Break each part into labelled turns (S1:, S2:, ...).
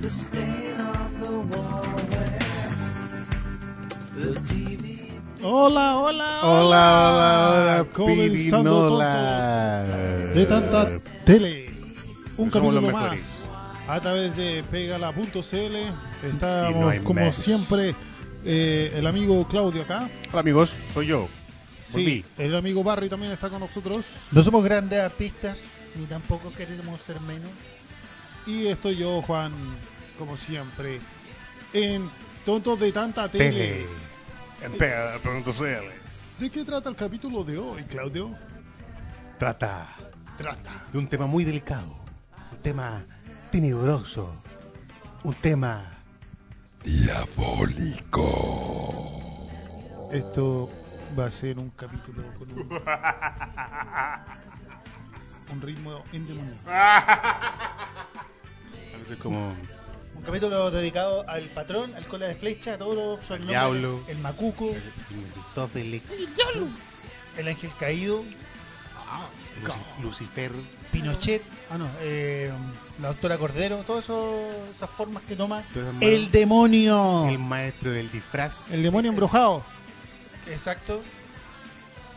S1: the stain on the wall where the TV
S2: Hola, hola.
S3: Hola, hola, hola,
S2: Comenzando
S3: Ah, Pirinola.
S2: De tanta tele. Un
S3: Somos
S2: capítulo
S3: los
S2: más.
S3: mejores.
S2: A través de pegala.cl.
S3: Y no
S2: Estamos,
S3: hay
S2: como
S3: más.
S2: siempre, eh, el amigo Claudio acá.
S3: Hola amigos, soy yo.
S2: Sí,
S3: Volví.
S2: el amigo Barry también está con nosotros.
S4: No somos grandes artistas, ni tampoco queremos ser menos.
S2: Y estoy yo, Juan, como siempre, en Tontos de Tanta
S3: Tele.
S2: Tele.
S3: En pega.cl.
S2: ¿De qué trata el capítulo de hoy, Claudio?
S3: Trata
S2: Trata.
S3: de un tema muy delicado. Un tema tenebroso. Un tema. Oh.
S2: Esto va a ser un capítulo con un, un ritmo endemoniado.
S3: A veces como.
S4: Un capítulo dedicado al patrón, al cola de flecha, a todos sus nombres.
S3: diablo.
S4: El macuco,
S3: Aristófeles.
S4: el ángel caído,
S3: Luci- Lucifer.
S4: Pinochet, ah, no, eh, la doctora Cordero, todas eso- esas formas que toma
S3: Todas esas
S4: el
S3: manos.
S4: demonio.
S3: El maestro del disfraz.
S2: El demonio embrujado.
S4: Exacto.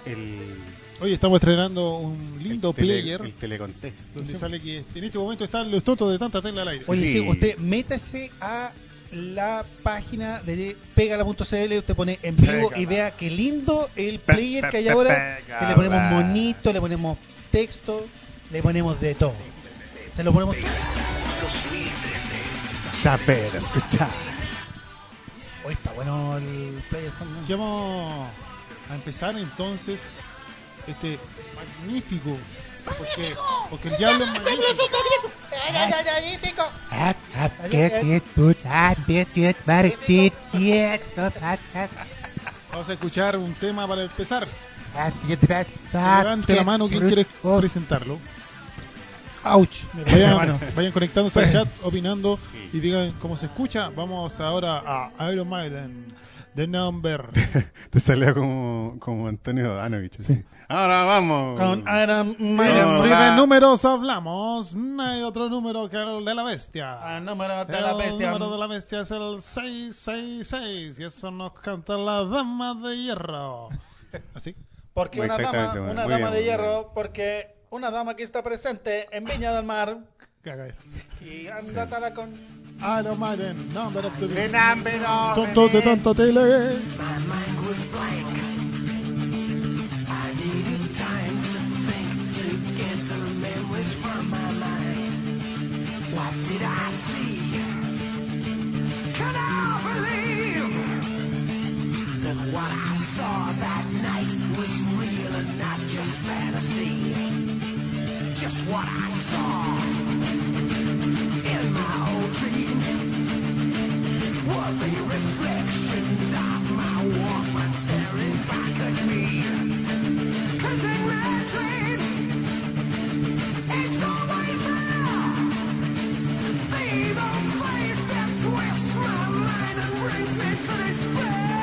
S3: El.
S2: Hoy estamos estrenando un lindo
S3: el tele-
S2: player
S3: El telecontexto.
S2: donde sale que en este momento están los tontos de tanta tela al aire.
S4: Oye,
S3: Sí.
S4: sí, usted métase a la página de pegala.cl, usted pone en vivo
S3: Pegala.
S4: y vea qué lindo el
S3: Pe-
S4: player
S3: pe-
S4: que hay
S3: pe-
S4: ahora. Que le ponemos
S3: Pegala.
S4: monito, le ponemos texto, le ponemos de todo. Se lo ponemos.
S3: Saber escuchar.
S4: Hoy está bueno el player. ¿no?
S2: Y vamos a empezar entonces este magnífico porque, porque el diablo es magnífico. Vamos a escuchar un tema para empezar.
S4: Ah,
S2: Levante la mano quien quiere presentarlo.
S4: Oh. Ouch. Me pegó la
S2: Vayan,
S4: mano.
S2: vayan conectándose al chat, opinando
S3: Sí.
S2: y digan cómo se escucha. Vamos ahora a Iron Maiden, The Number.
S3: Te salió como, como Antonio Dodanovich. así. Ahora vamos.
S4: Con Adam
S2: si
S4: Myron.
S3: Mm. Hola.
S2: de números hablamos, no hay otro número que el de la bestia.
S4: Ah, número de
S2: el
S4: la bestia.
S2: número de la bestia es el 666 y eso nos canta la dama de hierro. ¿Así?
S4: Porque una dama,
S3: Exactamente, bueno.
S4: una
S3: Muy
S4: dama
S3: bien,
S4: de
S3: muy
S4: hierro,
S3: bien.
S4: porque una dama que está presente en Viña del Mar
S2: Caga.
S4: y anda atada con
S2: Iron Maiden, Number of the
S3: The
S2: Beast.
S3: number of
S2: Tonto de
S3: the beast.
S2: tanta tele.
S1: My mind was blank. I needed time to think to get the memories from my mind. What did I see? Could I believe that what I saw that night was real and not just fantasy? Just what I saw in my old dreams were the reflections of my woman staring back at me. 'Cause in my dreams, it's always there. The evil face that twists my mind and brings me to despair.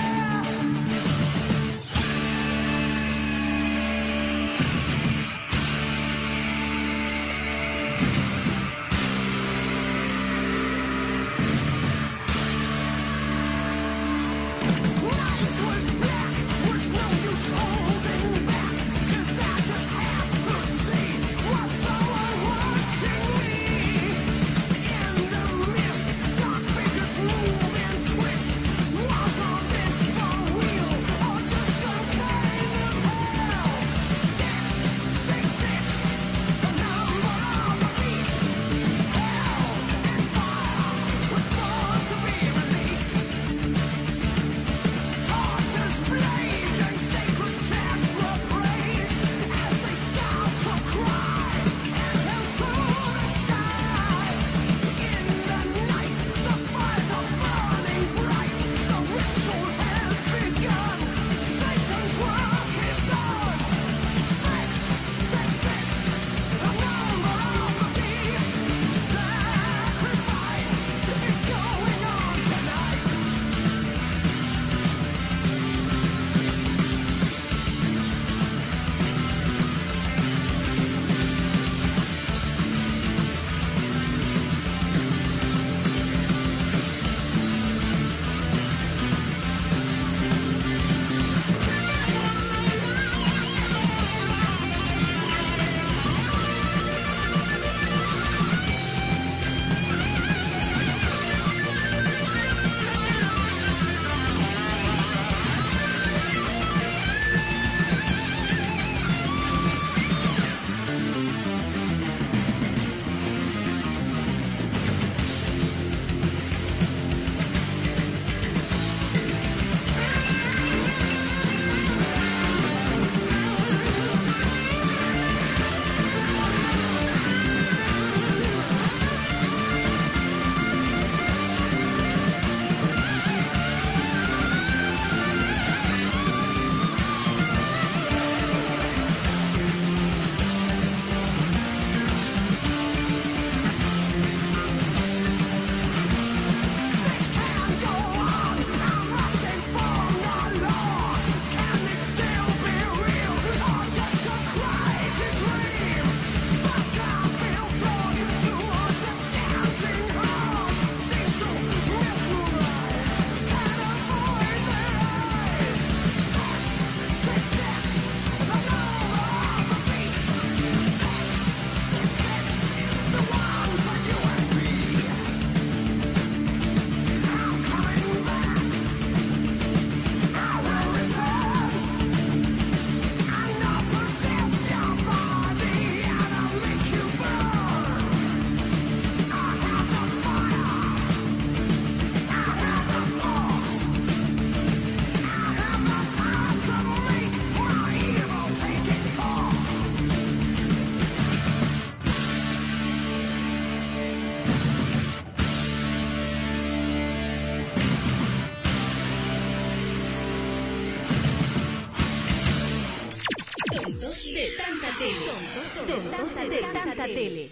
S5: de tanta tele. Tontos de tanta tele.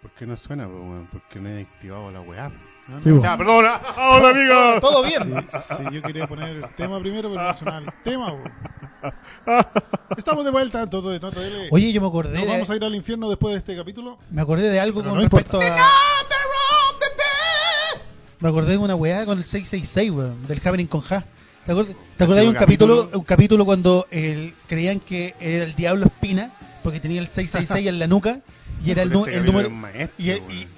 S3: ¿Por qué no suena, po, weón? Porque no he activado la weá. po.
S6: Sí, po.
S3: O sea, perdona. Hola, amigo.
S4: Todo bien.
S6: Sí, sí, yo quería poner el tema primero, pero no sonaba el tema, weón. Estamos de vuelta, todo de tanto dele.
S4: Oye, eh, yo me acordé.
S6: ¿Nos
S4: de-
S6: vamos a ir al infierno después de este capítulo?
S4: Me acordé de algo
S6: Pero
S4: con
S6: no
S4: respecto a. Me acordé de una weá con el 666, weón, del Happening con Ja. ¿Te acuerdas, te acuerdas de un
S3: un
S4: capítulo,
S3: capítulo?
S4: un capítulo cuando el- creían que era el diablo espina porque tenía el 666 en la nuca y era el, nu-
S3: Ese
S4: el
S3: capítulo era
S4: número
S3: un maestro,
S4: y, y-
S3: weón.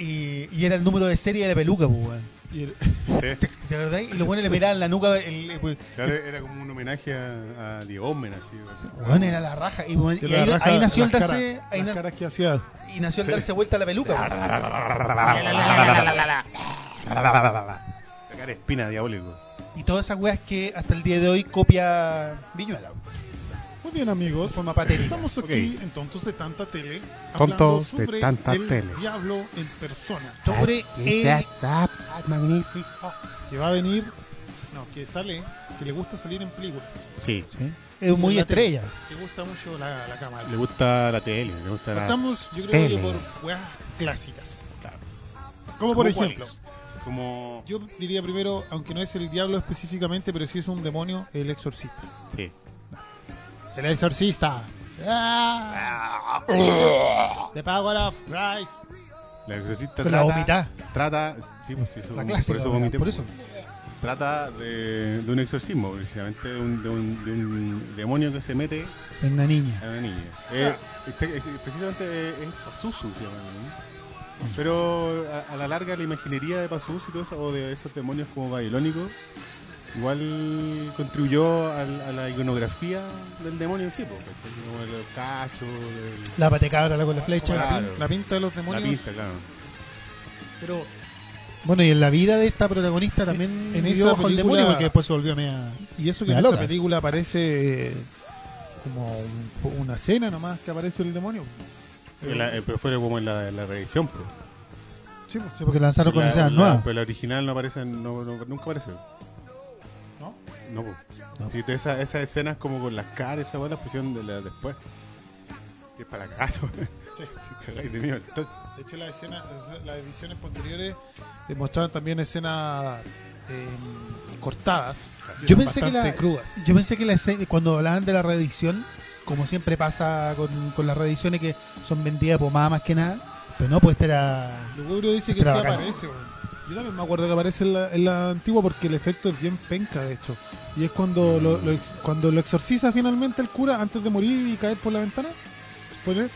S4: y- y era el número de serie de la peluca, pues, weón.
S6: Y el-
S3: Sí.
S4: ¿Te acordás? Y los buenos le miraban la nuca, el, el- el-
S3: Claro, era como un homenaje a, a Diego Omen, así. así.
S4: weón, era la raja y, weón,
S6: que
S4: y
S6: la
S4: eh, ahí,
S6: raja-
S4: ahí nació el
S6: las
S4: darse,
S6: caras-
S4: ahí
S6: las
S4: na-
S6: caras que hacía.
S4: y nació el darse vuelta a la peluca. weón.
S3: La cara espina diabólico.
S4: Y todas esas weas que hasta el día de hoy copia Viñuela.
S6: Muy bien, amigos.
S4: De forma patética.
S6: Estamos aquí
S3: Ok.
S6: en Tontos de Tanta Tele.
S3: Tontos
S6: hablando
S3: de
S6: sobre
S3: Tanta
S6: el
S3: Tele.
S6: diablo en persona.
S4: Sobre
S3: Ah,
S4: el...
S3: está magnífico.
S6: Que va a venir. No, que sale. Que le gusta salir en películas.
S3: Sí,
S4: Es
S6: En
S4: muy
S6: la tele.
S4: estrella.
S6: Le gusta mucho la, la cámara.
S3: le gusta la tele, le gusta la...
S6: Estamos, yo creo
S3: tele.
S6: que por weas clásicas.
S3: Claro.
S6: Como por ejemplo.
S3: cuáles? Como...
S6: Yo diría primero, aunque no es el diablo específicamente, pero sí es un demonio, el exorcista.
S3: Sí.
S6: El exorcista.
S3: Ah.
S6: The Power of Christ.
S3: La exorcista
S4: Con la vomitá.
S3: Trata... Sí, pues, eso,
S4: La clásica.
S3: por eso
S4: weón,
S3: vomité. pues,
S4: por eso.
S3: Trata de, de un exorcismo, precisamente de un, de, un, de un demonio que se mete
S4: En una niña.
S3: a una niña. Eh,
S6: Ah.
S3: este- este- precisamente es Pazuzu, se llama. ¿no? Pero a, a la larga la imaginería de Pazuzu y todo eso, o de esos demonios como babilónicos, igual contribuyó al- a, la iconografía del demonio en sí, po, ¿cachai? como el cacho, el-
S4: La patecabra la con la flecha.
S6: La,
S3: Claro.
S6: pin- la pinta de los
S3: la
S6: demonios.
S3: pista, claro.
S6: Pero
S4: Bueno, y en la vida de esta protagonista también
S6: En- en
S4: vivió
S6: esa
S4: bajo el
S6: película-
S4: demonio porque después se volvió media...
S6: Y eso que
S4: Me
S6: en
S4: da
S6: esa
S4: loca.
S6: película aparece eh, como un- una escena nomás que aparece el demonio.
S3: En la- eh, pero fue como en la, en la reedición. po.
S6: Sí, pues.
S4: Sí, porque lanzaron con
S3: La-
S4: esas
S3: la-
S4: nuevas.
S3: Pero la original no aparece, no- no- nunca aparece.
S6: ¿No?
S3: No, po.
S4: No.
S3: Sí, esa- esas escenas como con las caras, esa weá la pusieron de la, después. Que es para cagazo,
S6: Sí.
S3: cagáis de miedo. Entonces,
S6: De hecho, las escenas, las ediciones posteriores eh, mostraban también escenas eh, cortadas.
S4: Yo pensé que
S6: bastante
S4: la-
S6: crudas.
S4: Yo pensé que la escena- cuando hablaban de la reedición, como siempre pasa con, con las reediciones que son vendidas por más, más que nada, pero no, pues esta era...
S6: Lugubrio dice que sí
S4: Pero bacán.
S6: aparece, weón. Yo también me acuerdo que aparece en la, en la antigua porque el efecto es bien penca, de hecho. Y es cuando lo, lo ex- cuando lo exorciza finalmente el cura antes de morir y caer por la ventana. Spoiler.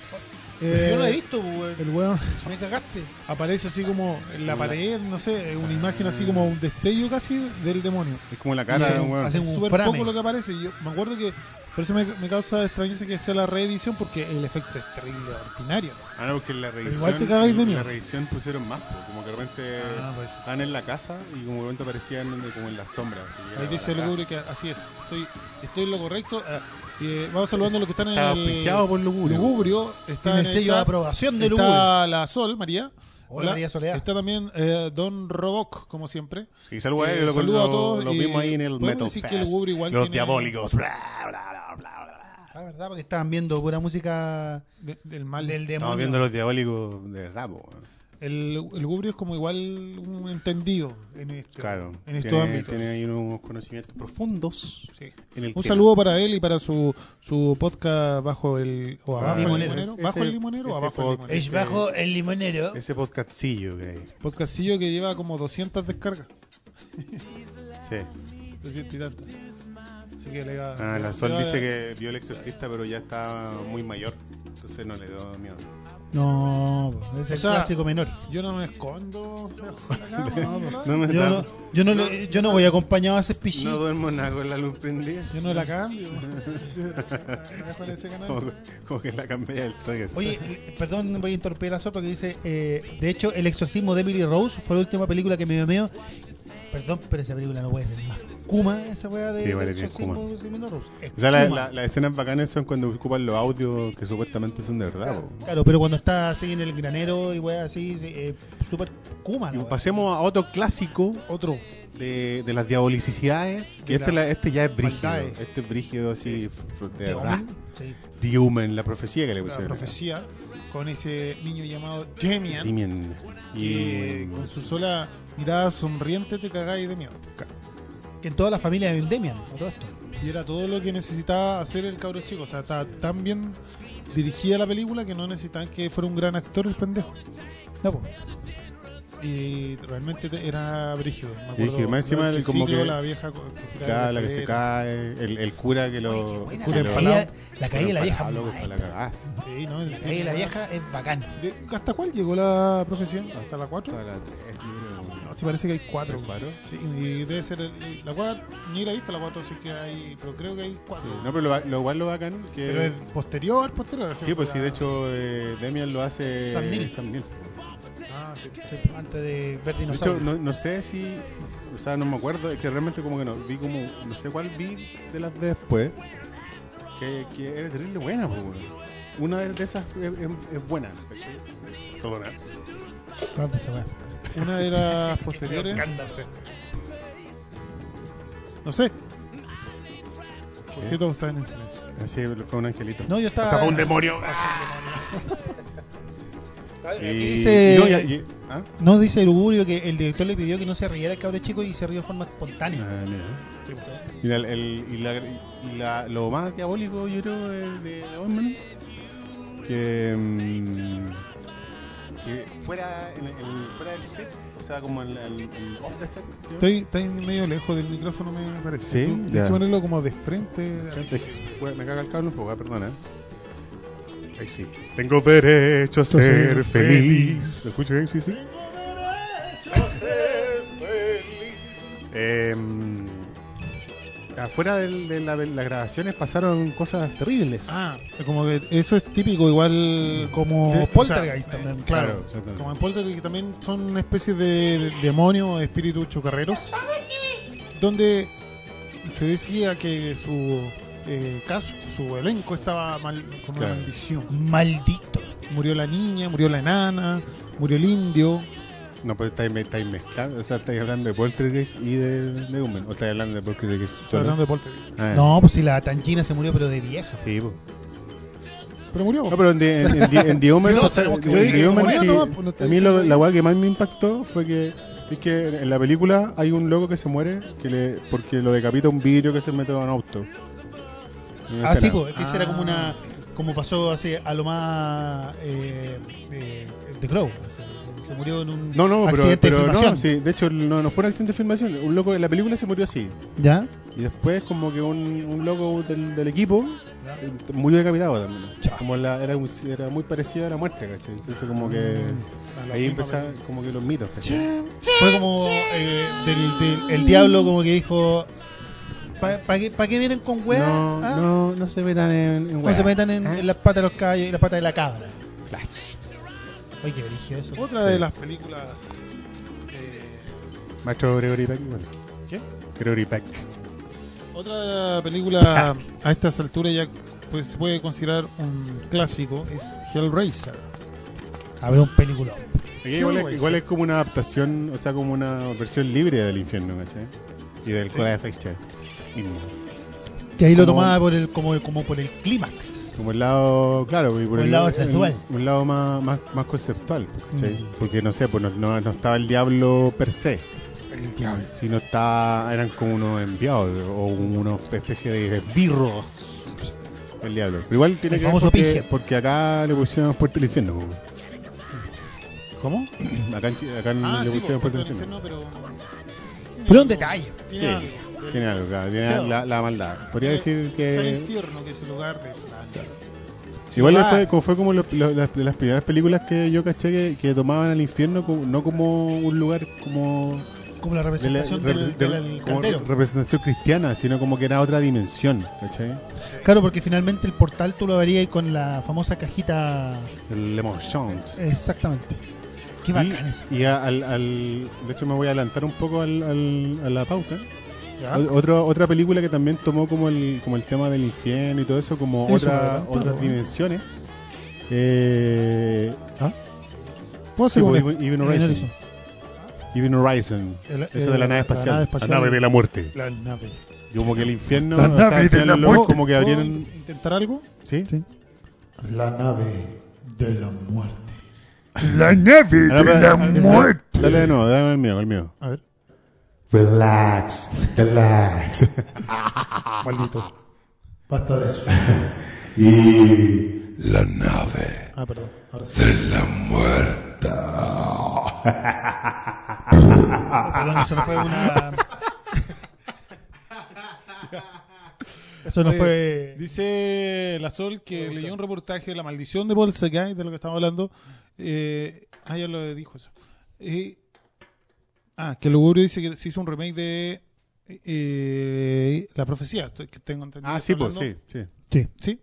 S6: Eh,
S4: Yo no la he visto, pues,
S6: El weón
S4: me cagaste.
S6: aparece así como en la pared, no sé, una imagen así como un destello casi del demonio.
S3: es como la cara de un weón.
S4: hacen-
S6: Es
S4: un
S6: súper
S4: frame.
S6: poco lo que aparece. Yo me acuerdo que por eso me, me causa extrañeza que sea la reedición porque el efecto es terrible, ordinario.
S3: Ah, no, porque en la reedición,
S6: igual te cagáis de
S3: en
S6: miedo.
S3: la reedición pusieron más, po, como que de repente
S6: Ah, pues.
S3: estaban en la casa y como de repente aparecían en- como en las sombras. así,
S6: Ahí
S3: era
S6: dice el
S3: para acá.
S6: Lugubrio que así es. Estoy, estoy en lo correcto. Ah, y, eh, vamos saludando a los que están en
S3: Está auspiciado
S6: el
S3: por Lugubrio.
S6: Lugubrio. Está
S4: Tiene
S6: en
S4: sello de
S6: chat.
S4: aprobación de Lugo.
S6: Está la Sol, María.
S4: Hola, María Soledad.
S6: Está también eh, Don Roboc, como siempre.
S3: Y saludo a
S6: Eh,
S3: él, lo,
S6: saludo a
S3: lo-
S6: todos,
S3: lo
S6: y
S3: mismo ahí en el
S6: podemos
S3: Metal
S6: decir que
S3: Fest.
S6: Lugubrio igual
S3: Los
S6: tiene-
S3: diabólicos. Bla, bla, bla, bla, bla.
S4: Ah, verdad, porque estaban viendo pura música
S6: de- del mal.
S4: del
S3: Estamos
S4: demonio.
S3: viendo los diabólicos de verdad, po, weón.
S6: El, el Lugubrio es como igual un entendido en, este,
S3: Claro.
S6: en estos
S3: tiene,
S6: ámbitos.
S3: tiene ahí unos conocimientos profundos
S6: Sí.
S3: en el
S6: Un
S3: tema.
S6: saludo para él y para su, su podcast bajo el o abajo
S4: Limonero.
S6: el limonero, bajo
S3: Ah, Ese-
S6: el limonero o
S3: ese
S6: abajo el
S3: podcast.
S6: limonero.
S4: Es bajo el limonero.
S3: Ese podcastillo que hay.
S6: Podcastillo que lleva como 200 descargas.
S3: Sí.
S6: 200 y tantas. Así que le va-
S3: Ah,
S6: le
S3: la
S6: va-
S3: Sol
S6: le va-
S3: dice que vio el exorcista, pero ya está muy mayor. Entonces no le dio miedo.
S4: No, pues, es el
S6: O sea,
S4: clásico menor.
S6: Yo no me escondo.
S3: No, me
S4: Yo
S3: no,
S4: no, yo no, lo- yo no voy acompañado a ese
S3: no
S4: pichito.
S3: duermo nada con la luz prendida.
S6: Yo no la cambio. Me dejo en ese canal.
S3: Como, como que la cambié del toque.
S4: Oye, eh, perdón, voy a interrumpir la sopa que dice, eh, de hecho, El exorcismo de Emily Rose fue la última película que me veo. Perdón, pero esa película no puede ser más. Kuma, esa weá de
S3: Sí, vale, que es
S4: exorcismo de Minotaurus. Es
S3: O sea, la-
S4: Kuma.
S3: la- las escenas bacanas son cuando ocupan los audios que supuestamente son de verdad. po.
S4: Claro, pero cuando está así en el granero y weá así, sí, eh, súper Kuma, la
S3: Y
S4: weá.
S3: pasemos a otro clásico
S6: Otro.
S3: de, de las diabolicidades. Que
S6: De
S3: este,
S6: la-
S3: la- este ya es brígido.
S6: maldades.
S3: Este es brígido así, f- f- de
S4: De
S3: verdad.
S4: Omen, sí.
S3: The Omen, la profecía que le
S6: La
S3: pusieron.
S6: profecía con ese niño llamado Demian.
S3: Demian.
S6: que
S3: Y
S6: con su sola mirada sonriente te cagáis de miedo.
S4: Que en toda la familia de Demian, a todo esto.
S6: Y era todo lo que necesitaba hacer el cabro chico. O sea, estaba tan bien dirigida la película que no necesitaban que fuera un gran actor el pendejo.
S4: No, pues, po.
S6: Y realmente te- era brígido. Me acuerdo,
S3: Brígido, más encima
S6: el
S3: el como
S6: triciclo,
S3: que-
S6: la vieja co- que se cae de
S3: cada la que se
S6: escalera.
S3: cae, el, el cura que lo.
S4: Buena,
S3: que
S4: la,
S3: lo- ah,
S4: caída, la
S3: que
S4: caída de la
S3: lo
S4: vieja.
S3: empalaba, loco,
S4: maestra.
S3: para la cagada.
S6: Sí, ¿no?
S4: La caída de la vieja es bacán.
S6: De- ¿Hasta cuál llegó la profesión? ¿Hasta la 4?
S3: Para la tres, yo creo.
S6: No, sí parece que hay 4.
S3: ¿Tres, cuatro?
S6: Sí, y debe ser el- la 4. Ni la he visto la 4, así que hay. Pero creo que hay 4.
S3: Sí, No, pero lo, lo igual lo bacán que.
S6: Pero es posterior, posterior.
S3: Sí, pues sí, de hecho eh, Demian lo hace
S4: Sam Neill.
S3: Sam Neill.
S6: Ah, sí.
S4: Sí, Antes de ver
S3: De hecho,
S4: dinosaurios.
S3: no, no sé si, o sea, no me acuerdo, es que realmente como que no, vi como, no sé cuál vi de las de después, que, que era terrible buena, pues, weón. Una de de esas es, es- es buena. ¿cachai? Perdona.
S4: Claro, esa weá.
S6: Una de las
S4: Me
S6: posteriores.
S4: encanta hacer.
S6: No sé. ¿Por qué todos están en silencio?
S3: Así fue un angelito.
S4: No, yo estaba.
S3: O
S4: Ah,
S3: sea, fue un demonio. Ah,
S4: Aquí
S3: Y-
S4: dice-
S3: no, y- y- ¿ah?
S4: No dice Lugurio que el director le pidió que no se riera el cabrón chico y se rió de forma espontánea.
S3: Ah, mira.
S6: pues,
S3: Mira, el- el- y, la- y la- lo más diabólico, yo creo, de, de Oldman, que, mm, que fuera, en el- fuera del set, o sea, como en el, el off the set. ¿sí?
S6: Estoy, estoy medio lejos del micrófono, me parece.
S3: Sí,
S6: Tú- Hay
S3: ya.
S6: que ponerlo como de frente.
S3: Gente, güey, me caga el cable un poco, ah, perdona. Ahí sí. Tengo derecho a ser feliz. ¿Lo escucho bien? Sí, sí. Eh, afuera del- de la- de las grabaciones pasaron cosas terribles.
S6: Ah, como que eso es típico, igual.
S4: Como
S6: de- o sea,
S4: Poltergeist también,
S6: eh,
S4: claro.
S3: exactamente.
S6: Como en Poltergeist que también son una especie de demonios, espíritus chocarreros, donde se decía que su eh, cast, su elenco estaba mal, con una
S3: Claro.
S6: maldición.
S4: Maldito.
S6: Murió la niña, murió la enana, murió el indio.
S3: No, pues, pero estáis, me- estáis mezclando. O sea, estáis hablando de Poltergeist y de Neumann. O estáis hablando de Poltergeist.
S6: Estoy
S3: solo?
S6: hablando de Poltergeist.
S3: Ah,
S4: No, pues si la tanquina se murió, pero de vieja.
S3: Sí, po.
S6: Pero murió.
S3: No, pero en, The- en, en The- en The Omen,
S4: Sí, no,
S3: o sea,
S4: tenemos que
S3: en
S4: ver.
S3: The Omen
S6: Bueno,
S3: sí,
S6: no, pues no te
S3: a mí lo-
S6: diciendo
S3: la weá que más me impactó fue que es que en la película hay un loco que se muere que le, porque lo decapita un vidrio que se mete a un auto. En una
S4: Ah, sí,
S3: escena.
S4: pues, es que esa era como
S6: Ah.
S4: una. Como pasó así a lo más. Eh, eh, de Crow. o sea, se murió en un.
S3: No, no, pero,
S4: accidente
S3: pero
S4: de
S3: no,
S4: filmación.
S3: sí, de hecho no, no fue un accidente de filmación. Un loco en la película se murió así.
S4: ¿Ya?
S3: Y después como que un, un loco del, del equipo eh, murió decapitado también.
S4: Chao.
S3: Como la, era, un- era muy parecido a la muerte, ¿cachai? Entonces como que
S4: Mm,
S3: ahí empezaban como que los mitos, ¿cachai?
S4: Fue como eh, del- del- el diablo como que dijo, ¿para qué, pa qué vienen con weas?
S3: No,
S4: ah?
S3: no, no se metan en, en
S4: No
S3: weá.
S4: se metan en,
S3: Ah.
S4: en las patas de los caballos y las patas de la cabra. Oye, qué brillo eso.
S6: Otra de las películas. eh,
S3: Maestro Gregory Peck. bueno.
S6: ¿Qué?
S3: Gregory Peck.
S6: otra
S3: Ah.
S6: película a estas alturas ya pues, se puede considerar un clásico es Hellraiser.
S4: A ver, un película.
S3: Igual,
S6: guay,
S3: es, igual
S6: sí.
S3: es como una adaptación, o sea, como una versión libre del infierno, ¿cachai? Y del Cola de Fecha. Mismo.
S4: Que ahí lo
S3: Como-
S4: tomaba por el, como, como por el clímax.
S3: Como el lado, claro, y por
S4: Un lado
S3: el-
S4: sensual.
S3: Un lado más, más, más conceptual, ¿cachai?
S4: Mm.
S3: Porque no sé, pues no, no, no estaba el diablo per se,
S4: El
S3: sino estaba, eran como unos enviados o unos especie de birros. El diablo. Pero igual tiene
S4: El
S3: que ver
S4: famoso
S3: porque,
S4: Pinhead.
S3: porque acá le pusieron puerta del infierno. po.
S6: ¿Cómo?
S3: Acá en, Chi- acá en-
S6: Ah,
S3: le
S6: sí,
S3: pusieron
S6: por-
S3: puerta del
S6: por
S3: infierno.
S6: el infierno,
S4: Pero un detalle.
S6: Tiene
S3: Sí.
S6: algo.
S3: Tiene algo, claro, tiene
S4: Claro.
S3: la, la maldad. Podría decir
S6: Está el
S3: que.
S6: infierno, que es el lugar de Islandia.
S3: Igual
S4: Ah.
S3: fue, como fue como lo- lo- las, de las primeras películas que yo caché que, que tomaban al infierno como- no como un lugar como.
S4: Como la
S3: de la-
S4: representación
S3: re-
S4: del,
S3: de-
S4: del
S3: como
S4: caldero.
S3: representación cristiana, sino como que era otra dimensión, ¿cachai?
S4: Claro, porque finalmente el portal tú lo abrías con la famosa cajita.
S3: El emotion.
S4: Exactamente. Qué bacán eso.
S3: Y, y a- al, al- de hecho me voy a adelantar un poco al- al- a la pauta.
S6: Ya.
S3: O- Otro, otra película que también tomó como el, como el tema del infierno y todo eso, como
S6: Eso me
S3: otra-
S6: adelantaba,
S3: otras
S6: ¿eh?
S3: dimensiones. Eh, ¿ah?
S6: ¿Puedo
S3: Sí, pues,
S6: hacer una?
S3: Even Even Horizon. Even Horizon.
S6: El-
S3: Esa de la
S6: el-
S3: nave
S6: la nave
S3: espacial. La
S6: espacial.
S3: nave de la muerte.
S6: La nave.
S3: Y Como que el infierno.
S4: La
S3: o sea,
S4: nave
S3: al
S4: de
S3: final
S4: la
S3: los-
S4: muerte.
S3: Como que
S6: ¿Puedo
S3: abrieron.
S6: intentar algo?
S3: ¿Sí?
S4: Sí.
S6: La nave de la muerte.
S4: La nave
S3: Ahora, para- ahora- Dale de nuevo, dale el mío, el mío.
S6: A ver,
S7: Relax, relax.
S6: maldito. Basta de eso.
S7: Y la nave
S6: Ah, perdón. Ahora sí.
S7: de la muerta.
S4: Ah, Perdón, eso no fue una. Eso no fue.
S6: Dice la Sol que leyó un reportaje de la maldición de Bolsegay, de lo que estamos hablando. Eh, ah, ya lo dijo eso. Eh, ah, que Lugurio dice que se hizo un remake de eh, La Profecía, estoy- que tengo entendido.
S3: Ah,
S6: que
S3: sí,
S6: está
S3: pues, sí,
S6: hablando.
S3: sí.
S4: Sí.
S6: ¿Sí?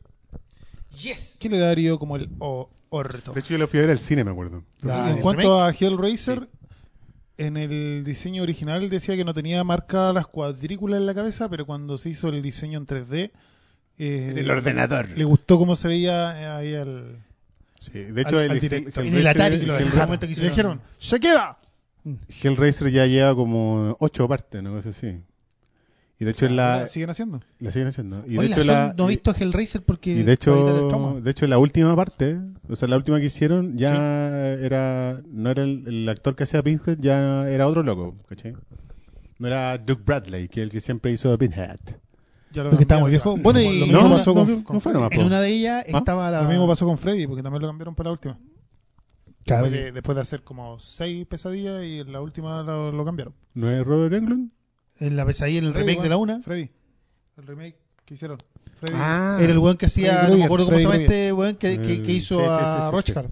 S4: Yes.
S6: ¿Qué le daría como el o- orto?
S3: De hecho, yo lo fui a ver al cine, me acuerdo.
S4: La-
S6: en
S4: el
S6: cuanto a Hellraiser, en el diseño original decía que no tenía marcadas las cuadrículas en la cabeza, pero cuando se hizo el diseño en 3D, eh,
S3: ordenador.
S6: le gustó cómo se veía eh, ahí al.
S3: Sí, de hecho,
S6: Al-
S3: el,
S6: al
S3: Hell-
S6: directo.
S4: remake. En el Atari,
S3: Hellraiser-
S4: lo
S3: Hell-
S4: en el momento que
S6: Le
S4: hicieron.
S6: dijeron, ¡se queda!
S3: Hellraiser ya lleva como ocho partes, una cosa así. Y de hecho, en la,
S6: Ahora, ¿Siguen haciendo?
S3: la siguen haciendo. Y de
S4: Oye,
S3: hecho,
S4: la
S3: la,
S4: Sol no he visto Hellraiser porque.
S3: Y de
S4: ahorita el trauma.
S3: hecho, de hecho la última parte, o sea, la última que hicieron ya era no era el, el actor que hacía Pinhead, ya era otro loco, ¿cachai? No era Duke Bradley, que es el que siempre hizo Pinhead.
S6: Ya lo
S4: Porque está muy
S6: cambiaron.
S4: viejo. Bueno, y
S6: Lo
S4: en
S6: mismo
S4: una-
S6: pasó
S3: no,
S6: con,
S3: no,
S6: con
S3: no fue
S6: Freddy.
S3: nomás.
S4: en una de ellas
S3: ¿Ah?
S4: estaba la.
S6: Lo mismo pasó con Freddy, porque también lo cambiaron para la última.
S4: Claro,
S6: Porque después de hacer como seis pesadillas y en la última lo, lo cambiaron.
S3: ¿No es Robert Englund?
S4: En la pesadilla, en el remake de la una.
S6: Freddy. El remake que hicieron. Freddy.
S3: Ah,
S4: Era el weón que hacía,
S6: Freddy
S4: no
S6: Krueger,
S4: me acuerdo cómo se
S6: Freddy
S4: llama este weón que, que,
S3: Mm,
S4: que hizo
S3: sí, sí, sí,
S4: a
S3: sí, sí.
S4: Rochard.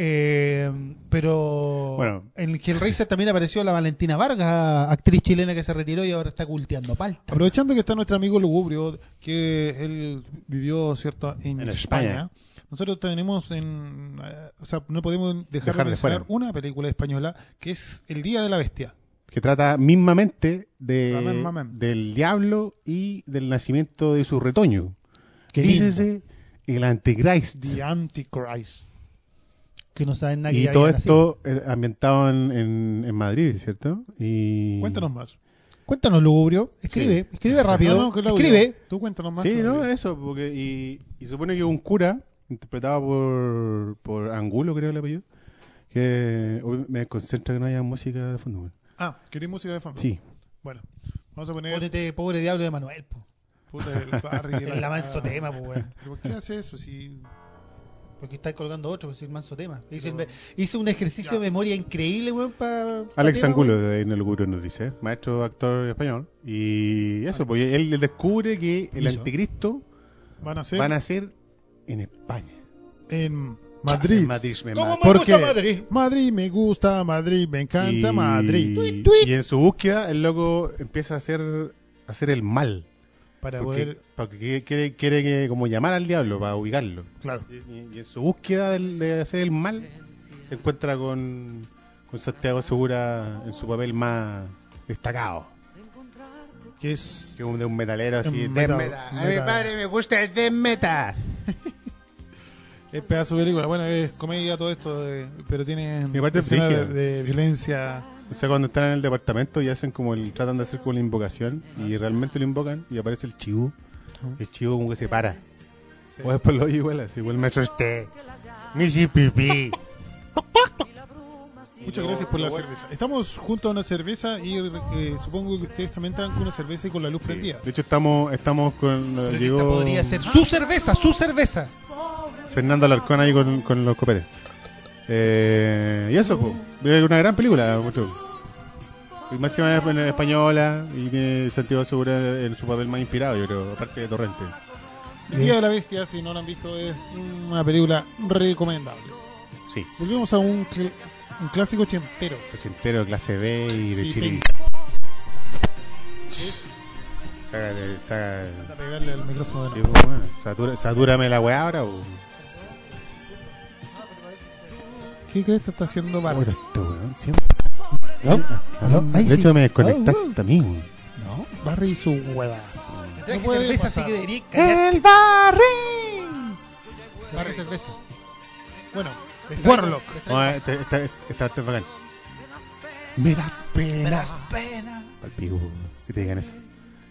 S4: Eh, pero
S3: Bueno.
S4: en Hellraiser también apareció la Valentina Vargas, actriz chilena que se retiró y ahora está culteando palta.
S6: Aprovechando que está nuestro amigo Lugubrio, que él vivió, ¿cierto?, en,
S3: En
S6: España. Nosotros tenemos en. eh, o sea, no podemos dejar,
S3: Dejar de
S6: de mencionar
S3: fuera.
S6: una película española que es El Día de la Bestia.
S3: que trata mismamente de,
S6: Amén, amén.
S3: del diablo y del nacimiento de su retoño.
S4: Qué lindo,
S3: Dícese el Antichrist.
S6: The Antichrist.
S4: que no saben nada que
S3: Y
S4: ya
S3: todo
S4: hayan nacido.
S3: esto eh, ambientado en, en- en Madrid, ¿cierto? Y...
S6: Cuéntanos más.
S4: Cuéntanos, Lugubrio. Escribe, escribe rápido.
S6: No, no, que Claudio,
S4: escribe.
S6: Tú cuéntanos más.
S3: Sí,
S6: Claudio.
S3: no, eso, porque y, y supone que un cura, interpretado por, por Angulo, creo el apellido, que hoy me desconcentra que no haya música de fondo. güey.
S6: Ah, ¿queréis música de fondo?
S3: Sí.
S6: Bueno, vamos a poner
S4: Pobre, pobre diablo de Manuel, po.
S6: puta, el Barry.
S4: el manso tema, po, weón.
S6: ¿Pero ¿Por qué hace eso? Si...
S4: Porque está colgando otro, pues el manso tema. Hice,
S6: Pero-
S4: hice un ejercicio de
S6: Ya.
S4: memoria increíble, weón, para.
S3: Alex Angulo, de en el gurú nos dice, maestro actor español. Y eso, pues él él descubre que el
S4: Hizo.
S3: anticristo
S6: Van a ser
S3: va a nacer en España.
S6: en
S3: En
S6: Madrid.
S3: Madrid, me
S4: ¿Cómo
S3: mata.
S4: me
S6: Porque
S4: gusta Madrid?
S6: Madrid me gusta, Madrid me encanta,
S3: Y-
S6: Madrid.
S4: Tuit, tuit.
S3: Y en su búsqueda, el loco empieza a hacer, a hacer el mal.
S6: Para
S3: Porque,
S6: poder.
S3: porque quiere, quiere que, como llamar al diablo para ubicarlo.
S6: Claro.
S3: Y, y- y en su búsqueda del- de, hacer el mal, se encuentra con, con Santiago Segura en su papel más destacado.
S6: Que es.
S3: Que un, de un metalero así.
S6: Un
S3: "Death
S6: metal-
S3: metal. A mi
S6: metal".
S3: padre me gusta el death metal.
S6: Es pedazo de película. Bueno, es comedia todo esto, de- pero tiene.
S3: Y aparte es
S6: escenas de,
S3: brígida.
S6: de violencia.
S3: O sea, cuando están en el departamento y hacen como el, tratan de hacer como la invocación y realmente lo invocan y aparece el chivo. El chivo como que se para. O después lo oye igual, así igual me asusté. Me hice pipí.
S6: Muchas gracias por la cerveza. Estamos junto a una cerveza y eh, supongo que ustedes también están con una cerveza y con la luz prendida.
S3: De hecho, estamos, estamos con.
S4: Pero que
S3: llegó
S4: esta podría ser
S6: Ah.
S4: su cerveza, su cerveza.
S3: Fernando Alarcón ahí con, con los copetes. Eh, y eso, po. Es una gran película, mucho. Y más encima es en española y tiene Santiago Segura en su papel más inspirado, yo creo, aparte de Torrente.
S6: El Día de la Bestia, si no la han visto, es una película recomendable.
S3: Sí.
S6: Volvemos a un, cl- un clásico ochentero.
S3: Ochentero, clase B y de
S6: Sí,
S3: Chile.
S6: tengo. Es
S3: Saca, de- saca,
S6: para pegarle al micrófono de
S3: sí,
S6: nuevo.
S3: po, bueno. Satura- satúrame la weá ahora, pues. o.
S6: ¿Qué crees que está haciendo Bart?
S3: Puta, este weón, siempre.
S4: ¿Aló?
S6: Ah,
S3: De hecho, me desconectaste a mí, weón.
S4: No.
S6: Barry y sus huevas.
S4: Te
S6: No
S4: traje
S6: puede
S4: cerveza,
S6: pasar.
S4: así que debería callarte.
S6: ¡El Barry!
S4: Te traje cerveza.
S6: Bueno,
S4: Te traigo-
S6: Warlock.
S4: te traigo-
S3: No, eh, este, este, este arte es bacán.
S7: Me das
S4: Me
S7: pena.
S4: das pena.
S3: Palpico, que te digan eso.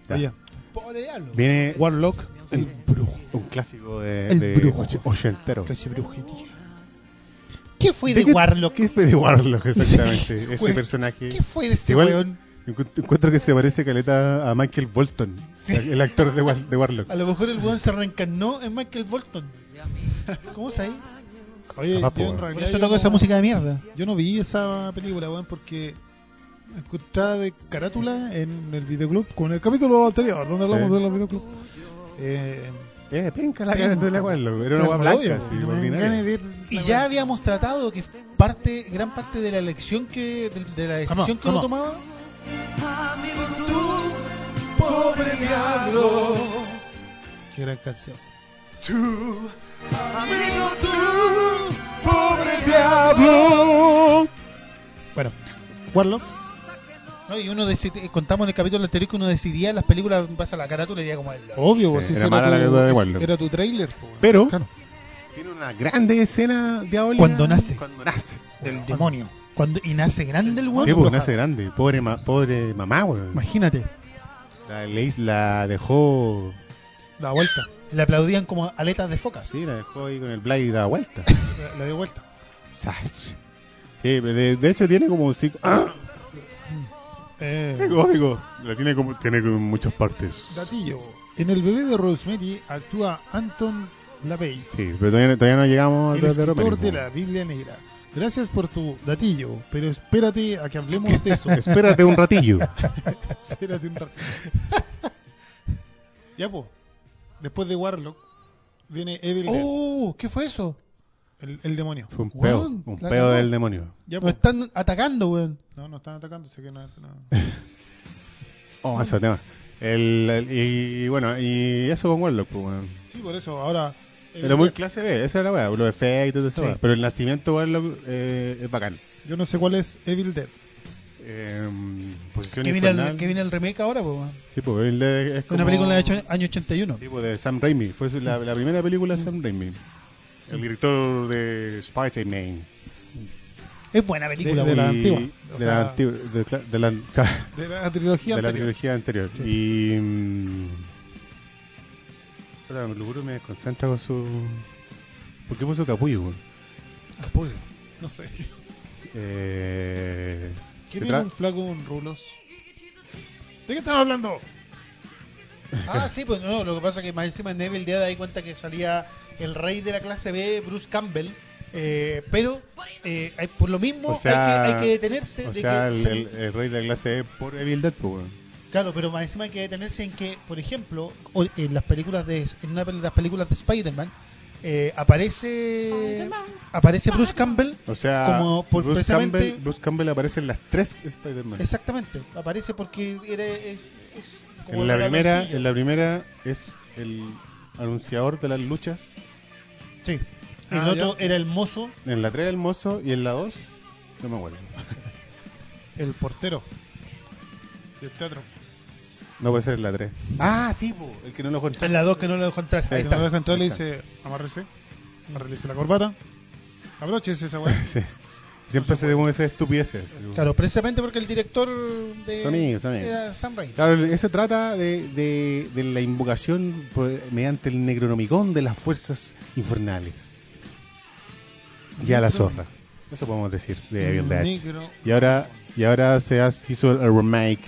S3: Ya.
S6: Oye,
S4: Pobre diablo.
S3: Viene
S6: Warlock,
S3: el brujo. Un clásico de,
S7: El
S3: de
S7: brujo.
S3: och- ochentero.
S6: casi brujería.
S4: ¿Qué fue de,
S3: qué-
S4: Warlock?
S3: ¿Qué fue de Warlock exactamente? Ese
S4: Güey,
S3: personaje.
S4: ¿Qué fue de ese
S3: Igual-
S4: weón?
S3: Encu- Encuentro que se parece caleta a Michael Bolton, el actor de, War- de Warlock.
S4: A lo mejor el weón se reencarnó en Michael Bolton. ¿Cómo sabes?
S6: Oye,
S3: Capaz, po,
S6: yo en
S3: weón.
S4: Por
S6: realidad
S4: eso
S6: yo
S4: toco
S6: no-
S4: esa música de mierda.
S6: Yo no vi esa película, weón, porque encontrada de carátula en el videoclub, con el capítulo anterior, donde hablamos
S3: Sí.
S6: de los videoclub. Eh,
S3: Eh, penca la cara de la Warlock. Era una
S6: claro,
S3: guapa blanca,
S6: obvio,
S3: así,
S6: no me dan ganas
S3: ordinaria.
S6: de ver
S4: Y
S6: la
S4: ya
S6: weá.
S4: habíamos tratado que parte, gran parte de la elección que, de, de la decisión
S6: Come on,
S4: que uno
S6: come
S4: tomaba,
S8: Amigo tú,
S6: Pobre diablo. Qué gran canción.
S8: tú, amigo tú,
S6: Pobre diablo. Bueno, Warlock.
S4: ¿no? y uno decide- contamos en el capítulo anterior que uno decidía las películas en base a la carátula y era como el
S6: Obvio,
S3: Sí,
S6: pues,
S3: era
S6: ese
S3: mala la
S6: tu-
S3: carátula de Warlock.
S6: Era tu pues, trailer. po.
S3: Pero
S4: Claro.
S3: tiene una grande escena diabólica.
S4: Cuando nace.
S3: Cuando nace.
S6: del demonio.
S4: cuando y nace grande el
S3: Sí,
S4: weón.
S3: pues nace grande. Pobre, ma- pobre mamá, weón.
S4: Imagínate,
S3: La, le- la dejó.
S6: Da vuelta.
S4: le aplaudían como aletas de focas.
S3: Sí, la dejó ahí con el Blade y da vuelta.
S6: La, la dio vuelta.
S3: Sach. Sí, de, de hecho tiene como cinco. ¡Ah!
S6: Eh,
S3: Gótico. La tiene como. Tiene como muchas partes.
S6: datillo. En el bebé de Rosemary actúa Anton LaVey,
S3: Sí, pero todavía, todavía no llegamos
S6: el
S3: a
S6: escritor de la Biblia Negra. Gracias por tu datillo, pero espérate a que hablemos de eso.
S3: Espérate un ratillo.
S6: espérate un ratito. ya, po. Después de Warlock, viene Evil Dead,
S4: Oh, ¿qué fue eso?
S6: el, el demonio.
S3: Fue un peo.
S4: Weón,
S3: un
S4: la
S3: peo
S4: cagó.
S3: del demonio.
S6: Ya, po.
S4: Nos están atacando, weón.
S6: No, no están atacando, así que no. no.
S3: Oh, eso, tema. El, el- y bueno, y eso con Warlock, pues, weón.
S6: Sí, por eso, ahora.
S3: Era muy clase B, esa era la weá, los efectos, toda esa
S4: Sí.
S3: weá. Pero el nacimiento de Warlock eh, es bacán.
S6: Yo no sé cuál es Evil Dead.
S3: Eh, posición
S4: Que viene,
S3: infernal.
S4: el, que viene el remake ahora, po, weón.
S3: Sí, pues Evil Dead es como...
S4: Una película de hecho- año 81.
S3: Sí, pues, de Sam Raimi. Fue su- la, la primera película de Sam Raimi. El director de Spider-Man.
S4: Es buena película,
S6: De
S4: weón.
S6: la
S3: Y-
S6: antigua. O
S3: De
S6: sea-
S3: la antigua. De, cla- de la,
S6: De la trilogía
S3: de la
S6: anterior.
S3: trilogía anterior. Y. mm, Espera, el Luguro me desconcentra con su. ¿Por qué puso capullo? güey?
S4: Capullo.
S6: No sé.
S3: Eh,
S6: ¿Qué
S3: se
S6: viene
S3: tra-
S6: un flaco con rulos? ¿De qué están hablando?
S4: Ah, sí, pues no, lo que pasa es que más encima en Evil Dead ahí cuenta que salía el rey de la clase B, Bruce Campbell, eh, pero eh, hay- por lo mismo
S3: O sea,
S4: hay, que, hay que detenerse.
S3: o
S4: de
S3: sea,
S4: que
S3: el,
S4: se-
S3: el- el rey de la clase E por Evil Dead, pues, güey.
S4: Claro, pero más encima hay que detenerse en que, por ejemplo, o- en las películas de en una de las películas de Spider-Man eh, aparece aparece Bruce Campbell
S3: O sea,
S4: Como por
S3: Bruce,
S4: precisamente-
S3: Campbell, Bruce Campbell aparece en las tres Spider-Man.
S4: exactamente, aparece porque era es- es como
S3: En la,
S4: una
S3: primera,
S4: cabroncilla.
S3: en la primera es el anunciador de las luchas.
S4: Sí.
S6: Ah,
S4: el
S6: ya.
S4: otro era el mozo
S3: En la 3 el mozo y en la 2 no me acuerdo.
S6: El portero. Del teatro.
S3: No puede ser en la 3. Ah, sí, po, el que no lo contó.
S4: en la dos que no lo encontraste.
S6: Que
S4: Ahí
S6: no lo
S4: está.
S6: deja entrar le
S3: ahí está.
S6: dice, amárrese. Amárrese la corbata. Abróchese esa weá.
S3: Sí. Siempre se hacemos esas estupideces.
S4: Claro, precisamente porque el director de
S3: Son ellos, son ellos.
S4: era Sam Raimi.
S3: Claro, eso trata de, de- de la invocación por- mediante el negronomicón de las fuerzas infernales. Y a la zorra. Eso podemos decir de Evil Dead.
S6: Negro.
S3: Y ahora, y ahora se hace- hizo el remake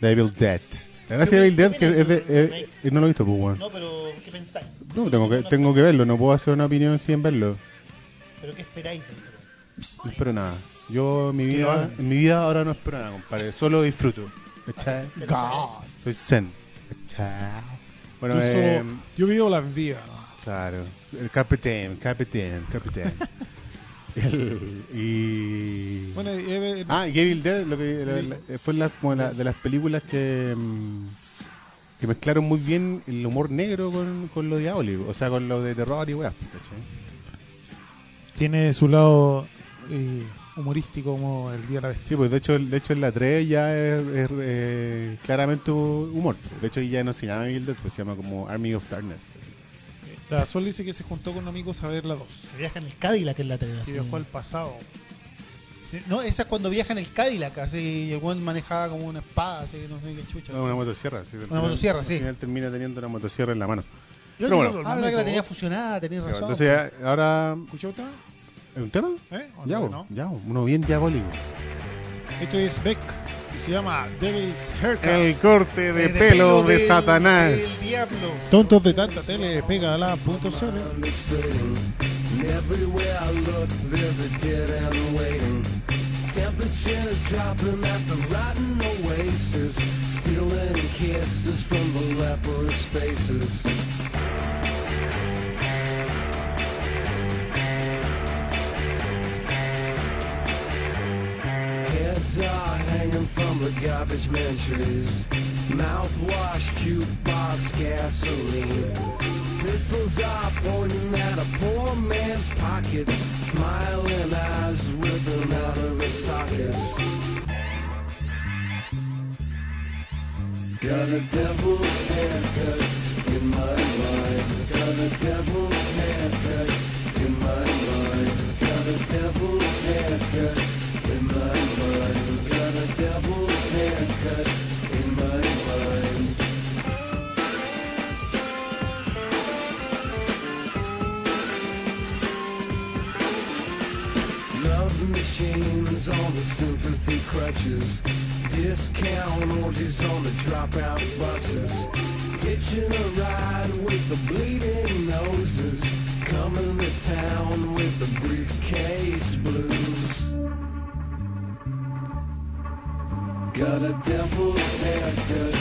S3: de Evil Dead. La gracia de Evil Dead que es de- eh, eh, no lo he visto, pues, bueno.
S4: No, pero ¿qué pensáis?
S3: No, tengo que, tengo que verlo, no puedo hacer una opinión sin verlo.
S4: ¿Pero qué esperáis?
S3: No espero nada. Yo en mi
S6: lo
S3: vida,
S6: hagan.
S3: en mi vida ahora no espero nada, compadre. Solo disfruto. ¿Cachai?
S4: God.
S3: Soy zen. ¿Cachai? Bueno,
S6: Yo,
S3: eh,
S6: solo- yo vivo las vías.
S3: claro. El capitán, capitán, capitán. El- y...
S6: Bueno, y Eve-
S3: Ah, y Evil Dead lo que, la- la- fue la- como la- de las películas que, mm, que mezclaron muy bien el humor negro con, con lo diabólico, o sea, con lo de terror y weas, ¿cachai?
S6: tiene su lado eh, humorístico como El Día de la Bestia.
S3: Sí, pues de hecho, de hecho en la 3 ya es, es, eh, claramente humor. De hecho, ya no se llama Evil Dead, pues se llama como Army of Darkness.
S6: La Sol dice que se juntó con amigos a ver la 2
S4: Viaja en el Cadillac en la 3.
S6: y viajó al pasado.
S4: No, esa es cuando viaja en el Cadillac, así, y el buen manejaba como una espada, así, no sé qué chucha.
S3: No, una motosierra. Sí, al final-
S4: motosierra, sí.
S3: Al final termina teniendo una motosierra en la mano. Pero
S6: Yo digo,
S3: bueno.
S4: Ah,
S6: Dormí
S4: verdad que la
S6: con
S4: tenía
S6: vos.
S4: fusionada, tenía razón.
S3: Entonces, ya, ahora.
S6: ¿Escuchó usted?
S3: ¿Es un tema?
S6: ¿Eh? ¿O
S3: Ya,
S6: no?
S3: bo,
S6: ¿No?
S3: ya, bo, uno bien diabólico.
S6: Esto es Beck y se llama Devil's Haircut.
S3: El corte de,
S4: Eh,
S3: pelo, de
S4: del-
S3: Satanás.
S4: del diablo.
S6: Tontos de tanta tele, pega la punto cl.
S9: Everywhere I look, there's a dead end waiting. Temperature is dropping at the rotten oasis, stealing kisses from the leprous faces. Heads are hanging from the garbage man trees. Mouthwash, jukebox, gasoline. Pistols are pointing at a poor man's pockets. Smiling eyes ripping out of his sockets. Got a devil's haircut in my mind. Got a devil's haircut in my mind. Got a devil's haircut in my mind. Got a devil's haircut in my mind. Love machines on the sympathy crutches. Discount orders on the dropout buses. Hitching a ride with the bleeding noses. Coming to town with the briefcase blues. Got a devil's haircut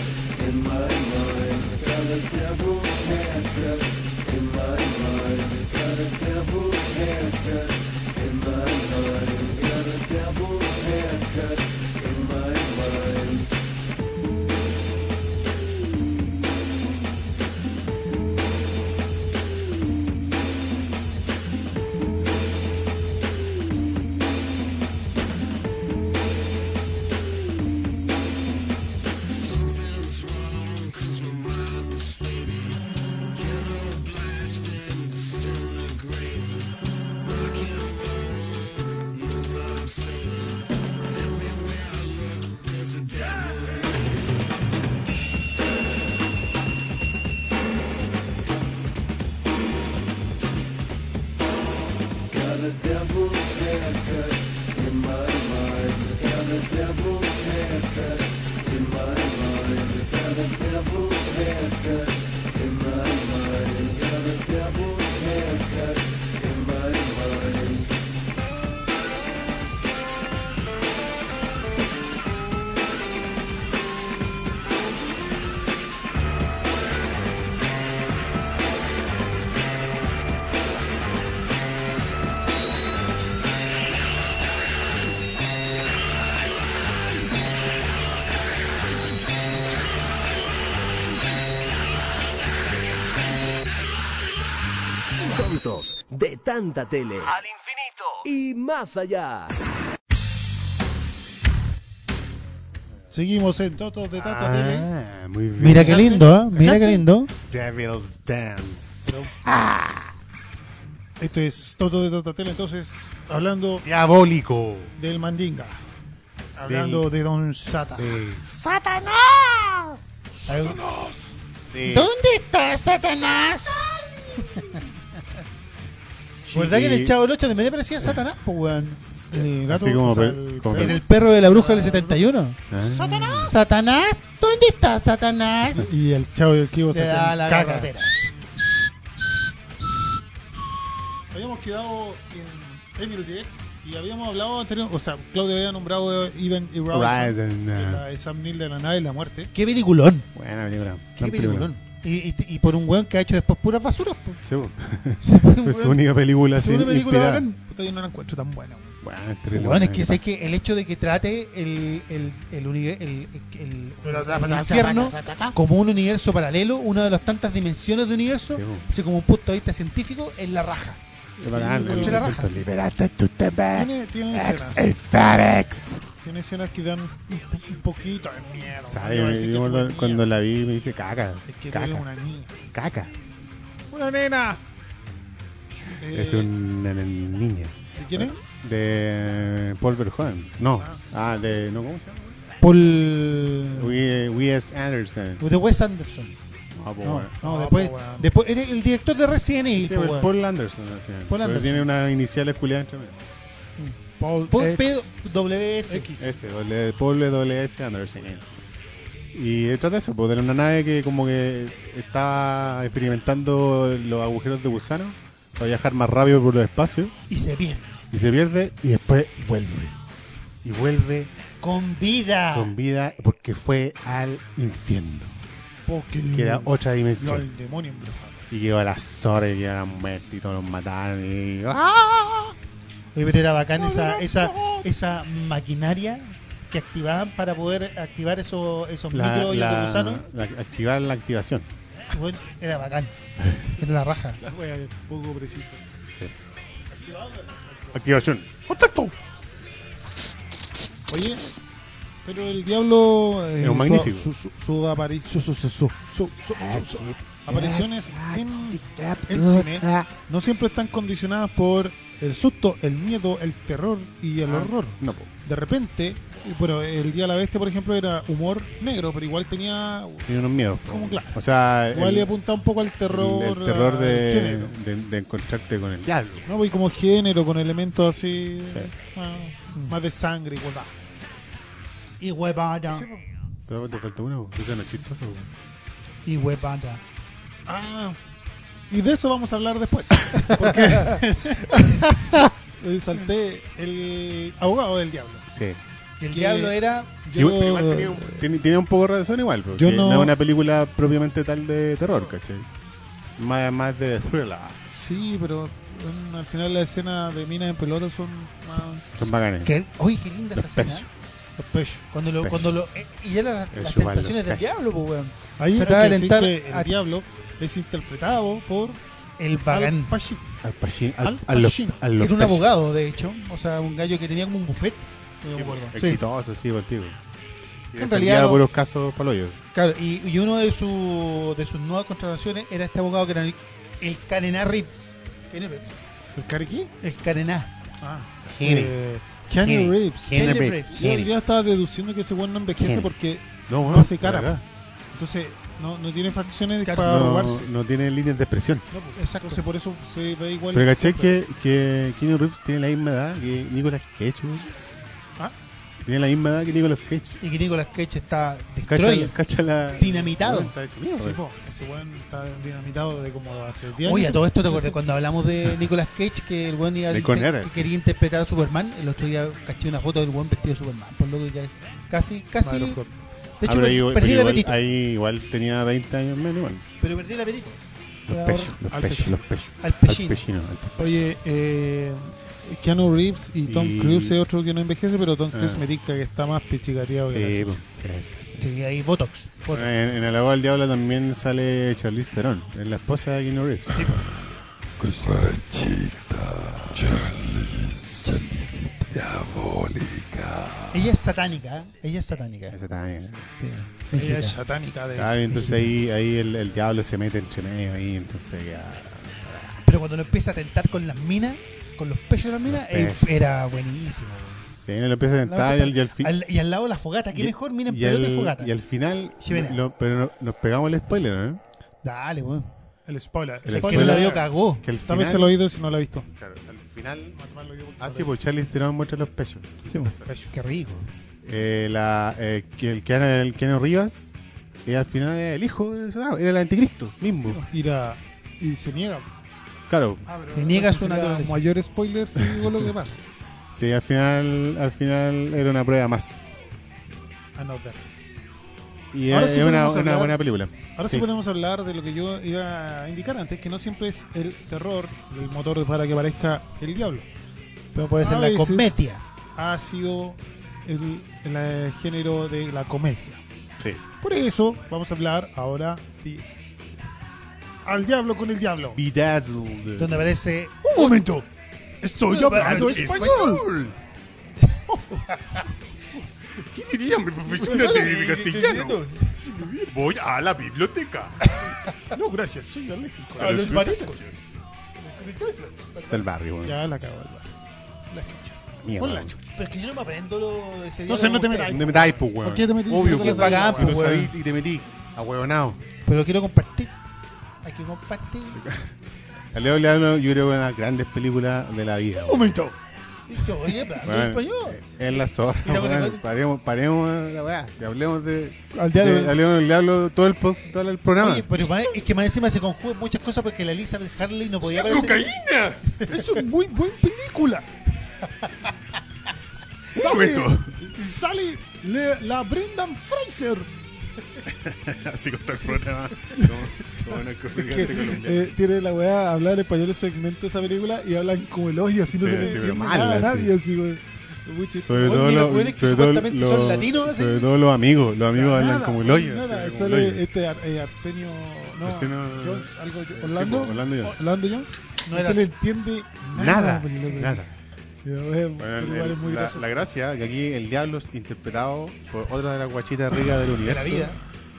S9: in my mind. Got a devil's haircut in my mind. Got a devil's haircut in my mind. Got a devil's haircut in my mind. Got a devil's haircut in my mind. Got a devil's haircut in my mind. Got a devil's haircut in my mind. Got a devil's haircut in my mind.
S10: Tontos de tanta tele. Al infinito y más allá.
S6: Seguimos en Tontos de tanta tele.
S3: Ah, muy bien.
S4: Mira qué lindo, ¿eh? Mira qué lindo.
S3: Devil's Dance.
S6: Esto es Tontos de tanta tele, entonces, hablando
S3: Diabólico.
S6: del Mandinga. Hablando de Don Sata.
S3: De, de-
S4: ¿Dónde está Satanás? ¿Verdad que en el Chavo del 8 también aparecía Satanás, po, weón?
S6: Eh, gato,
S3: Así como
S6: o sea,
S3: pe-
S6: el
S3: como
S6: perro.
S4: En el perro de la bruja del 71.
S3: Ah,
S4: ¿Satanás? ¿Satanás? ¿Dónde está Satanás?
S6: Y el chavo y el kibo se
S4: Le da
S6: hacen
S4: la
S6: caca.
S4: garrotera.
S6: Habíamos quedado en Evil Dead y habíamos hablado anterior, o sea, Claudio había nombrado Even Horizon,
S3: Horizon,
S6: que
S3: ah.
S6: la- esa mil de la nave de la muerte.
S4: Qué peliculón.
S3: Buena película.
S4: Qué
S3: gran
S4: peliculón. Y, y- y por un weón que ha hecho después puras basuras, po.
S3: Sí, bo.
S4: Weón,
S3: Fue su única película
S4: su
S3: sin
S4: única película
S3: inspirada.
S4: bacán.
S6: Puta, yo no la encuentro tan buena. güey.
S3: Bueno, es terrible,
S4: Bueno, es
S3: ¿qué
S4: que, sé
S3: pasa?
S4: que el hecho de que trate el, el, el, uni- el, el- el infierno como un universo paralelo, una de las tantas dimensiones de universo,
S3: Sí, bo.
S4: así como un punto de vista científico, es la raja.
S3: Es bacán,
S6: pero-
S3: el-
S4: Conchera
S3: el-
S4: raja.
S3: el-
S11: Liberaste tu TV.
S6: Tiene, tiene
S11: Ex
S6: escenas.
S11: Inferex.
S6: Tiene escenas que dan un, po- un poquito de miedo.
S3: Sabe,
S6: Yo
S3: yo-
S6: voy a decir
S3: yo
S6: que fue
S3: cuando,
S6: mía.
S3: cuando la vi me dice caca.
S6: Es que tú
S3: caca,
S6: eres una niña.
S3: caca.
S6: ¡Una nena! Eh,
S3: Es un una niña.
S6: ¿de ¿Quién es?
S3: De Paul Verhoeven. No. Ah, de. ¿no, ¿Cómo se llama?
S4: Paul.
S3: We, eh, we S. Anderson.
S4: De Wes Anderson.
S3: Ah, pues,
S4: No,
S3: bueno.
S4: no,
S6: Ah,
S4: después.
S6: po, weón.
S4: después era el director de Resident Evil.
S3: Sí,
S4: po,
S3: pero
S4: weón.
S3: Paul Anderson al final. Pero
S4: Anderson.
S3: tiene unas iniciales culiadas entre medio.
S6: Paul,
S4: Paul
S6: X.
S4: PWS.
S3: Ese, doble- Paul W.S. Anderson. eh. Y eh, trata eso, pues, de una nave que como que está experimentando los agujeros de gusano para viajar más rápido por el espacio
S4: Y se pierde.
S3: y se pierde y después vuelve. Y vuelve
S4: Con vida.
S3: con vida porque fue al infierno,
S6: Porque
S3: que era otra
S6: Lo,
S3: dimensión.
S6: el demonio embrujado.
S3: Y quedó a las horas y a las muertes y todos los mataron y... ¡Ah!
S4: Oye, pero era bacán esa, esa, esa maquinaria que activaban para poder activar esos, esos
S3: La-
S4: micro y
S3: la-
S4: los gusanos.
S3: la- activar la activación.
S4: Bueno, Era bacán. Era la raja.
S6: La wea es poco precisa.
S3: Activación.
S6: Oye, pero el diablo. eh,
S3: Es un
S6: su-
S3: magnífico.
S6: Su, su, su apari- su- su- su- su- su- su- su- apariciones en el cine
S4: Ah,
S6: no siempre están condicionadas por el susto, el miedo, el terror y
S3: Ah.
S6: el horror.
S3: No, po.
S6: De repente, eh, bueno, el Día de la Bestia, por ejemplo, era humor negro, pero igual tenía.
S3: tiene unos miedos. po.
S6: Como claro.
S3: O sea,
S6: Igual le
S3: el,
S6: apuntaba un poco al terror.
S3: el terror
S6: al
S3: de,
S6: género.
S3: de, de encontrarte con el diablo.
S6: No, voy como género, con elementos así.
S3: Sí. Mm.
S6: Más, más de sangre, igual.
S4: Y huevada.
S3: Pero te falta uno, po. eso no es chistoso. po.
S4: Y huevada.
S6: Ah, y de eso vamos a hablar después. Porque Eh, salté el abogado del diablo.
S3: Sí.
S4: Y el
S6: Que-
S4: diablo era.
S6: Yo, eh,
S3: Igual- pero igual tenía, un- tiene, tiene un poco de razón igual, porque
S6: Yo no-
S3: no... es una película propiamente tal de terror, ¿cachai? Más, más de thriller.
S6: sí, pero mm, al final la escena de minas en pelota son más
S3: Son bacanes.
S4: Que, uy, qué linda esa escena. ¿eh?
S3: Pecho.
S6: pecho.
S4: Cuando lo,
S3: Pecho.
S4: cuando lo, eh, y eran las,
S3: El
S4: las
S3: chuparlo,
S4: tentaciones del
S3: pecho.
S4: diablo, pues, weón.
S6: Ahí hay que
S4: Trataba de
S6: decir
S4: alentar
S6: que el
S4: a-
S6: diablo es interpretado por
S4: El
S6: Al
S4: bacán.
S6: Pacino.
S3: Al Pacino.
S6: Al
S3: Al, al, lo-
S6: Pacino.
S3: al
S4: Era un
S3: Lopez.
S4: abogado, de hecho. O sea, un gallo que tenía como un buffet.
S6: Sí,
S3: pues,
S6: porque-
S4: Sí.
S3: Exitoso, sí, contigo. Y
S4: En
S3: en
S4: realidad
S3: realidad
S4: lo-
S3: puros casos paloyos.
S4: Claro, y, y uno de, su, de sus nuevas contrataciones era este abogado que era el, el Canená Reeves. ¿Quién es Reeves?
S6: ¿El cariquí?
S4: El Canená.
S6: Ah.
S3: Kenny.
S6: Eh, Keanu
S3: Kenny.
S6: Reeves.
S4: Kenny
S3: Henry
S4: Reeves.
S6: Yo
S3: Kenny.
S6: el día estaba deduciendo que ese weón no envejece
S3: Kenny.
S6: porque
S3: No,
S6: no hace cara.
S3: acá.
S6: entonces no, no tiene facciones
S4: Claro.
S6: para
S3: No,
S6: robarse.
S3: no tiene líneas de expresión.
S4: pues, Exacto.
S6: Entonces por eso se ve igual.
S3: Pero caché que, que Keanu Reeves tiene la misma edad que Nicolas Cage, weón.
S6: ¿Ah?
S3: Tiene la misma edad que Nicolas Cage.
S4: Y que Nicolas Cage está
S3: Cacha,
S4: destroyer.
S3: cacha la.
S4: Dinamitado.
S3: Weón, está hecho mierda,
S6: Sí,
S3: weón.
S6: po, ese weón está dinamitado de como hace 10 años.
S4: Oye, a todo esto te acuerdas cuando hablamos de Nicolas Cage que el buen iba a
S3: De
S4: inter-
S3: Con Air.
S4: que quería interpretar a Superman, el otro día caché una foto del buen vestido de Superman, por lo que ya casi, casi
S6: Madre
S4: de
S6: of God.
S4: hecho
S3: Ah, pero
S4: per-
S3: ahí-
S4: perdí
S3: pero
S4: el
S3: igual-
S4: apetito,
S3: ahí igual tenía 20 años menos. weón.
S4: pero perdí el apetito.
S3: Los
S4: Ahora,
S3: pechos, los
S6: Al
S3: pechos,
S6: Pacino.
S3: los pechos.
S4: Al
S3: Al
S4: pechino.
S3: pechino. al pe-
S6: Oye, eh, Keanu Reeves y Tom
S3: Y-
S6: Cruise es otro que no envejece, pero Tom Cruise
S3: Ah.
S6: me dice que está más pichicateado que
S3: Sí, pues,
S6: la chucha.
S3: po. Sí, sí, sí.
S4: Sí, ahí Botox. Botox.
S3: Bueno, En, en El abogado del diablo también sale Charlize Theron, es la esposa de Keanu Reeves.
S4: Ella es satánica, ¿eh? ella es satánica.
S3: Esa también.
S4: Sí,
S6: Ella es
S4: física.
S6: satánica de
S3: Ah, y entonces ahí, ahí el, el diablo se mete entre medio ahí, entonces ya...
S4: Pero cuando lo empieza a tentar con las minas, con los pechos de las minas,
S3: Los
S4: eh, era buenísimo. güey.
S3: Y ahí lo empieza a tentar y al, y al fin...
S4: Al- y al lado de la fogata, qué
S3: y-
S4: mejor, miren,
S3: y
S4: pelota y
S3: al-
S4: fogata.
S3: y al final,
S4: Chimenea.
S3: lo- pero no- nos pegamos el spoiler, ¿eh? ¿no?
S4: Dale, weón.
S6: El spoiler.
S3: El
S4: El que no
S3: spoiler.
S4: lo vio cagó.
S3: Que al
S6: Tal vez
S3: final-
S6: se lo ha oído si no lo ha visto.
S3: Claro, al final... Ah, sí, pues Charlize Theron muestra los pechos.
S4: Qué rico.
S3: Eh, la, eh, que el, Keanu, el Keanu Rivas, eh, al final era el hijo de Satanás, era el anticristo mismo.
S6: Ir a- y se niega.
S3: Claro,
S6: Ah,
S4: Se niega
S6: No sé
S4: su
S6: si era
S4: naturaleza.
S6: Mayor spoiler si digo lo que pasa.
S3: sí, al final, al final era una prueba más.
S6: Ah, no, claro.
S3: Y
S6: Ahora
S3: es
S6: sí
S3: una,
S6: podemos
S3: una
S6: hablar-
S3: buena película.
S6: Ahora sí.
S3: Sí.
S6: podemos hablar de lo que yo iba a indicar antes, que no siempre es el terror el motor para que aparezca el diablo.
S4: Pero puede ser
S6: A
S4: la
S6: veces
S4: comedia.
S6: Ha sido el, el, eh, género de la comedia.
S3: Sí.
S6: Por eso vamos a hablar ahora de Al diablo con el diablo.
S3: Bedazzled.
S4: Donde aparece
S6: Un momento. Estoy hablando
S4: hablando
S6: español.
S12: ¿Qué diría mi profesora
S6: Pues
S12: de castellano? Voy a la biblioteca.
S6: No, gracias. Soy alérgico.
S4: A los mariscos.
S3: Del barrio, weón.
S6: Ya la cago. La chucha.
S3: Mierda,
S6: Pon la
S3: weón.
S6: chucha.
S4: Pero es que yo no me aprendo lo de ese día.
S6: Entonces
S4: como
S6: no te
S4: ustedes.
S6: metas.
S3: No me dais, pues, weón.
S6: ¿Por qué te metiste
S3: Obvio,
S6: en
S3: pues,
S6: esa
S4: weón?
S6: cagada,
S3: Y
S6: pues,
S3: no
S6: weón?
S3: sabí y te metí. Ahueonado.
S4: Pero quiero compartir. Hay que compartir.
S3: A Leo Leano, yo creo que es una de las grandes películas de la vida.
S6: Un
S3: weón.
S6: momento.
S4: Y yo, oye, pero hablo
S3: Weón,
S4: español.
S3: Es la zorra.
S4: Mira,
S3: weón.
S4: bueno,
S3: Paremos, paremos eh, la weá. Si hablemos de.
S6: Al
S3: de-
S6: diablo.
S3: Hablemos del diablo todo el, po- todo el programa.
S4: Oye, pero más- es que más encima se conjugan muchas cosas porque la Elizabeth Harley no podía
S12: ¡Es
S4: aparecer-
S12: cocaína!
S6: Es una muy buena película.
S12: ¿Sabe esto?
S6: Sale le- la Brendan Fraser.
S12: Así con todo el programa. Como- como una
S6: Que,
S12: comediante colombiana.
S6: eh, tiene la weá hablar español el segmento de esa película y hablan como el hoyo, así no
S3: Sí,
S6: se le
S3: sí, pero
S6: entiende
S3: mal,
S6: nada a
S3: así.
S6: nadie, así, weón. Muy chistoso.
S3: Sobre
S4: Oye,
S3: todo,
S4: los
S3: los,
S4: weones que
S3: sobre, todo
S4: supuestamente son
S3: los-
S4: latinos, así.
S3: sobre todo los amigos. Los amigos hablan
S6: Nada,
S3: como el hoyo.
S6: nada,
S3: así, como el
S6: sale
S3: hoyo.
S6: este Ar- eh, Arsenio, no,
S3: Arsenio-
S6: Jones, algo,
S3: sí,
S6: Orlando,
S3: pues, Orlando Jones.
S6: Orlando Jones,
S4: No
S6: no
S4: era
S6: se le
S4: así.
S6: entiende nada.
S3: Nada.
S6: pues, loco.
S3: Nada.
S6: Ya, weón,
S3: Bueno,
S6: pero
S3: el-
S6: igual es muy
S3: la,
S6: gracioso.
S3: la gracia que aquí el diablo es interpretado por otra de las guachitas ricas del
S4: de
S3: universo.
S4: la vida.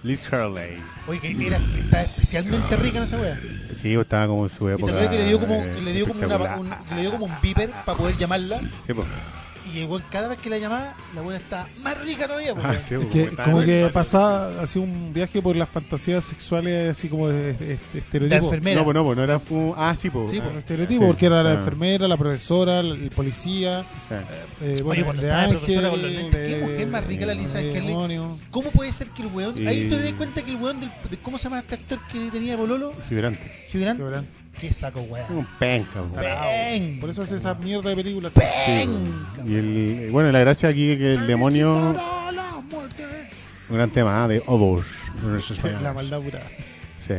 S3: Liz Hurley.
S4: Oye, que era, está especialmente rica en esa wea.
S3: Sí, pues, estaba como en su
S4: Y
S3: época.
S4: te acuerdas que le dio como, que le dio como, una,
S3: espectacular.
S4: un, que le dio como un beeper para poder llamarla.
S3: Sí, pues.
S4: Y el weón, cada vez que la llamaba, la buena está más rica todavía. pues,
S3: Ah,
S4: weón.
S3: sí,
S6: Es
S3: pues,
S6: que,
S3: estaba
S6: como
S3: en-
S6: que pasaba así un viaje por las fantasías sexuales, así como de, de- de
S4: La
S6: estereotipo.
S4: enfermera.
S3: No, pues no, pues no era. fu- Ah, sí, pues.
S4: Sí, pues,
S6: Por
S3: Ah,
S6: estereotipo,
S3: sí.
S6: porque era la
S3: Ah,
S6: enfermera, la profesora, el el policía,
S3: sí.
S6: eh, bueno,
S4: Oye, cuando
S6: de
S4: estaba la
S6: Ángel,
S4: profesora con los lentes, ¿qué
S6: de-
S4: mujer más rica la Lisa
S6: de
S4: Scarlett?
S6: demonio.
S4: ¿Cómo puede ser que el weón.? Ahí
S3: Y-
S4: tú te das cuenta que el weón. Del, de- ¿Cómo se llama este actor que tenía Bololo?
S3: Gigante.
S4: Hugh Grant.
S6: Qué gran-
S4: Qué saco, weón.
S3: Un penca, pues.
S4: Ven.
S6: Por eso hace esa mierda de películas.
S4: Venga.
S3: Y el, eh, bueno, la gracia aquí es que el demonio. Un gran tema ah, de Obor. de nuestros españoles.
S6: La maldad pura.
S3: Sí.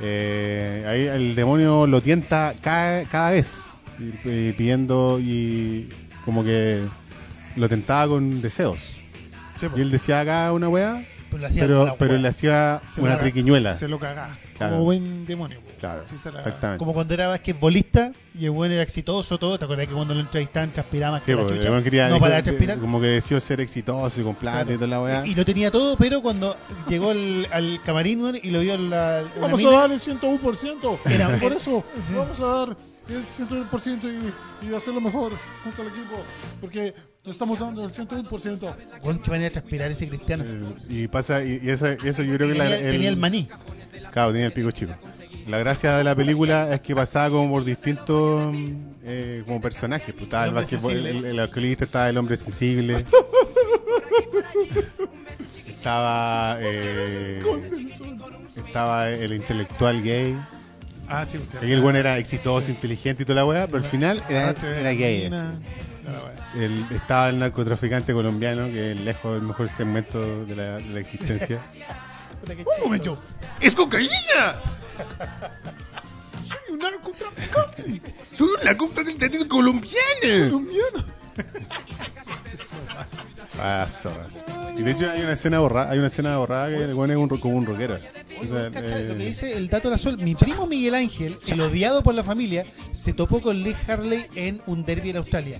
S3: Eh, ahí el demonio lo tienta cada, cada vez, y- y pidiendo y como que lo tentaba con deseos.
S6: Sí, po.
S3: Y él decía acá una weá,
S4: Pero pues lo hacía con
S3: pero,
S4: la
S3: pero
S4: weá.
S3: le hacía
S6: Se
S3: una
S6: lo-
S3: triquiñuela.
S6: Se lo cagaba.
S3: Claro.
S6: Como buen demonio. po.
S3: Claro,
S6: Sí, se la-
S3: exactamente.
S4: Como cuando era basquetbolista y el weón era exitoso, todo. ¿Te acuerdas que cuando lo entrevistaban transpiraba más
S3: Sí,
S4: que la
S3: po, el
S4: chucha?
S3: weón quería-
S4: no
S3: dijo
S4: para
S3: que-
S4: transpirar.
S3: como que deseó ser exitoso y con plata y toda la weá.
S4: Y lo tenía todo, pero cuando llegó al, al camarín weón, y lo vio la. una
S6: Vamos a
S4: mina,
S6: dar el 101%.
S4: Era-
S6: por eso vamos a dar el 101% y, y hacerlo mejor junto al equipo. Porque nos estamos dando el 101%.
S4: Weón, qué manera de transpirar ese cristiano.
S3: Eh, y pasa, y, y esa- eso yo creo que
S4: tenía,
S3: la,
S4: tenía el maní.
S3: Claro, tenía el pico chico. La gracia de la película es que pasaba como por distintos eh, como personajes. Pues, estaba
S4: El
S3: el,
S4: hombre
S3: basquetbol-
S4: sensible.
S3: el, el alcoholista, estaba el hombre sensible. estaba, eh, estaba el intelectual gay.
S6: Ah, sí, usted. Ah,
S3: Aquí el bueno era exitoso, inteligente y toda la weá, pero al final era, era gay. así. El- estaba el narcotraficante colombiano, que es lejos el mejor segmento de la, de la existencia.
S6: Un momento.
S12: ¡Es cocaína!
S6: Soy un narcotraficante
S12: ¡Soy la compra del teatro colombiano!
S6: colombiano.
S3: Ah, zorras. Y de hecho hay una escena borrada, hay una escena borrada que el weón es un, ro- como un rockero. O
S4: Oye,
S3: sea,
S4: vos cachai
S3: eh,
S4: lo que dice el dato de la sol. Mi primo Miguel Ángel, el odiado por la familia, se topó con Lee Harley en un derby en Australia.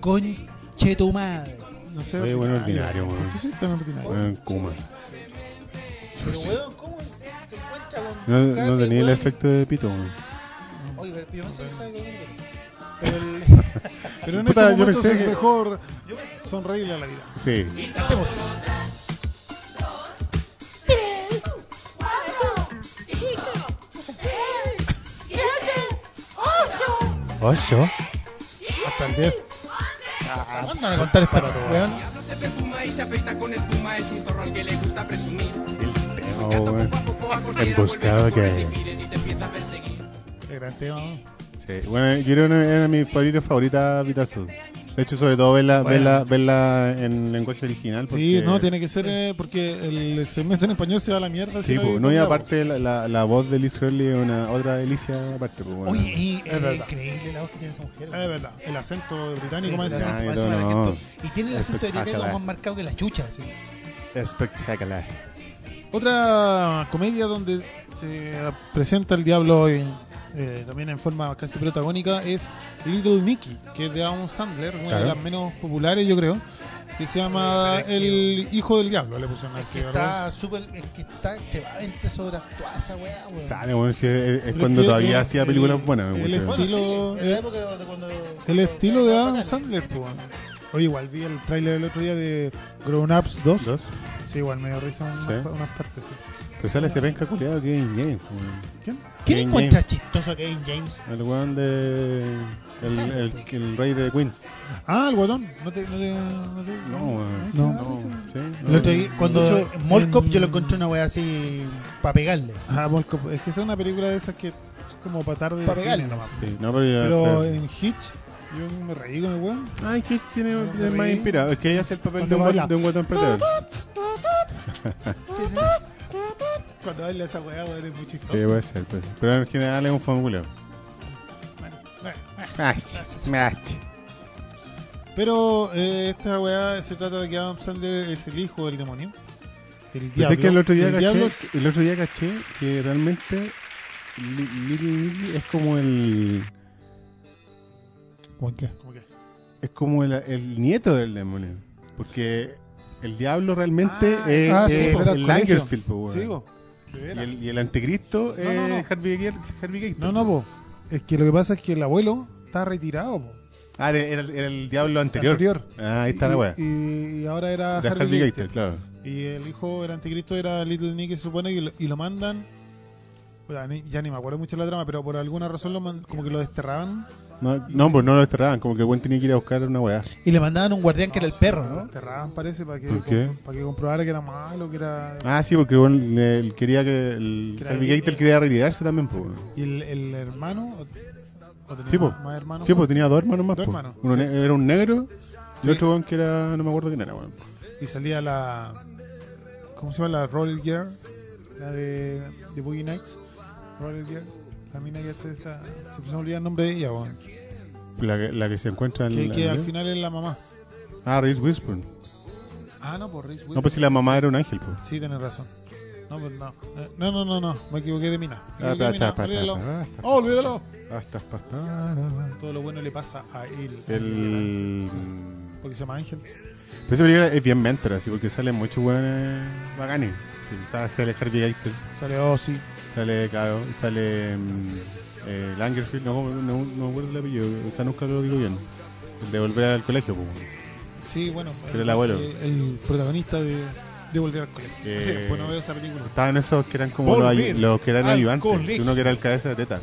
S4: Conche tu madre.
S6: No sé.
S3: Oye, bueno, ordinario,
S6: ¿Por
S3: weón.
S6: qué soy tan ordinario?
S3: weón, Kuma.
S4: Pero, weón, ¿cómo se encuentra con
S3: No,
S4: Lee
S3: no
S4: Harley,
S3: tenía el
S4: weón?
S3: efecto de pito, weón.
S4: Oye, pero yo pensé que estaba con él. Pero el...
S6: Pero en
S3: Puta,
S6: este
S3: yo
S6: momento
S3: pensé
S6: es
S3: que-
S6: mejor sonreírle a la vida.
S3: Sí.
S4: Cantemos.
S3: ¿Ocho?
S6: Hasta el 10.
S4: Mándame Ah, a contar esta rato, weón.
S9: Se perfuma y se afeita con espuma, es un torrón que le gusta presumir.
S3: El tema, weón. Emboscado que...
S4: Qué gran tema, ¿no?
S3: Sí. Bueno, yo creo que era una de mis favoritas favoritas, Pitazo. De hecho, sobre todo verla, verla, verla en lenguaje original.
S6: Sí,
S3: porque-
S6: no, tiene que ser eh, porque el segmento en español se va a la mierda. si
S3: Sí, pues,
S6: hay
S3: no, y
S6: doblado.
S3: aparte la, la, la voz de Liz Hurley es una otra delicia aparte. Pues, bueno.
S4: Oye, y,
S6: Es
S4: eh,
S6: verdad.
S4: increíble la voz que tiene esa mujer.
S6: Ah, Es
S4: weón.
S6: verdad, el acento británico
S4: Sí,
S6: más
S4: el
S6: encima.
S4: acento,
S3: Ay,
S4: más encima del
S3: no.
S4: acento. Y tiene el acento de
S3: Espectacular.
S4: más marcado que la chucha. así.
S3: Espectacular.
S6: Otra comedia donde se presenta el diablo en, eh, también en forma casi protagónica, es Little Nicky, que es de Adam Sandler, una
S3: Claro.
S6: de las menos populares, yo creo, que se llama
S4: Pero es que-
S6: El Hijo del Diablo, le pusieron a
S4: Que
S6: ese, ¿verdad?
S4: está súper. Es que está chevamente sobreactuada esa weá, weón.
S3: Sabe, bueno, si es, es
S6: Pero
S3: cuando
S6: es que
S3: todavía
S6: el-
S3: hacía películas
S6: el-
S3: buenas. me
S6: el
S3: gusta.
S6: estilo-
S4: sí, en la
S6: el-
S4: época de cuando-
S6: El
S4: cuando-
S6: estilo de
S4: cuando
S6: Adam
S4: bacán.
S6: Sandler, pues. bueno. Oye, igual vi el tráiler el otro día de Grown Ups 2.
S3: Dos.
S6: Sí, igual me dio risa en
S3: Sí.
S6: unas, pa- unas partes. sí.
S3: Pero sale ese penca culiado que es James, weón.
S6: ¿Quién?
S4: ¿Quién
S3: Game
S4: encuentra chistoso a Kevin James?
S3: El weón de. El, el, el rey de Queens.
S6: Ah, el guatón. No te. No, te, no, te-
S3: No, weón.
S6: No.
S3: sí, no.
S4: El otro día, cuando
S6: De hecho,
S4: Mall Cop
S6: en-
S4: yo lo encontré una wea así para pegarle.
S6: Ah, Mall Cop. Es que esa es una película de esas que es como para tarde. de
S4: Para
S6: cine
S4: pegarle
S6: nomás.
S4: nomás.
S3: Sí, no, pero ya.
S6: Pero eh,
S3: fue-
S6: en Hitch, yo me reí con el weón.
S3: Ay, que tiene
S6: No,
S3: es más
S6: reí.
S3: inspirado. Es que ella hace el papel
S6: Cuando
S3: de un,
S6: baila.
S3: guat- de un guatón pretero.
S6: Cuando baila esa weá, weón, es muy chistoso.
S3: Sí, puede ser, puede ser. Pero en general es un fan culiao.
S6: Pero eh, esta weá se trata de que Adam Sandler es el hijo del demonio. El
S3: Yo
S6: diablo.
S3: sé que el otro día caché,
S6: diablo-
S3: el otro día caché que realmente Li- Little Nicky es como el
S4: ¿Cómo qué?
S6: ¿Cómo que?
S3: es como el, el nieto del demonio, porque el diablo realmente
S6: Ah,
S3: es,
S6: ah, sí,
S3: es
S6: pues, era el
S3: Langerfield, po, weón.
S6: Sí, po.
S3: y, el, y el anticristo
S6: No,
S3: es
S6: no, no.
S3: Harvey, Gail- Harvey Keitel.
S6: No, no, po. Es que lo que pasa es que el abuelo está retirado, po.
S3: Ah, era, era el- era el diablo anterior.
S6: Anterior.
S3: Ah, ahí está
S6: y,
S3: la weá.
S6: Y, y ahora era,
S3: Era
S6: Harvey,
S3: Harvey
S6: Keitel.
S3: Gator, claro.
S6: Y el hijo del anticristo era Little Nick, se supone, y lo, y lo mandan. puta, ni- ya ni me acuerdo mucho de la trama, pero por alguna razón lo man- como que lo desterraban.
S3: No, no, pues no lo desterraban, como que el buen tenía que ir a buscar una weá.
S4: Y le mandaban un guardián
S3: Ah,
S4: que era el perro,
S6: Lo
S4: ¿no?
S6: desterraban, parece, para que,
S3: ¿Por qué?
S6: para que comprobara que era malo, que era.
S3: Ah, sí, porque bueno, le- él quería que el
S6: Que era
S3: Harvey
S6: el-
S3: Keitel quería retirarse también, pues.
S6: Y el, el hermano. o- o tenía
S3: Sí, po.
S6: Ah, más, más hermanos.
S3: Sí, pues tenía dos hermanos más.
S6: Dos
S3: po.
S6: hermanos,
S3: Uno
S6: sí.
S3: ne- era un negro y
S6: Sí.
S3: otro weón que era, no me acuerdo quién era, weón.
S6: Y salía la. ¿Cómo se llama? La Roller Girl. La de, de Boogie Nights. Roller Girl. La mina que hace esta. Se me olvidó el nombre de ella, weón.
S3: La que, la que se encuentra en
S6: Que,
S3: la-
S6: que al final es la mamá.
S3: Ah, Reese Witherspoon.
S6: Ah, no, por Reese
S3: No, pues si la mamá era un ángel, pues.
S6: Sí, tenés razón. No, pues no. Eh, No, no, no, no. Me equivoqué de
S3: Ah,
S6: mina. Me equivoqué de mina. Olvídalo. Oh, olvídalo. Todo lo bueno le pasa a él.
S3: El.
S6: Porque se llama Ángel.
S3: Pero esa película es bien mentor, así, porque salen muchos weones bacanes. Sí, o sea, sale Harvey Keitel,
S6: Sale Ozzy.
S3: sale Caro, sale. mm, eh, Langerfield, no, no, no me acuerdo el apellido, o sea, nunca lo digo bien. El de volver al colegio, pues. weón.
S6: Sí, bueno.
S3: Pero el abuelo.
S6: eh, El protagonista de, de Volver al Colegio.
S3: Eh,
S6: Sí, pues no veo esa película.
S3: Estaban esos que eran como los,
S4: Volver
S3: ayu- los que eran
S4: al
S3: ayudantes.
S4: colegio.
S3: Uno que era el cabeza de teta.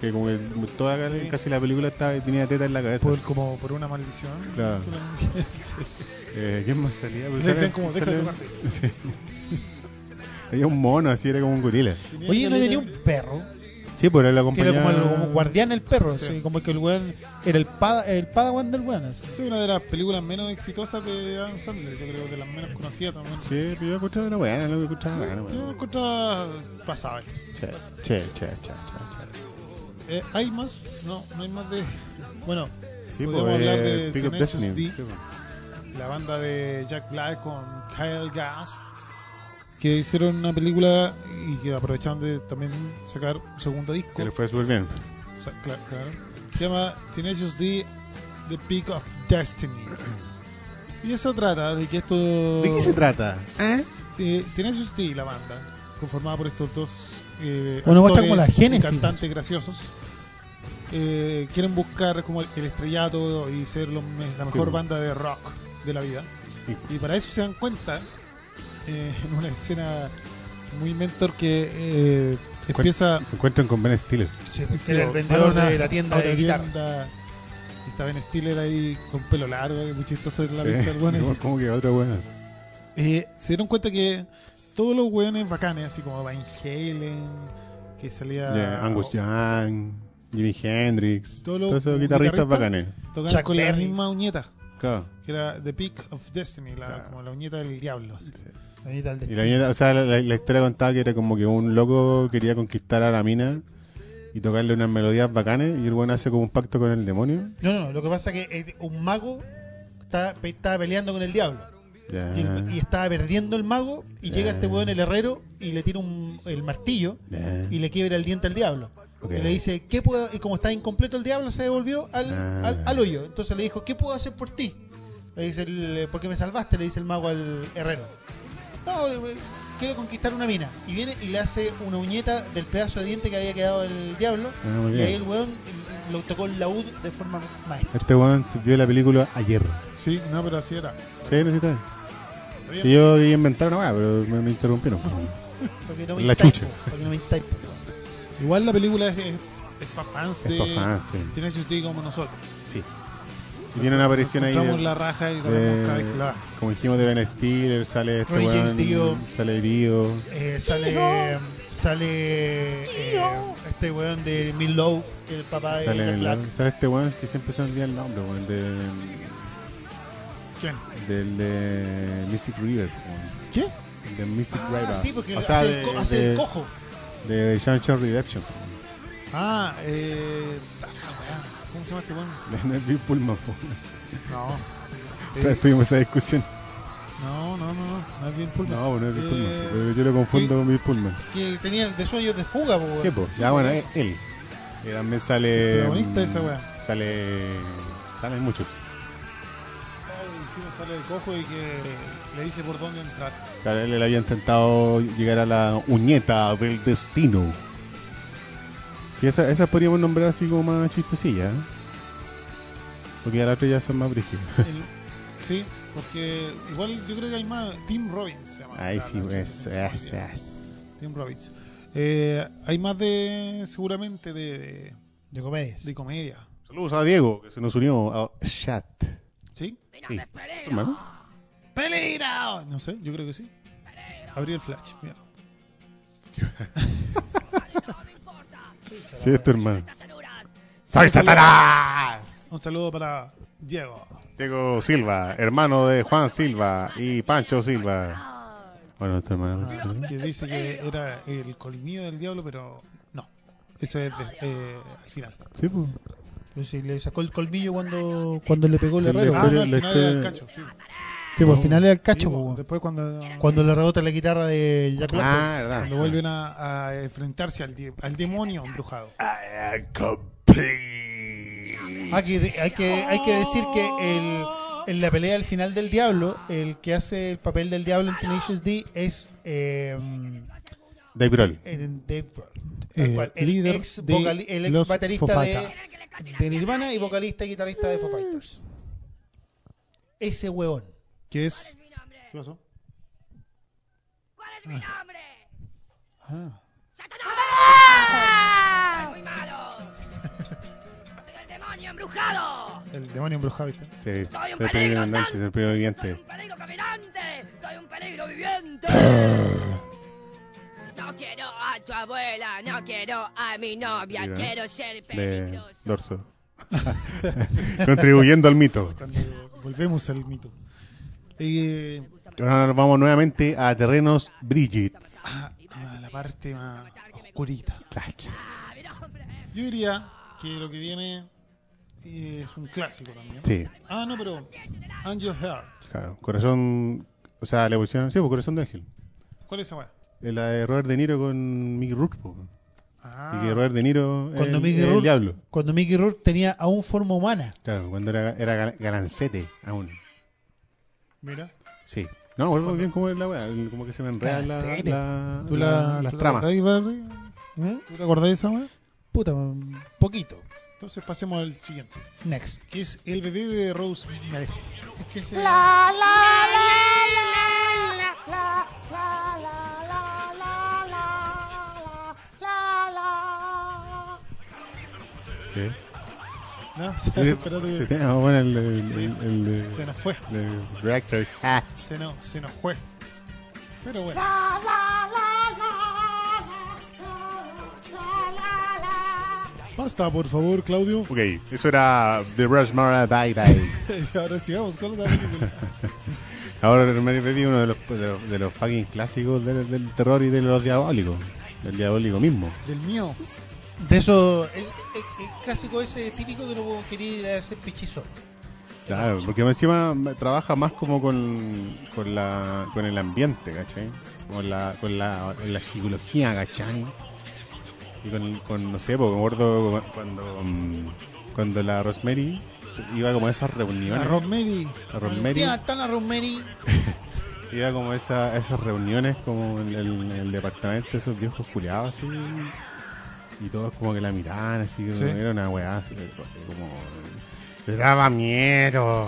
S3: Que como que toda ca-
S6: Sí.
S3: casi la película estaba, tenía teta en la cabeza.
S6: Por, como por una maldición.
S3: Claro.
S6: Sí.
S3: Eh, ¿Quién más salía? Pues
S6: Le
S3: sale-
S6: decían como, "Deja
S3: sale-
S6: de tocarte".
S3: Sí. Había un mono así, era como un gorila.
S4: Oye, no tenía un perro.
S3: Sí, pero él lo
S4: Que era
S3: acompañaba.
S4: como el como guardián el perro.
S6: Sí.
S4: así, como que el weón era el, pada, el padawan del weón. así.
S6: Es una de las películas menos exitosas de Adam Sandler. Yo creo de las menos conocidas también.
S3: Sí, pero yo encontraba una buena, lo que escuchaba
S6: Yo
S3: buena,
S6: lo
S3: bueno.
S6: encontraba pasable.
S3: Che, che, che, che, che,
S6: Eh, ¿Hay más? No, no hay más de. Bueno,
S3: che. Sí,
S6: Podemos
S3: pues,
S6: hablar
S3: eh,
S6: de
S3: Pick Up
S6: Tenacious
S3: Destiny.
S6: D.
S3: Sí, pues.
S6: la banda de Jack Black con Kyle Gass que hicieron una película y que aprovecharon de también sacar un segundo disco
S3: Que le fue súper bien.
S6: Sa- cla- claro. se llama Tenacious D The Peak of Destiny y eso trata de que esto
S3: ¿De qué se trata?
S6: eh, Tenacious D la banda conformada por estos dos eh,
S4: Bueno, muestra
S6: actores
S4: como la
S6: y
S4: génesis.
S6: cantantes graciosos eh, quieren buscar como el, el estrellato y ser lo me- la mejor
S3: bueno.
S6: banda de rock de la vida
S3: Sí.
S6: y para eso se dan cuenta eh, en una escena muy mentor que eh, empieza
S3: Se encuentran con Ben Stiller. pues,
S4: que Era el vendedor de la tienda de guitarras.
S6: guitarra. Y está Ben Stiller ahí con pelo largo, que es muy chistoso en la
S3: Sí,
S6: vista del weón.
S3: como- como que otra buena.
S6: Eh, se dieron cuenta que todos los weones bacanes, así como Van Halen, que salía
S3: Yeah, Angus Young, Jimi Hendrix,
S6: Todos los
S3: todos esos guitarristas
S6: guitarristas.
S3: bacanes.
S6: tocaban
S4: Chuck
S6: con la
S4: Berry.
S6: misma uñeta,
S3: Claro.
S6: que era The Peak of Destiny, la, como la uñeta del diablo. así.
S4: Ahí está el
S3: Y
S4: de-
S3: la, niña- o sea, la, la- la historia contaba que era como que un loco quería conquistar a la mina y tocarle unas melodías bacanes y el bueno hace como un pacto con el demonio.
S4: No, no, no, lo que pasa es que eh, un mago está- pe- estaba peleando con el diablo.
S3: Ya.
S4: Y, el- y estaba perdiendo el mago y llega
S3: Ah.
S4: este weón el herrero y le tira un, el martillo
S3: ya.
S4: y le quiebra el diente al diablo.
S12: Ok.
S4: Y le dice, ¿qué puedo? Y como está incompleto el diablo, se devolvió al,
S12: Ah.
S4: al, al hoyo. Entonces le dijo, ¿qué puedo hacer por ti? Le dice, el, ¿por qué me salvaste? Le dice el mago al herrero. No, le- le- quiero conquistar una mina. Y viene y le hace una uñeta del pedazo de diente que había quedado el diablo.
S3: Ah, muy
S4: y
S3: bien.
S4: ahí el weón lo tocó el laúd de forma maestra.
S3: Este weón se vio la película ayer.
S6: Sí, no, pero así era.
S3: Sí, necesita. Sí, yo quería inventar una weá, pero me, me interrumpieron.
S4: Porque no me
S3: La
S4: instáis,
S3: chucha.
S4: po, Porque no me instáis, po.
S6: Igual la película es, es, es pa' fans
S3: Es
S6: de.
S3: pa' fans, sí.
S6: Tiene que usted como nosotros.
S3: Y tiene una aparición ahí.
S6: Encontramos
S3: de-
S6: la raja y la vemos cada vez que la
S3: de,
S6: da.
S3: como dijimos de Ben Stiller, sale este
S4: Roy James
S3: weón,
S4: Dio.
S3: sale Dio.
S4: Eh, sale sale eh, este weón de Millow, que es el papá de
S3: Sale,
S4: Jack
S3: el-
S4: Black.
S3: sale este weón que siempre se me olvida el nombre, weón, de,
S6: ¿Quién?
S3: del de Mystic River. weón.
S6: ¿Qué?
S3: El De Mystic
S4: Ah,
S3: River.
S4: sí, porque
S3: o sea,
S4: hace,
S3: de,
S4: el, co- hace
S3: de,
S4: el cojo.
S3: de Shawshank Redemption.
S6: Ah, eh. ah, weá, ¿Cómo se llama este weón?
S3: De Neville Pullman. weón.
S6: No.
S3: Otra vez tuvimos esa discusión.
S6: No, no, no, no. No es bien Pullman.
S3: No, no es Bill Pullman.
S6: Eh,
S3: pero yo lo confundo
S4: ¿y?
S3: con Bill Pullman.
S4: Que tenía de sueños de fuga, po, weón.
S3: Sí, pues. Ya, bueno, es él. Y también sale.
S6: El protagonista de esa
S3: mm,
S6: weá.
S3: Sale. Salen muchos.
S6: Sí, me sale el cojo y que le dice por dónde entrar.
S3: Sale, él había intentado llegar a la uñeta del destino. Sí, esa- esas podríamos nombrar así como más chistosillas. ¿eh? Porque ya las otras ya son más brígidas.
S6: El- sí, porque igual yo creo que hay más. Tim Robbins se llama.
S3: Ahí
S6: La-
S3: sí,
S6: la-
S3: pues.
S6: la-
S3: Es, es.
S6: Tim Robbins. Eh, hay más de. Seguramente de,
S4: De comedias.
S6: de comedia.
S3: Saludos a Diego, que se nos unió al chat.
S6: ¿Sí?
S3: Sí. Hermano.
S6: ¡Peligro! No sé, yo creo que sí. Abrí el flash, mira.
S3: Sí, es tu hermano. ¡Soy Satanás!
S6: Un saludo para Diego.
S3: Diego Silva, hermano de Juan Silva y Pancho Silva. Bueno, tu hermano. ¿no?
S6: Que dice que era el colmillo del diablo, pero no. Eso es de- eh, al final.
S3: Sí, pues.
S4: Pero si le sacó el colmillo cuando, cuando le pegó el
S3: Sí,
S4: herrero.
S3: le-
S6: Ah, no,
S3: Pero
S6: al
S3: le
S6: final
S3: estoy-
S6: era el cacho, sí.
S4: Sí, pues, al final era el
S6: Sí,
S4: cacho, po,
S6: po,
S4: weón.
S6: después cuando,
S4: Cuando le rebota la guitarra de Jack Black.
S3: Ah, verdad.
S6: cuando vuelven a, a enfrentarse al, die- al demonio embrujado.
S4: Hay Ah, que, hay que, hay que decir que el, en la pelea al final del diablo, el que hace el papel del diablo en Tenacious D es eh,
S3: Dave Grohl.
S4: en Dave Grohl.
S6: Eh,
S4: Tal cual, el
S6: líder
S4: ex,
S6: de
S4: vocali- el ex
S6: los Foo
S4: baterista de,
S5: Fighters.
S4: de Nirvana y vocalista y guitarrista de Foo Fighters. Ese huevón.
S6: Que es.
S4: ¿Qué pasó?
S5: ¿Cuál es mi nombre?
S4: Ah.
S5: ¡Satanás! ¡Soy muy malo! ¡Soy el demonio embrujado!
S4: El demonio embrujado. ¿viste?
S3: Sí, soy
S5: ¡Soy un
S3: el primer
S5: peligro
S3: andante, soy el primer
S5: ¡Soy
S3: viviente.
S5: un peligro caminante! ¡Soy un peligro viviente! No quiero a tu abuela, no quiero a mi novia,
S3: Mira,
S5: quiero ser
S3: De
S5: peligroso.
S3: dorso. Contribuyendo al mito.
S6: Cuando volvemos al mito. Eh,
S3: Ahora nos vamos nuevamente a terrenos Bridget.
S6: a, a la parte más oscurita.
S3: Clach.
S6: Yo diría que lo que viene eh, es un clásico también.
S3: Sí,
S6: Ah, no, pero Angel Heart.
S3: claro. Corazón. O sea, la evolución. Sí, pues corazón de ángel.
S6: ¿Cuál es esa weá?
S3: Eh, La de Robert De Niro con Mickey Rourke. po.
S6: Ah,
S3: Y que Robert De Niro. es
S4: Cuando
S3: el,
S4: Mickey
S3: el
S4: Rourke-
S3: diablo.
S4: Cuando Mickey Rourke tenía aún forma humana.
S3: Claro, cuando era, era gal- galancete aún.
S6: mira.
S3: Sí. No, vuelvo bien cómo es la weá. el- Como que se me enreda la,
S4: Galancete.
S3: la-
S6: ¿Tú
S3: la-
S6: la,
S3: las
S6: tú la
S3: tramas.
S6: acordáis, Barry?
S4: ¿Mm?
S6: ¿Tú te acordás de esa weá?
S4: Puta, un poquito.
S6: Entonces pasemos al siguiente.
S4: Next.
S6: Que es el bebé de Rose.
S4: Es que ese-
S3: ¿Eh?
S6: No,
S3: Sí,
S6: espérate.
S3: te- ah, bueno, el, el, el, el,
S6: que Se nos fue. Ah.
S3: el director hat.
S6: Se nos, se nos fue. Pero bueno. Basta, por favor, Claudio.
S3: Ok, eso era The Rushmore Bye Bye.
S6: Ahora sigamos con otra película.
S3: Ahora Mary Berry uno de los, de los, de los fucking clásicos del, del terror y de los diabólicos. Del diabólico mismo.
S6: Del mío.
S4: De eso, el, el- el clásico ese típico que no quería ir a hacer pichizón.
S3: Claro, porque encima trabaja más como con, con, la, con el ambiente, ¿cachai? Con la, con la, con la psicología, ¿cachai? Y con, con no sé, porque me acuerdo cuando, mm, cuando la Rosemary iba como a esas reuniones.
S6: La Rosemary.
S3: la Rosemary
S4: Mira, Ah, está la Rosemary.
S3: iba como a, esa- a esas reuniones como en el, en el departamento, esos viejos culiados así. Y todos como que la miraban así, como
S6: Sí.
S3: era una weá así, eh, como... Les daba miedo.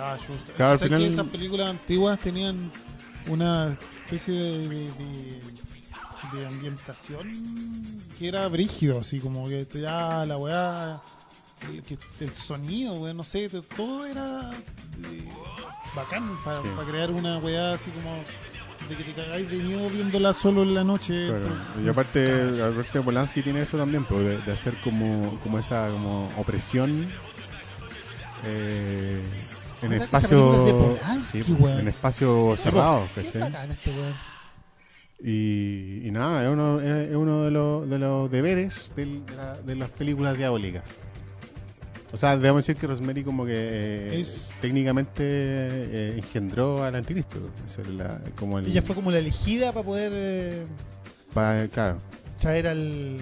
S4: Ah, justo.
S3: Claro, al
S6: O sea,
S3: final-
S6: que esas películas antiguas tenían una especie de, de- de- de ambientación que era brígido, así como que te- ya la weá, el, que- el sonido, weá, no sé, te- todo era eh, bacán para
S3: Sí.
S6: crear una weá así como de que te cagáis de miedo viéndola solo en la noche.
S3: Claro.
S6: Pero-
S3: Y aparte, Alberto Polanski tiene eso también, pues, de, de hacer como, como esa como opresión eh, en
S4: ¿Verdad que esa película es de
S3: espacio
S4: Polanski,
S3: sí,
S4: weón? pues.
S3: en espacio cerrado,
S4: Qué
S3: ¿cachai?
S4: bacán este weón.
S3: Y, y nada, es uno, es es uno de, los, de los deberes del- de, la- de las películas diabólicas. O sea, debemos decir que Rosemary como que eh,
S6: Es-
S3: técnicamente eh, engendró al anticristo. Esa es la- como el-
S4: Ella fue como la elegida para poder eh,
S3: pa- claro,
S4: traer al,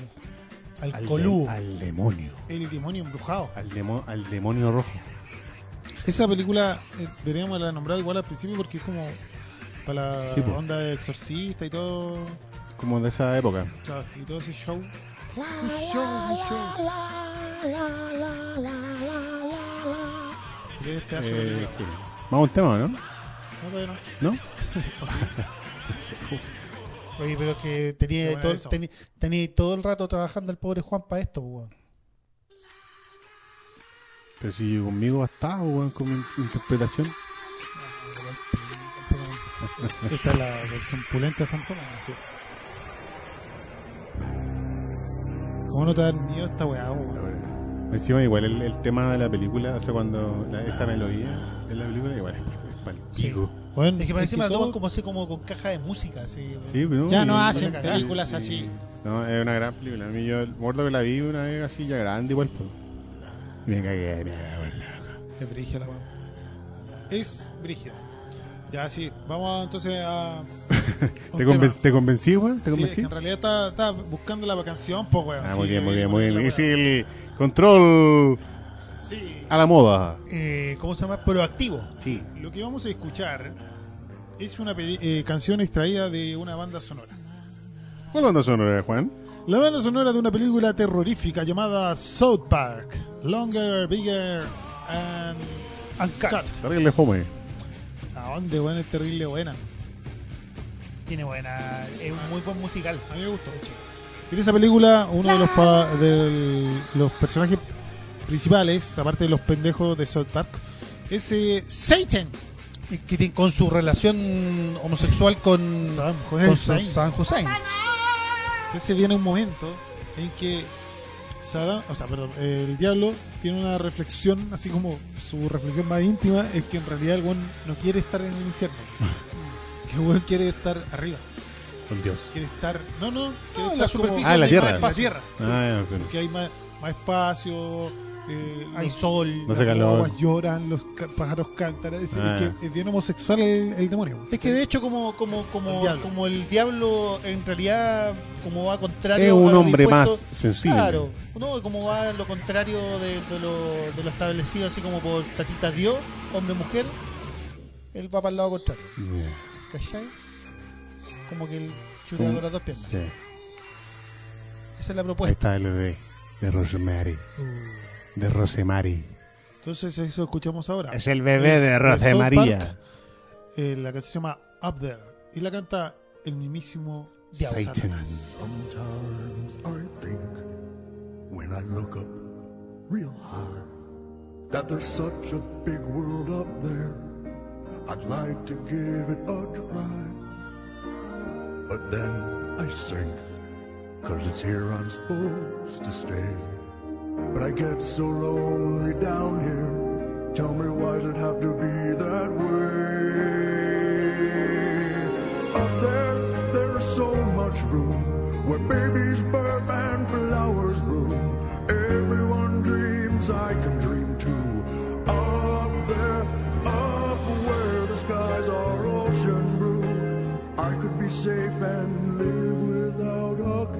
S4: al,
S3: al de-
S4: Colú.
S3: al demonio.
S6: El demonio embrujado.
S3: Al, demo- al demonio rojo.
S6: Esa película eh, deberíamos la nombrar igual al principio porque es como para la
S3: Sí, po.
S6: onda de exorcista y todo,
S3: Como de esa época.
S6: claro, y todo ese show. Un show, un show. Debe estar sobre
S3: Eh,
S6: la-
S3: sí. Vamos a un tema, ¿no?
S6: No, todavía no.
S3: ¿No?
S4: Oye, pero que
S6: Qué
S4: tenía
S6: bueno
S4: todo,
S6: eso.
S4: teni- tenía todo el rato trabajando el pobre Juan para esto, weón.
S3: Pero si conmigo bastaba, weón, con mi interpretación.
S6: Esta es la versión pulenta de Fantoma. ¿no? Sí. ¿Cómo no te da miedo esta weá? weón?
S3: Encima, igual el, el tema de la película, o sea, cuando la- esta melodía en la película, igual es, pal- es palpico.
S6: Weón,
S4: Es que para encima la
S6: todo-
S4: toman como así, como con caja de música. Así,
S3: Sí, pero
S6: Ya no
S3: y-
S6: hacen
S3: y-
S6: películas
S3: y-
S6: así.
S3: No, es una gran película. A mí yo, me acuerdo que la vi una vez así ya grande, igual. pues. Me cagué, me cagué.
S6: Es brígida la weá. Es brígida. Ya, sí. Vamos a, entonces a. un
S3: ¿Te,
S6: tema.
S3: conven- ¿Te convencí, weón? ¿Te
S6: Sí, es
S3: convencí?
S6: que en realidad está, está buscando la canción, pues, weón.
S3: Ah,
S6: Sí,
S3: muy bien, muy bien, muy
S6: bueno,
S3: bien.
S6: la
S3: Y sí,
S6: weá.
S3: el control
S6: Sí.
S3: a la moda.
S4: Eh, ¿Cómo se llama? Proactivo.
S3: Sí.
S6: Lo que vamos a escuchar es una peli- eh, canción extraída de una banda sonora.
S3: ¿Cuál banda sonora, Juan?
S6: La banda sonora de una película terrorífica llamada South Park, Longer, Bigger and
S4: Uncut.
S6: Cut.
S3: Terrible fome.
S6: ¿A dónde, weón? Es terrible buena.
S4: Tiene buena. Es un muy buen musical.
S6: A mí me gustó mucho. En esa película, uno de los, pa- del- los personajes principales, aparte de los pendejos de South Park, es eh, Satan.
S4: Y que tiene- con su relación homosexual con
S6: Sam
S4: con
S6: Hussein.
S4: Sa- Sam Hussein.
S6: Entonces viene un momento en que Saddam, o sea, perdón, el diablo tiene una reflexión, así como su reflexión más íntima, es que en realidad el weón no quiere estar en el infierno. que el weón quiere estar arriba,
S3: Con Dios.
S6: quiere estar. No, no, quiere
S4: No, en la
S6: estar como-
S4: superficie.
S3: Ah, en la
S4: donde hay
S3: tierra.
S4: más
S6: en la
S4: espacio.
S6: tierra.
S3: Ah, ya,
S6: Que hay más, más espacio. eh,
S4: Hay
S6: los-
S4: sol.
S3: No
S6: las
S3: sé. hace calor.
S6: guaguas lloran, los ca- pájaros cantan. Es decir,
S3: Ah,
S6: es que es bien homosexual el, el demonio.
S4: Es que de hecho como como como
S6: El
S4: el
S6: diablo.
S4: diablo, como el diablo en realidad como va contrario
S3: Es
S4: a
S3: un
S4: lo
S3: hombre más
S4: dispuesto-
S3: sencillo.
S4: Claro, no, como va lo contrario de, de lo, de lo establecido así como por Tatita Dios, hombre mujer, él va para el lado contrario, ¿cachai? Como que él chutea con las dos piernas.
S3: Sí.
S4: Esa es la
S3: Ahí
S4: propuesta.
S3: está el bebé de Rosemary. De Rosemary.
S6: Entonces, eso escuchamos ahora.
S3: Es el bebé de
S6: María
S3: Rosemaría.
S6: Eh, la canción se llama Up There y la canta el mismísimo Diablo
S3: Satan.
S6: Satanás.
S2: Sometimes I think when I look up real high that there's such a big world up there. I'd like to give it a try. But then I sink, cause it's here I'm supposed to stay. But I get so lonely down here. Tell me why does it have to be that way? Up there, there is so much room where babies burp and flowers bloom. Everyone dreams, I can dream too. Up there, up where the skies are ocean blue, I could be safe and live without a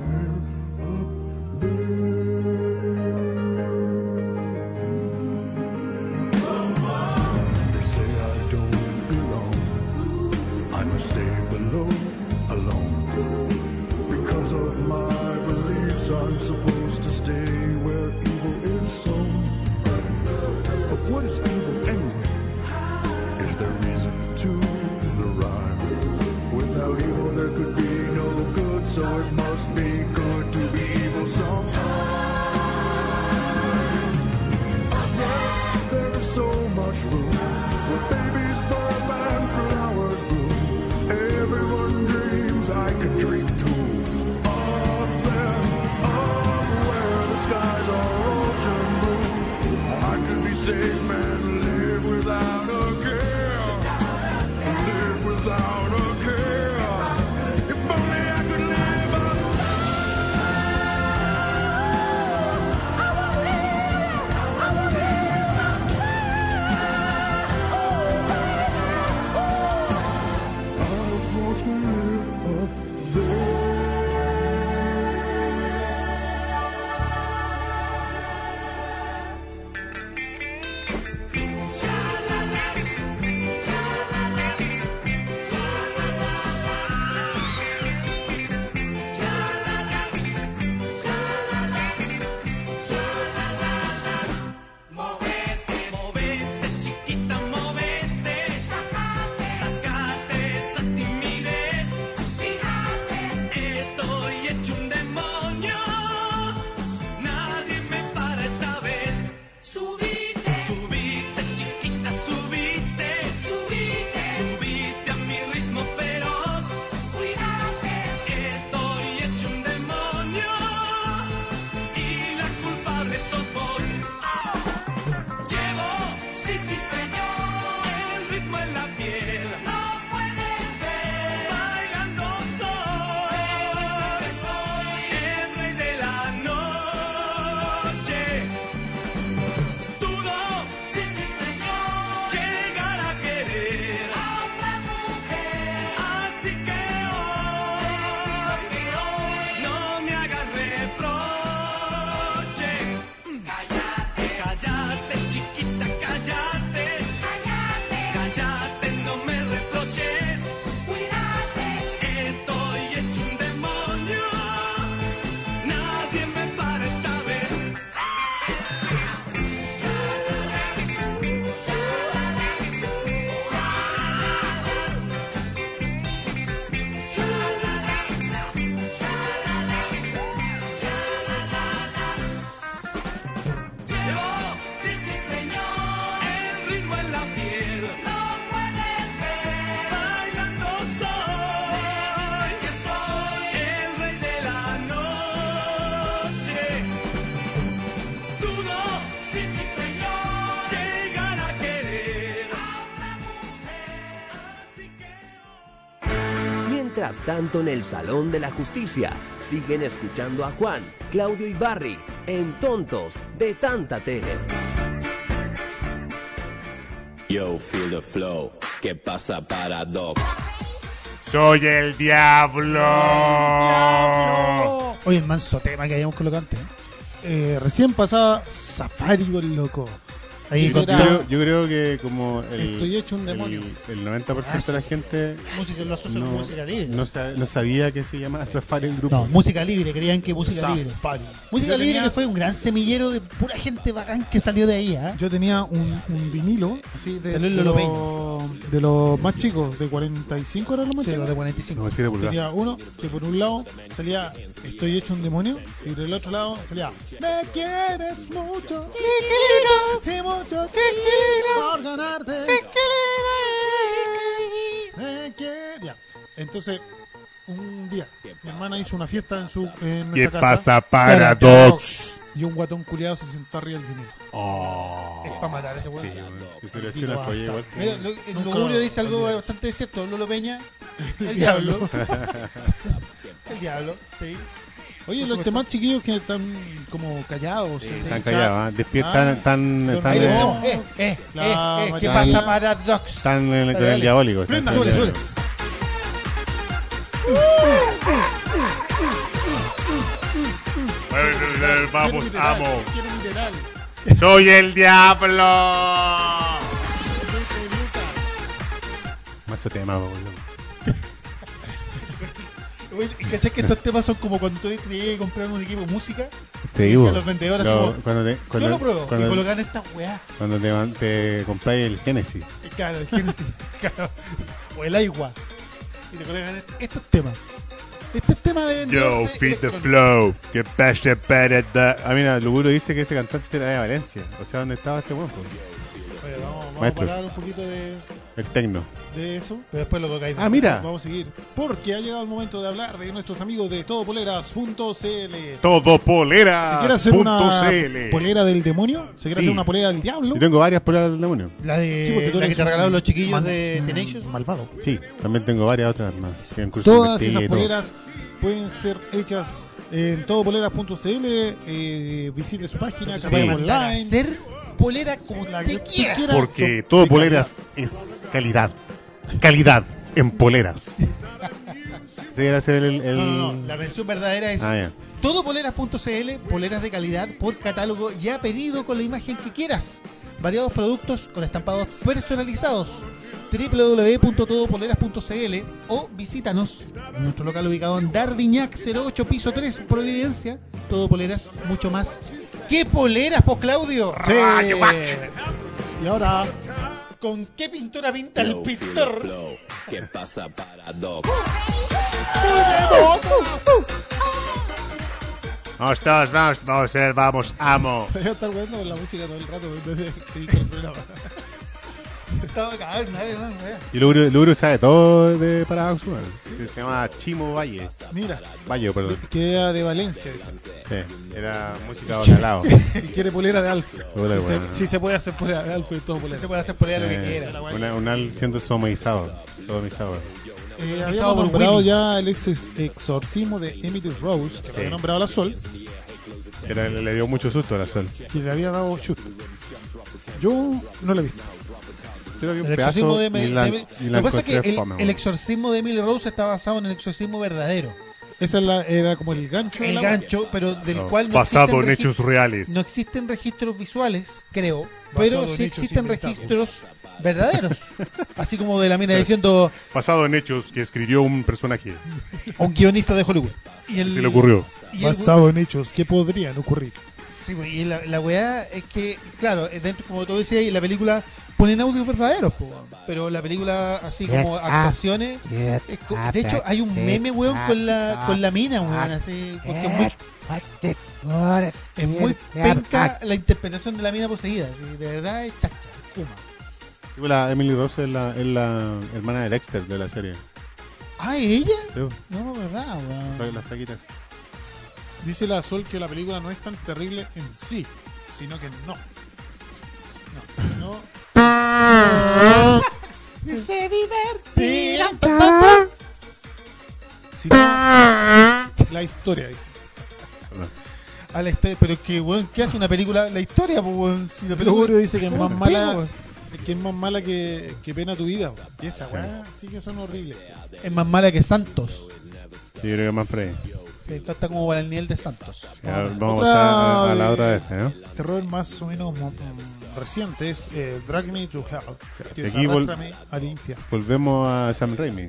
S2: What is evil anyway? Is there reason to the rhyme? Without evil there could be no good, so it must be good to be evil sometimes. There is so much room where babies burp and flowers bloom. Everyone dreams I could dream too. Up there, up where the skies are ocean blue. I could be safe and live without a care. Live without a care. If only I could live a I want to live up
S8: Movete, movete, chiquita, movete. Sacate, sacate esa timidez. Fíjate, estoy hecho un demonio. Nadie me para esta vez. Subite, subite, chiquita, subite. Subite, subite a mi ritmo feroz. Cuídate, estoy hecho un demonio. Y la culpable soy vos. Llevo, sí, sí, señor, el ritmo en la piel. No puedes ver, bailando soy. Dicen que soy el rey de la noche. Dudo, sí, sí, señor, llegar a querer a otra mujer. Así que hoy, que hoy no me hagas reproche. Cállate, cállate, chiquita, cállate. Cállate, cállate, no me reproches. Cuídate, estoy hecho un demonio. Nadie me para esta vez. Llevo, sí, sí, señor, el ritmo en la piel. No puedes ver, bailando soy. que soy el rey de la noche. Dudo, sí, sí, señor, llegar a querer a otra mujer. Así que
S7: Mientras tanto, en el Salón de la Justicia, siguen escuchando a Juan, Claudio y Barry en Tontos de Tanta Tele.
S13: Yo, feel the flow. ¿Qué pasa, Paradox?
S12: Soy el diablo.
S4: Oye, el manso tema que habíamos colocado antes. ¿eh?
S6: Eh, recién pasaba Safari, bol loco.
S4: Ahí
S6: Eso
S3: Yo
S4: encontré
S3: creo, yo creo que como el,
S6: Estoy hecho un
S3: el-
S6: demonio.
S3: el 90% de la gente
S4: música, lo asocio
S3: no,
S4: con música libre.
S3: no sa- no sabía que se llamaba Safari el grupo.
S4: No, música libre, creían que música libre.
S6: Safari.
S4: Música
S6: Yo
S4: libre
S6: tenía-
S4: que fue un gran semillero de pura gente bacán que salió de ahí, ¿ah?
S6: Yo tenía un, un vinilo así de,
S4: Salió el
S6: de
S4: Lolo
S6: los, de los más chicos, de 45 eran los más
S4: Sí,
S6: chicos.
S4: los de 45.
S3: No, sí, de pulgar.
S6: Tenía uno que por un lado salía Estoy hecho un demonio y por el otro lado salía Me quieres mucho, chiquilino, y mucho, chiquilino, por ganarte, chiquilino, me quieres. Ya. Entonces, un día, mi hermana hizo una fiesta en su en
S12: ¿Qué
S6: nuestra casa
S12: pasa, Paradox?
S6: y un guatón culiado se sentó arriba del vinilo.
S4: Es para matar a ese
S3: Oh. Sí,
S4: weón.
S3: bueno, que se le hacía una folla igual que-
S4: Mira, lo, el
S6: Nunca
S4: Lugurio dice algo
S6: olvidé.
S4: bastante cierto. Lolo Peña, el diablo. el diablo, sí.
S6: Oye,
S4: Por
S6: los
S4: supuesto.
S6: demás chiquillos que están como callados. ¿sí?
S3: Están callados, ¿eh? despiertan,
S6: Ah,
S3: están,
S6: pero
S3: están,
S4: Ahí le
S6: eh.
S4: ponemos, eh, eh,
S6: La
S4: eh, eh, ¿Qué
S6: Mariana.
S4: pasa, Paradox?
S3: están en el,
S4: Dale,
S3: con el
S4: dale.
S3: diabólico. están
S6: Prenda,
S3: con el
S4: Súbele, súbele.
S3: diabólico.
S12: Vamos,
S6: Quiero un
S12: amo.
S6: mineral, quiero un mineral.
S12: Soy el diablo.
S3: Más su tema, boludo.
S4: Güey, y ¿Cachai que estos temas son como cuando tú te llegas a comprar un equipo de música?
S3: Te
S4: y
S3: digo.
S4: decían los vendedores así
S3: No,
S4: como,
S3: cuando te- cuando-
S4: yo lo pruebo.
S3: cuando-
S4: y colocan esta weá.
S3: Cuando te, van- te compráis el Genesis.
S4: Claro, el Genesis, claro. O el agua. Y te colocan estos temas. Este tema de
S12: Yo,
S4: vendedor de
S12: feed the
S4: electrónico.
S12: flow. Que pase para da.
S3: Ah, mira, Luguro dice que ese cantante era de Valencia. O sea, ¿dónde estaba este huevo?
S4: Oye, vamos, vamos a
S3: Maestro.
S4: parar un poquito de,
S3: El tecno.
S4: de eso, pero después lo colocáis.
S6: Ah, mira. Vamos a seguir. Porque ha llegado el momento de hablar de nuestros amigos de todopoleras.cl.
S12: Todo polera.
S6: Si quieres hacer una polera del demonio, si quieres
S3: Sí.
S6: hacer una polera del diablo,
S3: Yo tengo varias poleras del demonio.
S4: La, de,
S6: Sí, porque tú
S4: la que
S6: eres
S4: te
S6: un
S4: regalaron los chiquillos
S6: man-
S4: de Tenacious. Malvado.
S3: Sí, también tengo varias otras más. Tienen cruz
S6: todas
S3: invertida
S6: esas
S3: y todo.
S6: poleras pueden ser hechas en todopoleras.cl. Eh, visite su página,
S4: Se
S6: capaz
S4: puede mandar a
S6: online.
S4: hacer polera como la que tú quieras.
S12: Porque todo poleras es calidad. Calidad en poleras.
S3: Sí, era hacer el. el-
S4: No, no, no. La versión verdadera es
S3: Ah, ya.
S4: todopoleras.cl, poleras de calidad por catálogo y a pedido con la imagen que quieras. Variados productos con estampados personalizados. www.todopoleras.cl o visítanos en nuestro local ubicado en Dardiñac 08 piso 3 Providencia. Todo poleras, mucho más. ¿Qué poleras, pues Claudio?
S6: Sí.
S4: Y ahora, ¿con qué pintura pinta el
S13: Flow, feel the
S4: pintor?
S13: flow. Que pasa para Doc.
S12: Vamos todos, vamos, vamos, eh, vamos, amo.
S6: Voy a estar jugando con la música todo el rato desde que se inició el programa.
S4: Estaba cagado, nadie más, weá.
S3: Y Luguro, Luguro sabe todo de Paradox World. Se llama Chimo Valle.
S6: Mira,
S3: Valle, perdón.
S6: que era de Valencia. dice.
S3: Sí, era música bacalao.
S6: Y quiere polera de Alf.
S3: Hola,
S6: si,
S3: buena.
S6: se, si se puede hacer polera de Alf, todo polera.
S4: Se puede hacer polera lo que
S3: Eh,
S4: quiera.
S3: una, un al siendo sodomizado. Sodomizado.
S6: Eh,
S4: Empezado
S6: habíamos
S4: por
S6: nombrado
S4: Willy.
S6: ya el ex- exorcismo de Emily Rose, que
S3: Sí.
S6: se había nombrado a la Sol,
S3: Que le, le dio mucho susto a la sol.
S6: que le había dado chute. Yo no la he visto.
S3: Creo que un
S4: El exorcismo
S3: pedazo
S4: de
S3: y
S4: Emily.
S3: la-
S4: de Emily-
S3: y la
S4: Lo que pasa es que
S3: encontré
S4: el,
S3: fome,
S4: el
S3: weón.
S4: exorcismo de Emily Rose está basado en el exorcismo verdadero.
S6: Esa es la- era como el gancho. de
S4: El
S6: la
S4: gancho, pero del
S3: No.
S4: cual no
S12: Basado en
S4: existen
S12: hechos
S4: regist-
S12: reales.
S4: No existen registros visuales, creo, pero
S6: en
S4: sí
S6: hechos
S4: existen
S6: inventados.
S4: registros verdaderos. Así como de la mina diciendo
S12: Basado en hechos que escribió un personaje.
S4: a un guionista de Hollywood. Y el,
S12: Se le ocurrió.
S4: y el-
S6: Basado en hechos que podrían ocurrir.
S4: sí, güey, y la, la weá es que, claro, es dentro, como tú decías, y la película ponen audios verdaderos, po, weón. pero la película, así como
S11: Ah.
S4: actuaciones,
S11: Get
S4: Es co-
S11: up
S4: de hecho,
S11: and
S4: hay un
S11: get
S4: meme, weón,
S11: up,
S4: con la,
S11: up,
S4: con la mina, weón,
S11: up.
S4: así. Porque es muy,
S11: What the fuck?
S4: es muy
S11: Get
S4: penca
S11: up.
S4: la interpretación de la mina poseída. así, de verdad es chacha, Kuma.
S3: Tipo, la Emily Rose es la, es la hermana de Dexter de la serie.
S4: Ah, ¿es ella?
S3: Sí,
S4: No, verdad,
S3: la-
S4: weón.
S3: Las flaquitas.
S6: Dice la Sol que la película no es tan terrible en sí, sino que no. No, no, sino la historia, dice.
S4: A la historia, pero es que, weón, ¿qué hace una película? La historia, pues, weón. Si la película-
S6: Luguro dice que es
S4: Weón,
S6: más
S4: pena,
S6: mala
S4: weón.
S6: que es más mala que, que pena tu vida. weón. Y esa weá sí que son horribles.
S4: Es más mala que Santos.
S3: Sí, yo creo que más por ahí.
S4: Se trata como para el nivel de Santos.
S3: Sí,
S6: Ah.
S3: ahora
S4: Vamos.
S3: vamos a
S6: Otra
S3: pasar a, a la
S6: de-
S3: otra vez, ¿no?
S6: Terror más o menos mo- mm, reciente es eh, Drag Me to Hell. Que
S3: De
S6: es
S3: aquí vol-
S6: Arrástrame al infierno.
S3: Volvemos a Sam Raimi.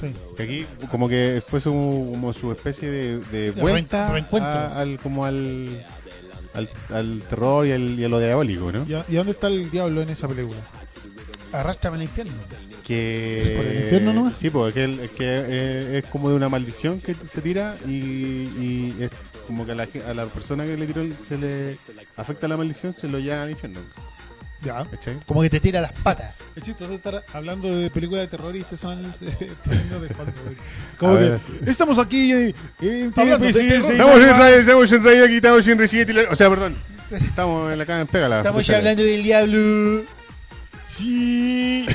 S4: Sí.
S3: Que aquí como que fue su, como su especie de, de
S4: re-
S3: vuelta
S4: reencuentro.
S3: a- al, como al, al, al terror y, al, y a lo diabólico, ¿no?
S6: ¿Y, a- y dónde está el diablo en esa película?
S4: Arrástrame al infierno.
S3: Que,
S6: ¿Por el infierno nomás?
S3: Sí, porque es que, el- que, eh, es como de una maldición que se tira y, y es como que a la, ge- a la persona que le tiró el- se le afecta la maldición se lo lleva al infierno.
S4: Ya.
S3: ¿Cachai?
S4: Como que te tira las patas.
S6: Es chistoso estar hablando de películas de terror y estar sonando ese- este himno de fondo, güey. Como
S3: A
S6: que,
S3: ver.
S6: estamos aquí eh, en
S4: Hablando de
S6: TPC,
S4: terror.
S6: sí,
S12: Estamos en radio, estamos en radio, aquí estamos en Resident Evil. O sea, perdón.
S3: Estamos en la cama en pégala.
S4: Estamos ya
S3: Escúchale.
S4: hablando del diablo.
S12: Sí.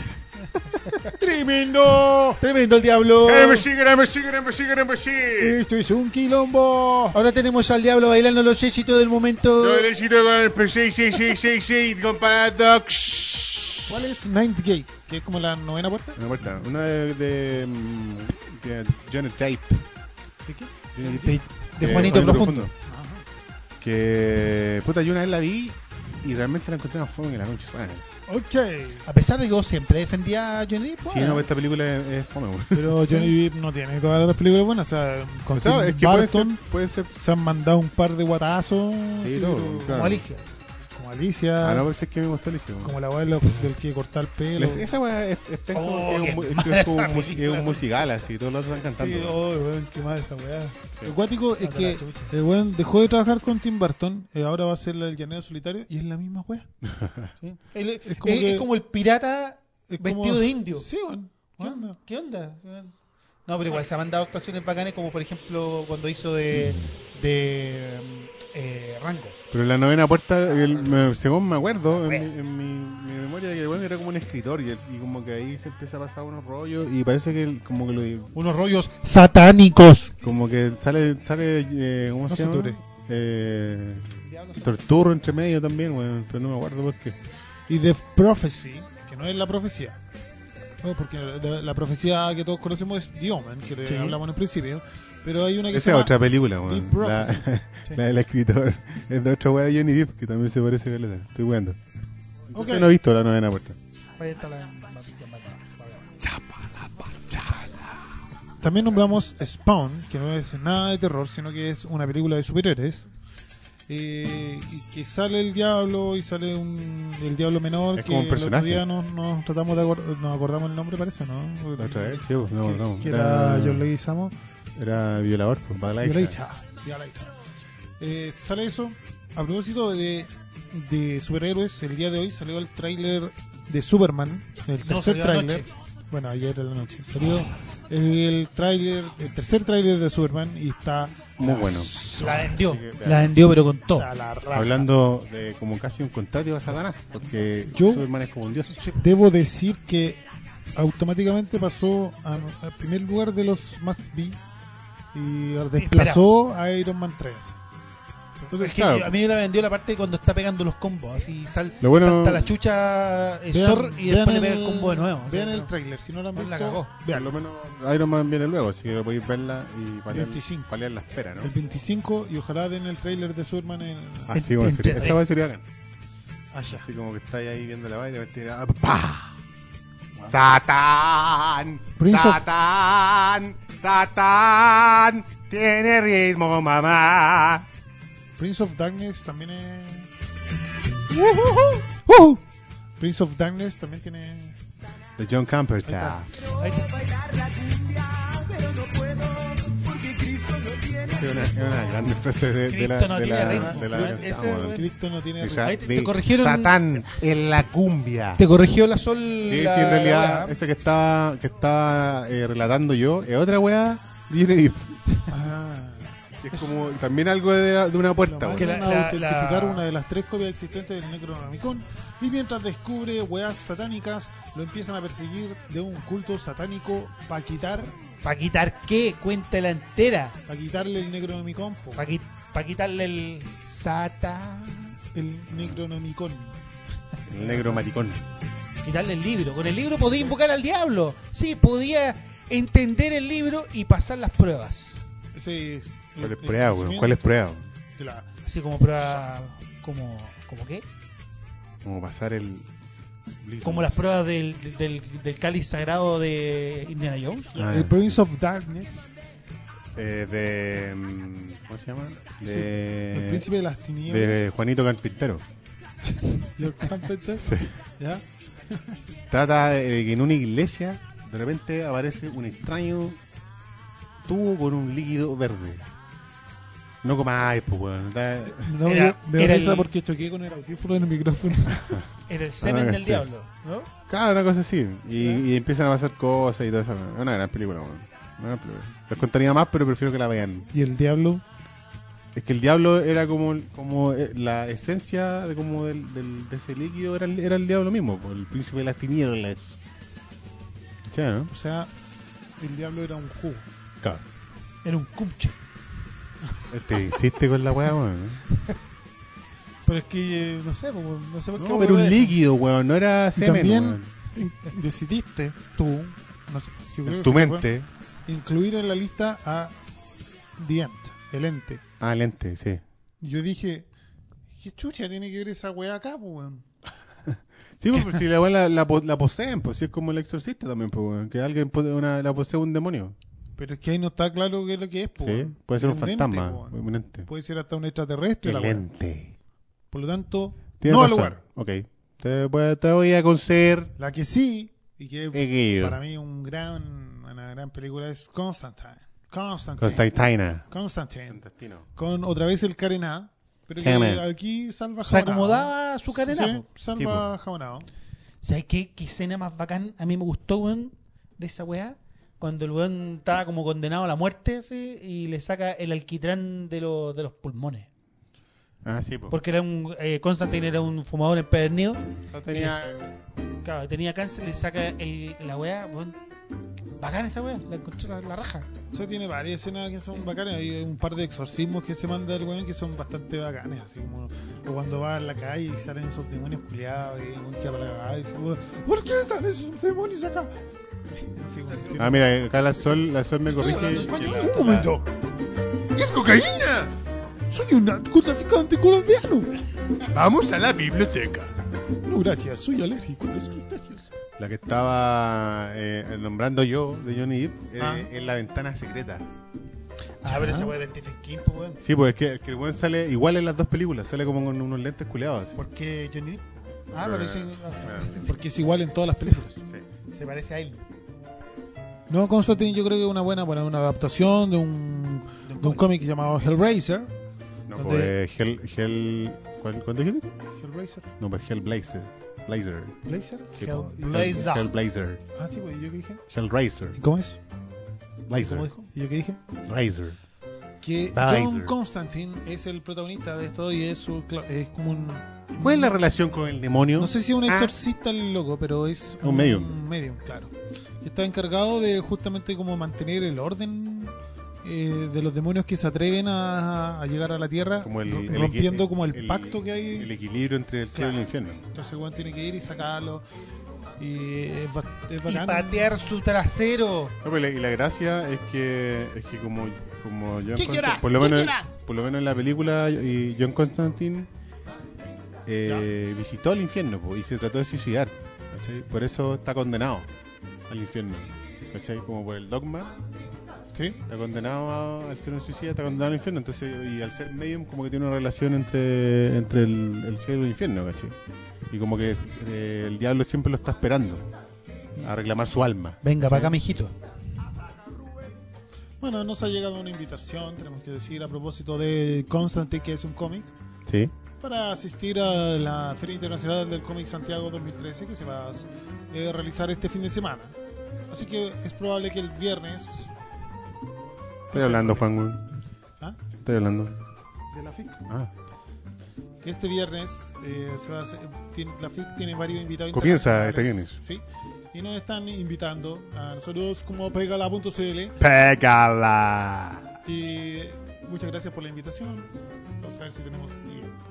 S12: Tremendo.
S4: Tremendo el diablo.
S12: Eh, me siguen, eh, me siguen, eh, me siguen, eh, me siguen.
S6: Esto es un quilombo.
S4: Ahora tenemos al diablo bailando los éxitos del momento.
S12: Yo
S3: eh,
S12: le sigo con el P6666 con Paradox.
S6: ¿Cuál es Ninth Gate? Que es como la novena puerta.
S3: Una puerta, una de, de, mm, de Johnny Tape. Eh,
S6: ¿De qué?
S4: De, de Juanito Profundo.
S3: Que puta, yo una vez la vi y realmente la encontré más fome que la noche. suena.
S4: A pesar de que vos siempre defendía a Johnny pues, Depp,
S3: Sí,
S4: bueno,
S3: no, esta película es, es fome, weón.
S6: Pero Johnny Depp no tiene todas las películas buenas. O sea,
S3: O
S6: con
S3: sea,
S6: Tim
S3: es que puede
S6: Burton
S3: ser- puede ser-
S6: se han mandado un par de guatazos.
S3: Sí,
S6: así,
S3: no,
S6: pero-
S3: claro.
S4: como Alicia.
S6: Como Alicia.
S3: Ah, no, parece que me gustó el hijo.
S6: Como la weá de los- del que cortar el pelo.
S3: Les- Esa weá es, es, penco,
S4: Oh,
S3: es un
S4: qué
S3: mu- es
S4: mala
S3: como
S4: esa
S3: un mu- es
S4: película.
S3: un musical así, todos los otros están
S4: Sí,
S3: cantando. weón.
S4: oh, weón, qué mal esa weá.
S6: Lo cuático es
S4: Anda la
S6: que
S4: chucha.
S6: el weón dejó de trabajar con Tim Burton, eh, ahora va a ser el llanero solitario y es la misma weá.
S4: Él- es,
S6: como
S4: es
S6: que-
S4: como el pirata
S6: Es
S4: vestido
S6: como-
S4: de indio.
S6: Sí, weón.
S4: ¿Qué onda? ¿Qué onda? No, pero igual se han mandado actuaciones bacanes, como por ejemplo cuando hizo de, de eh, Rango.
S3: Pero en la novena
S4: Ah,
S3: puerta, el- me- según me acuerdo, en, mi- en mi, mi memoria, que el weón era como un escritor y, el- y como que ahí se empieza a pasar unos rollos y parece que el- como que lo,
S4: Unos rollos satánicos.
S3: como que sale, sale eh, ¿cómo
S6: No
S3: se
S6: se
S3: llama?
S6: ture.
S3: Eh, Torturro entre medio también, weón, pero no me acuerdo por qué.
S6: Y The Prophecy, que no es la profecía. No, porque la, la profecía que todos conocemos es The Omen, que le
S4: Sí.
S6: hablamos en el principio. Pero hay una que
S3: Esa
S6: se
S3: es
S6: llama-
S3: otra película,
S6: Deep
S3: weón. La,
S6: Prophecy.
S3: la del escritor. Es de otra weá de Johnny Depp, que también se parece a la Estoy weando. Entonces no he visto la novena puerta.
S4: Ahí está la- la-
S6: También nombramos Spawn, que no es nada de terror, sino que es una película de superhéroes. Eh, y que sale el diablo y sale un, el diablo menor.
S3: Es
S6: que
S3: como un
S6: el otro
S3: personaje.
S6: día nos, nos tratamos de acor- nos acordamos el nombre, parece, ¿no?
S3: La otra vez, sí, weón. no,
S6: que,
S3: no.
S6: que era John Leguizamo.
S3: era violador, pues, para la
S6: Yo la
S3: hija.
S6: hija, ya la hija. Eh, sale eso. A propósito de, de superhéroes, el día de hoy salió el tráiler de Superman, el
S4: No,
S6: tercer
S4: salió
S6: tráiler.
S4: anoche.
S6: Bueno, ayer en la noche. Salió el tráiler, el tercer tráiler de Superman y está
S3: Muy bueno.
S4: La vendió.
S3: Así que,
S4: La vendió, pero con todo.
S6: a la raja.
S3: Hablando de como casi un contrario a Satanás, porque
S6: Yo-
S3: Superman es como un dios.
S6: Debo decir que automáticamente pasó a- al primer lugar de los Must Be y desplazó a Iron Man 3.
S4: Es que
S3: claro.
S4: yo- a mí me la vendió la parte cuando está pegando los combos. Así sal,
S3: Lo bueno-
S4: salta la chucha eh, Zor y después le pega el combo de nuevo.
S6: Vean
S4: O sea,
S6: el tráiler, si no lo han visto,
S4: La cagó.
S3: Por lo menos Iron Man viene luego, así que lo podéis verla y paliar,
S6: 25.
S3: paliar la espera, ¿no?
S6: El 25 y ojalá den el tráiler de Superman en
S3: Así como sería.
S4: Entre-
S3: Esa va a ser bacán.
S6: allá.
S3: Así como que estáis ahí viendo la vaina y te ¡Ah, ¡Pah! ¡Satán!
S6: Prince of-
S3: ¡Satán! ¡Satán! ¡Tiene ritmo, mamá!
S6: Prince of Darkness también es
S3: ¡Uh!
S6: Prince of Darkness también tiene
S3: De John Ah. Campertown.
S4: ahí está.
S3: Es una, es una grande frase de, de la,
S4: Cristo no
S3: de la,
S4: tiene ritmo.
S3: de la Ah,
S4: Ese,
S3: canción,
S4: güey.
S3: weón.
S6: Cristo no tiene
S3: Esa
S6: ritmo.
S4: Ahí te-
S3: de
S4: te corrigieron-
S3: Satán en la cumbia.
S4: Te corrigió la sol.
S3: Sí,
S4: la-
S3: sí, en
S4: la
S3: realidad,
S4: weá.
S3: esa que estaba, que estaba eh, relatando yo es otra weá de Johnny Depp.
S6: Ah,
S3: Que Es como también algo de, de una
S6: lo
S3: puerta.
S6: mandan
S4: Que
S3: weón.
S4: la-
S6: a
S4: la-
S6: autentificar
S4: la-
S6: una de las tres copias existentes del Necronomicon y mientras descubre weas satánicas lo empiezan a perseguir de un culto satánico para quitar
S4: ¿Para quitar qué? Cuéntela entera.
S6: para quitarle el Necronomicon po.
S4: Para quitarle el. Sata.
S6: el Necronomicon
S3: El negro maricón.
S4: Quitarle el libro. Con el libro podía invocar al diablo. Sí, podía entender el libro y pasar las pruebas.
S6: ese es el- ah,
S3: ¿Cuál es
S6: el
S3: prueba, weón?
S6: conocimiento
S3: ¿Cuál es prueba?
S6: de la-
S4: Así como prueba. Como, ¿Como qué?
S3: Como pasar el.
S4: Como las pruebas del, del, del cáliz sagrado de Indiana Jones.
S3: Ah,
S6: el Prince of Darkness
S3: eh, de. mm, ¿Cómo se llama?
S6: El
S3: De.
S6: príncipe Eh, de las tinieblas.
S3: De Juanito Carpintero.
S6: John Carpenter. ¿Ya?
S3: Trata de que en una iglesia de repente aparece un extraño tubo con un líquido verde. No comáis, pues, weón. Da-
S6: No,
S4: Era-
S6: yo- me da
S4: era
S6: risa
S4: el-
S6: porque choqué con el audífono en el micrófono.
S4: Era el semen
S3: Ah,
S4: del
S3: sí.
S4: diablo. ¿no?
S3: Claro, una cosa así. Y, y empiezan a pasar cosas y todo eso. Es una gran película, weón. Una gran película. Les contaría más, pero prefiero que la vean.
S6: y el diablo.
S3: Es que el diablo era como, como eh, la esencia de como del, del- de ese líquido era el, era el diablo mismo, po, el príncipe de las tinieblas. Sí, ¿no?
S6: O sea, el diablo era un jugo.
S3: Claro.
S4: Era un cumche.
S3: Te hiciste Este, con la weá, weón.
S4: Pero es que, eh, no sé, como- no sé por qué.
S3: No,
S4: me
S3: pero un
S4: acordé de eso.
S3: líquido, weón, no era
S6: Y
S3: semen.
S6: también
S3: weón.
S6: decidiste tú, no sé, yo creo
S3: En
S6: que
S3: tu
S6: fue,
S3: mente.
S6: incluir en la lista a The Ant, el ente.
S3: Ah, lente, sí.
S6: Yo dije, ¿Qué chucha tiene que ver esa weá acá, pues, weón?
S3: Sí, pues, pero si la weá la, la, po- la poseen, pues si es como el exorcista también, pues, weón, que alguien pone una, la posee un demonio.
S6: Pero es que ahí no está claro qué es lo que es, pues.
S3: Sí,
S6: weón.
S3: puede ser un
S6: Tiene
S3: fantasma,
S6: ente, po,
S3: un ente.
S6: Puede ser hasta un extraterrestre, la weá.
S3: Excelente.
S6: Por lo tanto,
S3: Tienes
S6: no al
S3: razón.
S6: lugar.
S3: Ok. Te, voy- te voy a conceder.
S6: La que sí, y que
S3: Eguido.
S6: para mí un gran, una gran película es Constantine. Constantine.
S3: Constantina.
S6: Constantine. Con otra vez el carenado. Pero que
S3: Carenado.
S6: aquí salva
S4: Se
S6: jamonado.
S4: acomodaba su
S6: Sí,
S4: carenado.
S6: sí, salva jamonado.
S4: ¿Sabes qué, qué escena más bacán? A mí me gustó, weón, de esa weá. Cuando el weón estaba como condenado a la muerte, así, y le saca el alquitrán de, lo- de los pulmones.
S3: Ah, sí, pues.
S4: Porque era un eh, Constantine era un fumador empedernido.
S3: No tenía-
S4: Claro, tenía cáncer, le saca el- la weá. weón. Bacán esa weá, la encontré la, la raja.
S6: Eso tiene varias escenas que son bacanas. Hay un par de exorcismos que se manda el weón que son bastante bacanes. Así como o cuando va a la calle y salen esos demonios culiados. Y el weón queda para la cagada y dice, como, ¿por qué están esos demonios acá? Así como,
S3: Ah, mira, acá la sol, la sol me
S6: Estoy
S3: corrige.
S6: hablando español. pues,
S3: que la-
S6: Un momento.
S12: ¡Es cocaína!
S6: Soy un narcotraficante colombiano.
S12: Vamos a la biblioteca.
S6: No, gracias, soy alérgico a los crustáceos.
S3: La que estaba eh, nombrando yo de Johnny Depp eh,
S6: Ah.
S3: es la ventana secreta.
S4: Ah, pero esa weá de Stephen King, pues, weón.
S3: Sí, pues es que, es que el buen sale igual en las dos películas, sale como con unos lentes culeados.
S4: ¿Por qué Johnny Depp? Ah, pero ese- ah,
S6: Porque es igual en todas las películas.
S4: se parece a él.
S6: No, Constantine yo creo que es una buena, bueno, una adaptación de un, de un cómic llamado Hellraiser.
S3: No,
S6: donde-
S3: pues eh, Hell, Hell... ¿cuál- ¿Cuánto dijiste?
S6: Hellraiser.
S3: No, pues Hellblazer. Blazer.
S6: ¿Blazer?
S3: Sí, po.
S4: Hellblazer.
S3: Hell- Hellblazer.
S6: Ah, sí, pues, ¿y yo qué dije?
S3: Hellraiser.
S6: ¿Y cómo es?
S3: Blazer.
S4: ¿Cómo dijo?
S6: ¿Y yo qué dije?
S3: Razor.
S6: Que
S3: Blazer.
S6: John Constantine es el protagonista de esto y es, su, cla- es como un...
S3: ¿Cuál es la relación con el demonio?
S6: No sé si es un
S3: Ah.
S6: exorcista el loco, pero es
S3: Un medium.
S6: Un medium, claro. Que está encargado de justamente como mantener el orden eh, de los demonios que se atreven a, a llegar a la tierra,
S3: Como el-
S6: ro-
S3: el-
S6: rompiendo como el,
S3: el-
S6: pacto que hay.
S3: El equilibrio entre el cielo y el infierno.
S6: Entonces Juan tiene que ir y sacarlo. Y es, ba- es
S4: Y
S6: bacán.
S4: patear su trasero.
S3: No, pero la- y la gracia es que, es que como, como yo
S4: ¿Qué llorás?
S3: por lo,
S4: ¿Qué
S3: menos,
S4: llorás?
S3: por lo menos en la película, y John Constantine eh, visitó el infierno po, y se trató de suicidar. ¿cachai? Por eso está condenado al infierno. ¿cachai? Como por el dogma.
S6: Sí.
S3: Está condenado a- al ser un suicida, está condenado al infierno. Entonces, y al ser medium, como que tiene una relación entre, entre el, el cielo y el infierno, ¿cachai? Y como que eh, el diablo siempre lo está esperando a reclamar su alma.
S4: Venga, para acá, mijito.
S6: Bueno, nos ha llegado una invitación, tenemos que decir, a propósito de Constantine, que es un cómic,
S3: Sí.
S6: para asistir a la Feria Internacional del Cómic Santiago 2013, que se va a eh, realizar este fin de semana. Así que es probable que el viernes
S3: Estoy hablando, Juan. weón.
S6: ¿Ah?
S3: Estoy hablando.
S6: de la FIC,
S3: Ah.
S6: que este viernes eh, se va a hacer- tiene- la FIC tiene varios invitados.
S3: Comienza este
S6: internacionales, Sí, y nos están invitando a nosotros como pegala.cl
S3: ¡Pégala!
S6: Y muchas gracias por la invitación. Vamos a ver si tenemos tiempo.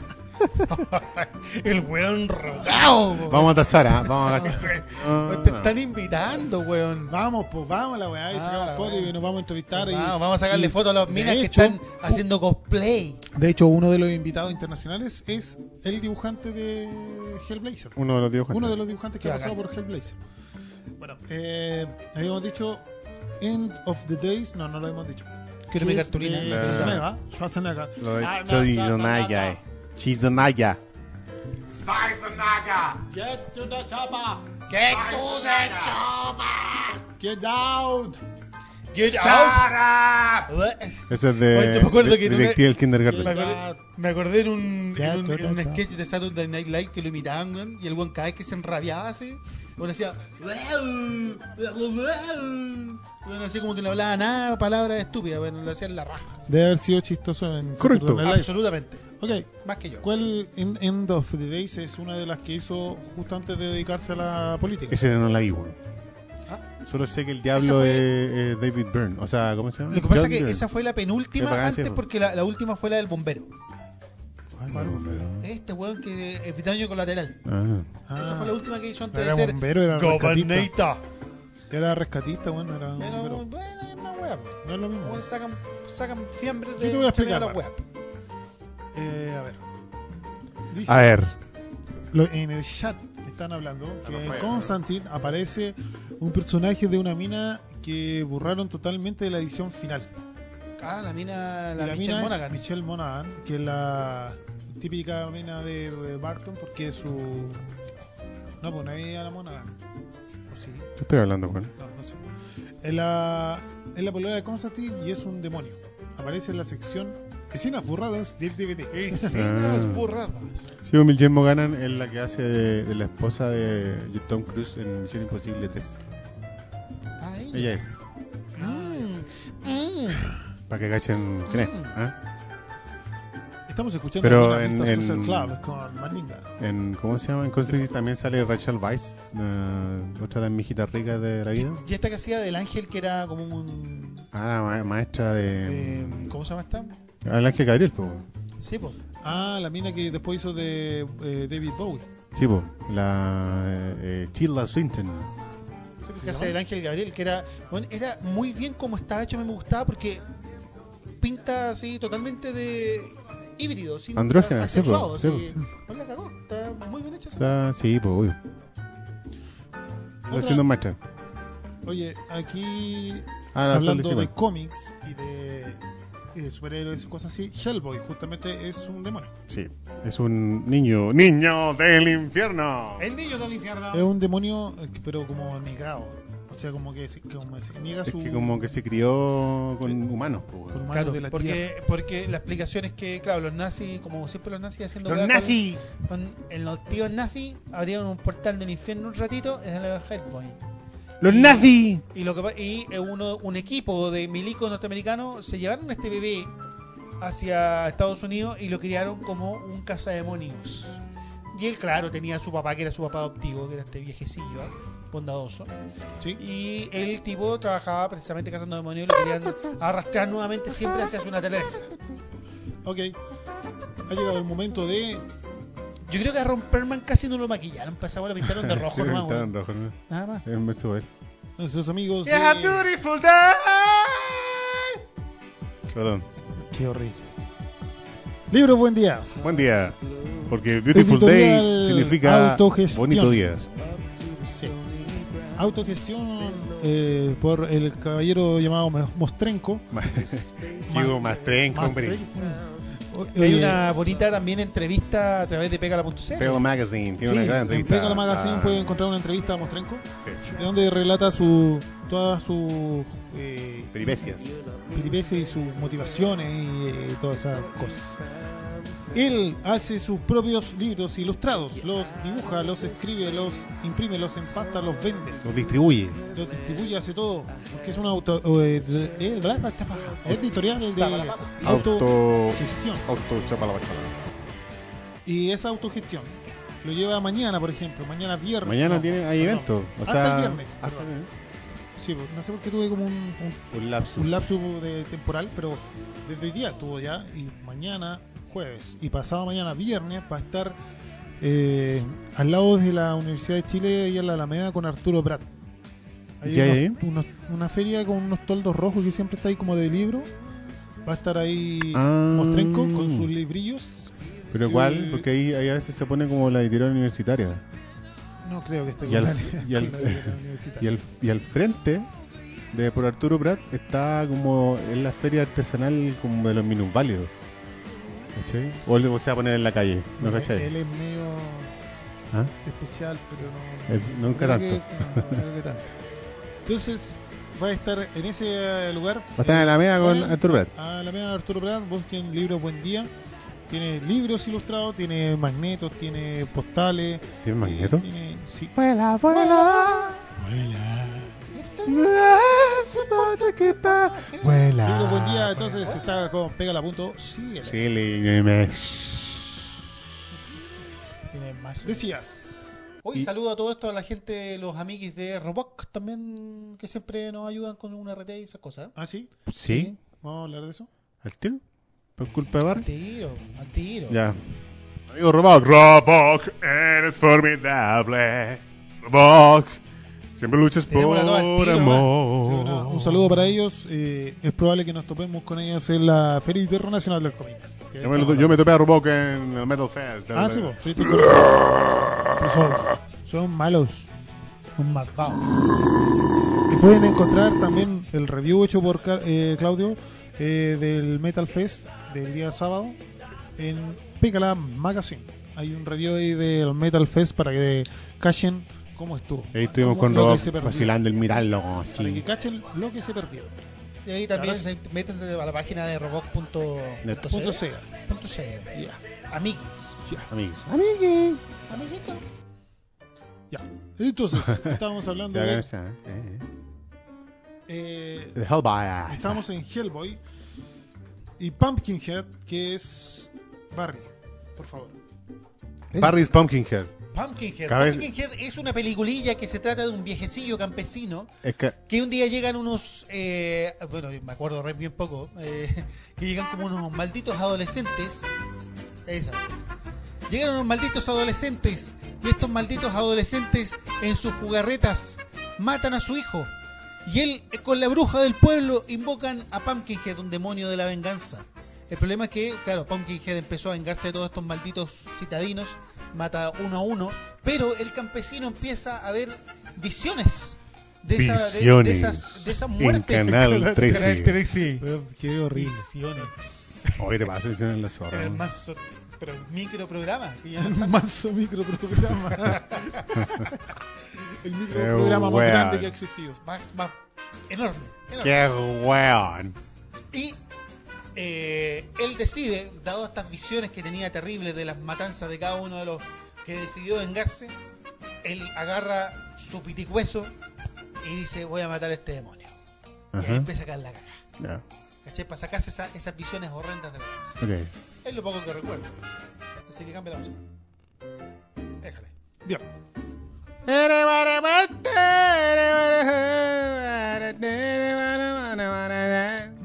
S4: El weón rogado. weón.
S3: Vamos a tasar, ¿ah? vamos a
S4: Pues Te están invitando, weón.
S6: Vamos, pues vamos a la weá y
S4: Ah,
S6: sacamos
S4: la
S6: fotos
S4: weá. Pues
S6: y nos vamos a entrevistar. y-
S4: Vamos, vamos a
S6: y
S4: sacarle fotos a las
S6: de
S4: minas que
S6: hecho-
S4: están haciendo cosplay.
S6: De hecho, uno de los invitados internacionales es el dibujante de Hellblazer.
S3: Uno de los dibujantes.
S6: Uno de los dibujantes que
S4: Qué
S6: ha pasado por Hellblazer. Bueno, eh, habíamos dicho End of the Days. No, no lo hemos dicho.
S4: Quiero mi cartulina.
S6: Es de
S3: La-
S6: Schwarzenegger, Schwarzenegger.
S3: Lo de
S6: Arnold
S3: Chizunaya, eh. Chizunaya.
S6: Get to the chopper.
S4: ¡Qué tú de
S6: Get out.
S4: ¡Get out!
S3: Ese es de.
S4: Oye, yo me acuerdo
S3: de-
S4: que en
S3: de
S4: una-
S3: Directivo del Kindergarten.
S4: Me acordé, me acordé en un,
S6: Ya,
S4: en un-
S6: chota,
S4: en un
S6: chota.
S4: sketch de Saturday Night Live que lo imitaban, weón, y el weón cada vez que se enrabiaba así, weón hacía bueno, así como que no hablaba nada, palabras estúpidas, bueno, lo hacían la raja. así.
S6: Debe haber sido chistoso en
S3: Correcto.
S6: Saturday Night Live.
S4: Absolutamente,
S6: Ok,
S4: más que yo.
S6: ¿Cuál en- End of the Days es una de las que hizo justo antes de dedicarse a la política?
S3: Ese no la vi, weón.
S4: Ah.
S3: Solo sé que el diablo
S4: fue-
S3: es eh, David Byrne. O sea, ¿cómo se llama?
S4: Lo que pasa
S3: John
S4: es que
S3: Byrne.
S4: esa fue la penúltima
S3: Qué bacán,
S4: antes
S3: sí, po.
S4: porque la, la última fue la del bombero.
S3: Ay, no, no.
S4: Este weón que evita daño colateral.
S3: Ah.
S4: Esa fue la última que hizo antes
S6: Era
S4: de ser
S6: bombero, era rescatista.
S4: Gobernator.
S6: Era rescatista, bueno, era
S4: Pero
S6: bombero.
S4: bueno, es una weá. po.
S6: No es lo mismo.
S4: Weón, Sacan, sacan fiambre de
S6: Yo te voy a explicar,
S4: de la
S6: Marco.
S4: weá.
S6: Eh, Dice-
S14: A ver. Ah,
S6: Lo- en el chat están hablando que en Constantine aparece un personaje de una mina que borraron totalmente de la edición final.
S4: Ah, la mina, la,
S6: Y
S4: Michelle
S6: es
S4: Monaghan.
S6: Michelle Monaghan, que es la típica mina de, de Barton porque es su... No, pues no es a la Monaghan. ¿O sí?
S3: ¿Qué estoy hablando, Juan?
S6: No, no sé. Es la, es la polera de Constantine y es un demonio. Aparece en la sección Escenas burradas del DVD.
S3: Escenas Ah.
S4: burradas.
S3: Sí, o Michelle Moganan es la que hace de, de la esposa de Tom Cruise en Misión Imposible 3.
S4: Ah, ella.
S3: Ella es,
S4: Mm, mm.
S3: para que cachen quién es. ¿ah?
S6: Estamos escuchando
S3: Pero
S6: la
S3: en,
S6: revista Social
S3: en-
S6: Club con Malinda.
S3: en- ¿Cómo se llama? En Constantine también sale Rachel Weisz, otra de mis hijitas ricas de la vida.
S4: Y esta que hacía del ángel que era como un...
S3: Ah, la ma- maestra de.
S4: eh, ¿Cómo se llama esta?
S3: Al Ángel Gabriel, po.
S4: Sí, pues.
S6: Ah, la mina que después hizo de eh, David Bowie.
S3: Sí, po. La. eh, eh, Tilda Swinton.
S4: que hace del Ángel Gabriel, que era, bueno, era muy bien como estaba hecho, me gustaba porque pinta así totalmente de híbrido, sin
S3: Andrógena, sí,
S4: asexuado,
S3: po, sí,
S4: así.
S3: po,
S4: Bueno, la cagó, está muy bien hecha. esa
S3: Está- sí, po, obvio. Está siendo maestra.
S6: Oye, aquí
S3: Ah, la
S6: hablando
S3: Sol
S6: de
S3: Ichiban.
S6: cómics y de, y de superhéroes y cosas así, Hellboy justamente es un demonio.
S3: Sí. Es un niño. ¡Niño del infierno!
S4: El niño del infierno.
S6: Es un demonio, eh, pero como negado. O sea, como que se, como se niega
S3: Es
S6: su...
S3: que como que se crió con humanos, po.
S6: con humanos
S4: Claro,
S6: de la tierra.
S4: porque, porque la explicación es que, claro, los nazis, como siempre los nazis haciendo...
S3: ¡Los
S4: hueá con-
S3: nazis!
S4: Con, en los tíos nazis abrieron un portal del infierno un ratito, es la de Hellboy.
S3: ¡Los nazis!
S4: Y lo que pa- y eh, uno, un equipo de milicos norteamericanos se llevaron a este bebé hacia Estados Unidos y lo criaron como un cazademonios. Y él, claro, tenía a su papá, que era su papá adoptivo, que era este viejecillo, ¿eh? bondadoso. Y el tipo trabajaba precisamente cazando demonios y lo querían arrastrar nuevamente siempre hacia una teleza.
S6: Ok. Ha llegado el momento de...
S4: Yo creo que a Romperman casi no lo maquillaron, para esa hueá lo pintaron de rojo,
S3: Sí,
S4: nomás,
S3: estaba
S4: weón.
S3: en rojo, ¿no?
S4: Nada más.
S3: Era Eh, un beso, él.
S6: Nuestros amigos de...
S4: beautiful day.
S3: Perdón.
S6: Qué horrible. Libro Buen Día.
S3: Buen día. Porque Beautiful
S6: Editorial
S3: Day significa
S6: Autogestión.
S3: bonito día.
S6: Sí. Autogestión eh, por el caballero llamado Mostrenco.
S3: Sigo más tren, hombre.
S4: Hay
S6: Oye,
S4: una bonita también entrevista a través de Pegala.cl.
S3: Pego Magazine, tiene
S6: Sí,
S3: una gran
S6: en
S3: entrevista.
S6: Pegala Magazine
S3: Ah,
S6: puede encontrar una entrevista a Mostrenco,
S3: sí.
S6: de donde relata su toda su eh,
S3: Peripecias.
S6: peripecias y sus motivaciones y eh, todas esas cosas. Él hace sus propios libros ilustrados, los dibuja, los escribe, los imprime, los empasta, los vende.
S3: Los distribuye.
S6: Lo distribuye, hace todo. Porque es una auto, eh, de- eh, bla, bla, bla, bla, editorial de
S3: Auto.
S6: autogestión.
S3: Auto chapala bachala.
S6: Y esa autogestión lo lleva mañana, por ejemplo. Mañana viernes.
S3: Mañana
S6: no,
S3: tiene, hay
S6: perdón.
S3: evento. O
S6: hasta
S3: sea,
S6: el viernes. perdón. Sí, pues, no sé por qué tuve como un, un-
S3: Un lapsus.
S6: un lapso de temporal, pero desde hoy día estuvo ya. Y mañana jueves y pasado mañana viernes va a estar eh, al lado de la Universidad de Chile y en la Alameda con Arturo Prat. Hay
S3: ¿Qué hay
S6: unos- unos- una feria con unos toldos rojos que siempre está ahí como de libro. Va a estar ahí
S3: Ah.
S6: Mostrenco con sus librillos.
S3: Pero igual, porque ahí, ahí a veces se pone como la editorial universitaria.
S6: No creo que esté
S3: Y al,
S6: con
S3: y, al,
S6: con la biblioteca universitaria.
S3: y, al, y al frente de por Arturo Prat está como en la feria artesanal como de los minusválidos. ¿Cachai? O, el- o sea, poner en la calle. ¿No
S6: Él-
S3: cachai?
S6: Él es medio
S3: ¿Ah?
S6: especial, pero no.
S3: Él- nunca
S6: creo
S3: tanto.
S6: que- no, no creo que tanto. Entonces, va a estar en ese eh, lugar.
S3: Va a estar en Alameda con
S6: vayan
S3: Arturo Prat.
S6: A la media de Arturo Prat, busquen libros Buen Día. Tiene libros ilustrados, tiene magnetos, tiene postales.
S3: ¿Tiene magneto?
S6: Tiene, sí.
S8: Vuela, vuela. Vuela. Suponte que está.
S6: Libros Buen Día, entonces está con Pégala Punto. Sí, el-
S3: Sí, le- me-
S4: Tiene más.
S6: Decías.
S4: Hoy
S3: Y-
S4: saludo a todo esto, a la gente, los amiguis de Roboc también, que siempre nos ayudan con un RT y esas cosas.
S6: Ah, sí.
S3: ¿Sí?
S6: Vamos a hablar de eso.
S3: ¿Al tiro? ¿Por culpa de
S4: Al
S3: Barry?
S4: tiro, al tiro.
S3: Ya. Amigo Roboc. Roboc, eres formidable. Roboc.
S12: Siempre luchas por
S6: Tirémosla toda al tiro, ¿eh?
S12: amor.
S6: Sí, una- un saludo para ellos. eh, es probable que nos topemos con ellos en la Feria Internacional del Cómic.
S12: Yo me, lo- yo me topé a Robok en el Metal Fest.
S6: Ah, sí, po, sí, tú- son, son malos. Son malvados. Y pueden encontrar también el review hecho por Car- eh, Claudio eh, del Metal Fest del día sábado en Picala Magazine. Hay un review ahí del Metal Fest para que cachen cómo estuvo.
S3: Ahí estuvimos
S6: Cómo-
S3: con
S6: lo que
S3: Rob
S6: se perdió.
S3: vacilando el mirarlo.
S6: Para que
S3: Sí.
S6: cachen lo que se perdió.
S4: Y ahí también
S6: Ahora
S4: se, métanse a la página de
S3: Net.
S4: robot.cl.
S6: Punto sea.
S4: Punto CL. Amiguis.
S3: Amigos.
S6: Ah,
S4: Amiguito.
S6: Ya. Entonces, estábamos hablando
S3: Ya,
S6: de.
S3: está, eh,
S6: eh,
S3: eh. The Hellboy.
S6: Estamos en Hellboy y Pumpkinhead, que es Barry, por favor.
S3: Barry's Pumpkinhead.
S4: Pumpkinhead.
S3: Cabe-
S4: Pumpkinhead es una peliculilla que se trata de un viejecillo campesino
S3: Es que
S4: que un día llegan unos, eh, bueno, me acuerdo re bien poco, eh, que llegan como unos malditos adolescentes. Esa. Llegan unos malditos adolescentes y estos malditos adolescentes en sus jugarretas matan a su hijo. Y él eh, con la bruja del pueblo invocan a Pumpkinhead, un demonio de la venganza. El problema es que, claro, Pumpkinhead empezó a vengarse de todos estos malditos citadinos, mata uno a uno, pero el campesino empieza a ver visiones de, esa- de- de,
S12: Visiones
S4: esas, de esas
S12: en
S4: muertes.
S12: Canal 13. Canal
S4: 13.
S6: Qué horrible.
S4: Visiones.
S3: hoy te vas a decir en la
S4: Era
S3: zorra.
S6: Ah.
S4: el
S3: ¿no?
S4: manso, pero micro programa.
S6: Un manso microprograma. El microprograma más
S3: weón.
S6: grande que ha existido.
S4: más, más enorme. enorme.
S3: Qué weón.
S4: Y eh, él decide, dado estas visiones que tenía terribles de las matanzas de cada uno de los que decidió vengarse, él agarra su piticueso y dice, voy a matar a este demonio. Y ahí
S3: Ajá.
S4: empieza a caer la caga.
S3: Ya.
S4: ¿Cachai? Para sacarse esa- esas visiones horrendas de venganza.
S3: Ok.
S4: Es lo poco que recuerdo. Así que cambia la música. Déjale.
S6: Bien.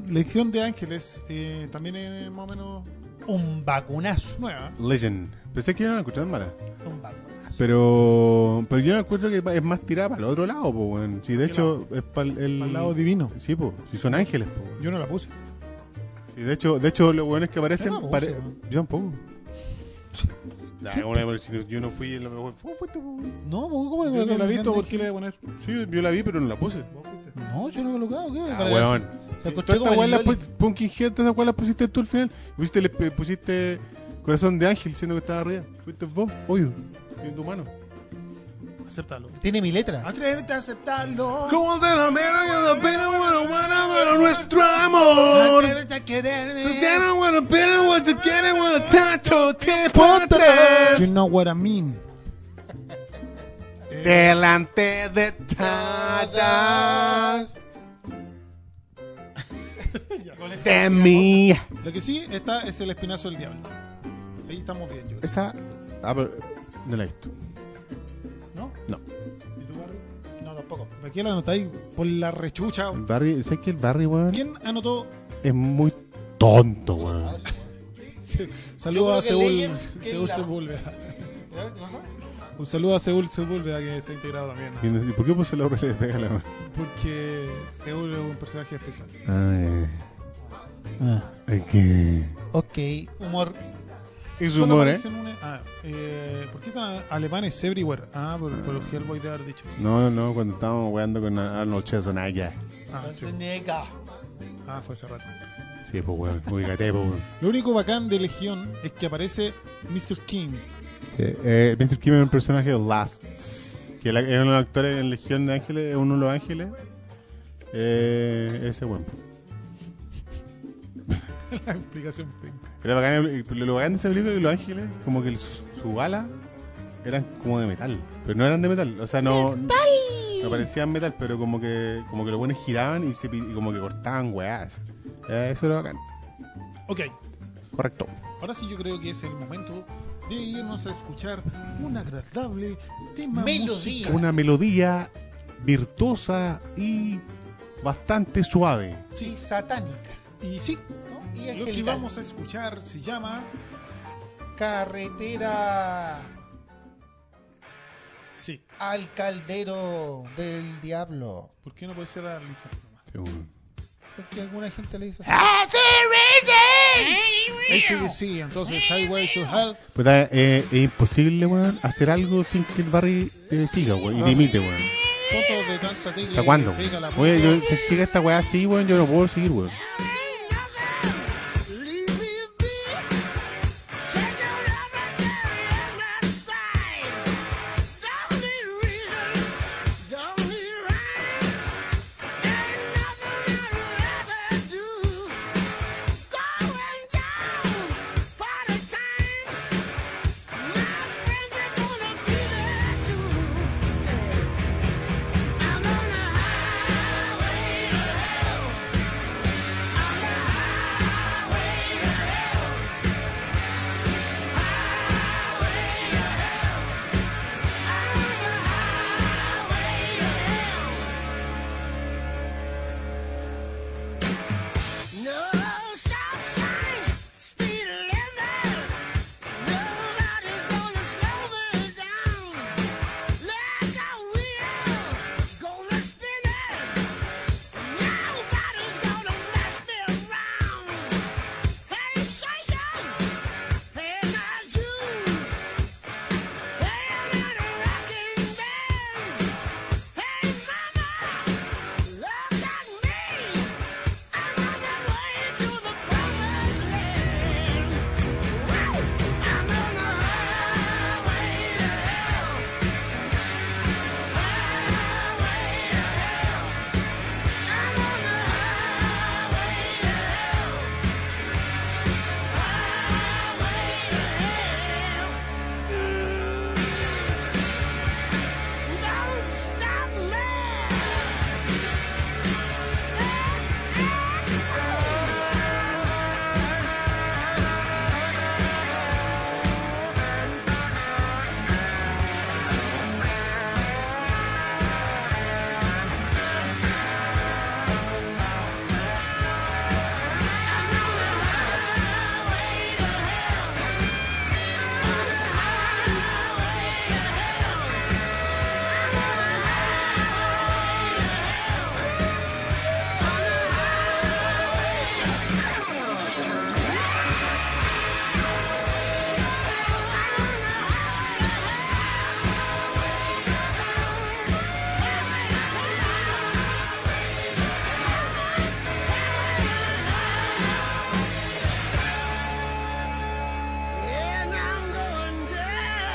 S6: Legión de Ángeles eh, también es más o menos
S4: Un vacunazo.
S6: nueva.
S3: Legend. Pensé que iban a escuchar mala.
S4: Un vacunazo.
S3: Pero, pero yo encuentro que es más tirada para el otro lado, po, weón. Si de
S6: ¿Qué
S3: hecho es para el.
S6: Al lado divino.
S3: Sí, po. Si son ángeles, po. weón.
S6: Yo no la puse.
S3: Y de hecho, de hecho los weones que aparecen.
S4: Yo no pues,
S3: pare-
S4: puse, weón.
S3: Yo tampoco. Nah, bueno, si no- yo no fui, la- ¿cómo fuiste, po, weón?
S4: No, ¿cómo
S6: Yo no la he visto, ¿por qué la voy a poner?
S3: Sí, yo la vi, pero no la puse.
S4: No, yo no he colocado, ¿qué?
S3: Ah,
S4: Para-
S3: weón.
S4: Se escuchó
S3: Todas estas
S4: como
S3: weas
S4: el
S3: las
S4: Loli.
S3: pu- Pumpkinhead, todas esas weas las pusiste tú al final. Pusiste, le pe- pusiste corazón de ángel, siendo que estaba arriba. Fuiste vos, obvio. En tu mano.
S6: Aceptalo.
S4: Tiene mi letra.
S6: Atrévete a aceptarlo.
S3: Como de la mera que la pena bueno, bueno, pero nuestro amor.
S6: Atrévete a quererme.
S3: Ya no bueno, pero bueno, se quiere, bueno, tanto tiempo
S6: You
S3: atrás.
S6: know what I mean.
S3: Delante de todas, de mí.
S6: Lo que sí está es el espinazo del diablo. Ahí estamos bien, yo. creo.
S3: Esa. Ah, pero. No la he visto.
S6: ¿No?
S3: No.
S6: ¿Y tú, Barry?
S4: No, tampoco.
S6: ¿Para qué la anotáis? Por la rechucha.
S3: El Barry, ¿sabes que el Barry, weón?
S6: ¿Quién anotó?
S3: Es muy tonto, weón.
S6: Saludos Este,
S4: Yo creo
S6: a
S4: que
S6: Seúl,
S4: Legends, que
S6: Seúl
S4: la-
S6: Sepúlveda.
S4: ¿Ya? ¿Qué pasa?
S6: Un saludo a Seúl Sepúlveda que se ha integrado también.
S3: ¿Y
S6: ¿no?
S3: no- y por qué puso la obra y le pega la mano?
S6: Porque Seúl es un personaje especial.
S3: Ay,
S4: Ah,
S3: es que.
S4: ok, humor.
S3: Es
S6: Solo
S3: humor, eh.
S6: aparecen un- ah, eh, ¿Por qué tan alemanes everywhere? Ah, por, por los Hellboy de haber dicho.
S3: No, no, cuando estábamos weando con Arnold Schwarzenegger.
S6: Ah,
S4: No
S6: sí.
S4: se niega.
S6: Ah, fue hace rato.
S3: Sí, pues weón, ubícate, pues weón.
S6: Lo único bacán de Legión es que aparece Mr. King.
S3: Eh, eh, Mr. Kim es un personaje de Last. Que la- es uno de los actores en Legión de Ángeles, es uno de los ángeles. Eh, ese weón.
S6: La explicación penca.
S3: Pero lo bacán, eh, lo bacán de esa película es que los ángeles, como que el- su, su ala eran como de metal. Pero no eran de metal. O sea, no. No parecían metal, pero como que, como que los buenos giraban y, se, pi- y como que cortaban weas. Eh, eso era bacán.
S6: Ok,
S3: Correcto.
S6: ahora sí yo creo que es el momento de irnos a escuchar un agradable tema
S4: Melodía.
S3: Una melodía virtuosa y bastante suave.
S4: Sí, satánica.
S6: musical. Y sí,
S4: ¿no? Y
S6: lo que
S4: angelical.
S6: vamos a escuchar se llama
S4: Carretera.
S6: Sí.
S4: Al caldero del diablo.
S6: ¿Por qué no puede ser al infierno?
S4: Porque alguna gente le dice así.
S6: ACDC, entonces Highway to Hell.
S3: Puta, eh, es imposible, weón, hacer algo sin que el Barry te siga, weón, y te imite, weón.
S6: Fotos de tanta tecla
S3: ¿Hasta
S6: que
S3: cuándo?
S6: pega la
S3: weón?
S6: puta.
S3: Oye, yo, si sigue esta weá así, weón, yo no puedo seguir, weón.
S15: No stop signs, speed limit. Nobody's gonna slow me down. Like a wheel, gonna spin it. Nobody's gonna mess me around. Hey, Satan, pay my dues. Hey, I'm in a rocking band. Hey, mama, look at me. I'm on my way to the promised land. I'm on the highway to hell. Highway to hell. I'm on the highway to hell. Highway to hell. Don't stop And I'm going down,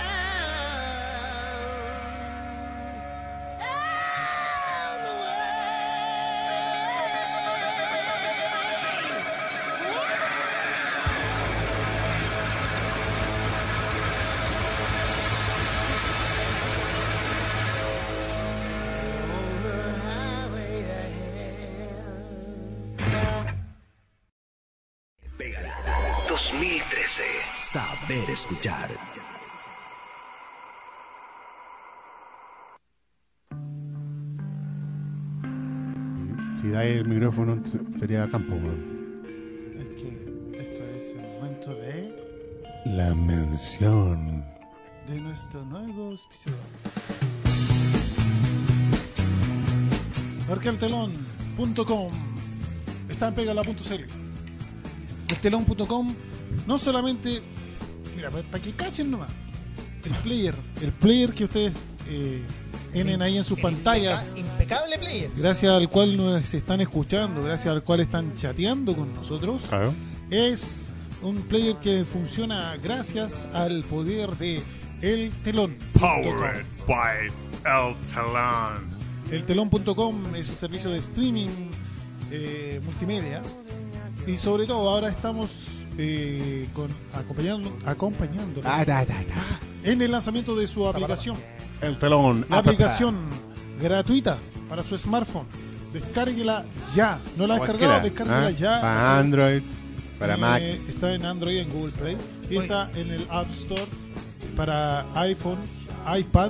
S15: down the way. On the highway to hell.
S16: 2013.
S17: Saber escuchar.
S3: Si dais el micrófono, t- sería campo, weón.
S6: Es que esto es el momento de,
S3: La mención.
S6: de nuestro nuevo auspiciador. Arqueltelón.com está en pegala.cl. Arqueltelón.com no solamente. Mira, para que cachen nomás. El player, el player que ustedes eh, tienen ahí en sus pantallas.
S4: Ah, Impecable player.
S6: gracias al cual nos están escuchando, gracias al cual están chateando con nosotros,
S3: Claro.
S6: es un player que funciona gracias al poder de el telón.
S18: Powered by El Talán.
S6: Eltelón.com es un servicio de streaming eh, multimedia y sobre todo ahora estamos eh, con, acompañando, acompañándolos
S15: Ah, ta, ta,
S6: en el lanzamiento de su
S4: Ah,
S6: aplicación.
S3: El telón.
S6: La
S3: app.
S6: aplicación gratuita para su smartphone. Descárguela ya. No la ha descargado, descárguela
S3: Ah,
S6: ya.
S3: Para Android, para
S6: Eh,
S3: Mac.
S6: Está en Android, en Google Play. Y está en el App Store para iPhone, iPad,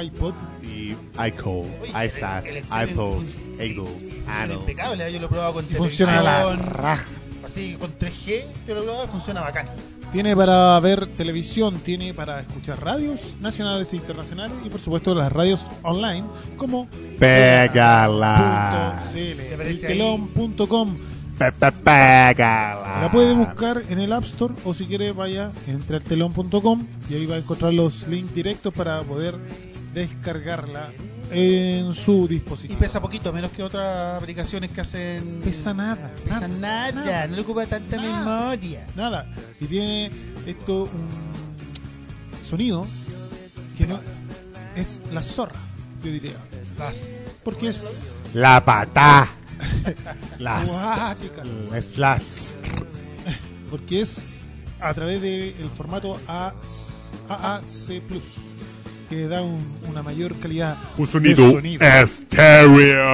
S6: iPod.
S3: Y iCall,
S4: Oye,
S3: iSaaS,
S4: el- el-
S3: iPods, Eagles,
S4: Era
S3: Annals.
S4: impecable, ¿eh? yo lo he probado con
S6: Y funciona la
S4: televisión, Así, con 3G, yo lo he probado, funciona bacán.
S6: Tiene para ver televisión, tiene para escuchar radios nacionales e internacionales y por supuesto las radios online como
S19: Pégala.
S6: eltelón.com.
S19: Pe- pe- Pégala.
S6: La puede buscar en el App Store o si quiere vaya entre telón.com y ahí va a encontrar los links directos para poder descargarla en su
S4: Y
S6: dispositivo.
S4: pesa poquito, menos que otras aplicaciones que hacen.
S6: Pesa nada.
S4: Pesa nada,
S6: nada,
S4: no le ocupa tanta memoria.
S6: Nada. Y tiene esto un sonido que no es la zorra, yo diría. Porque es
S19: La patá. Las.
S6: Guática.
S19: Es las.
S6: porque es a través del formato A- AAC Plus que da un- una mayor calidad
S12: Un
S6: de
S12: sonido,
S3: Ah.
S12: estéreo.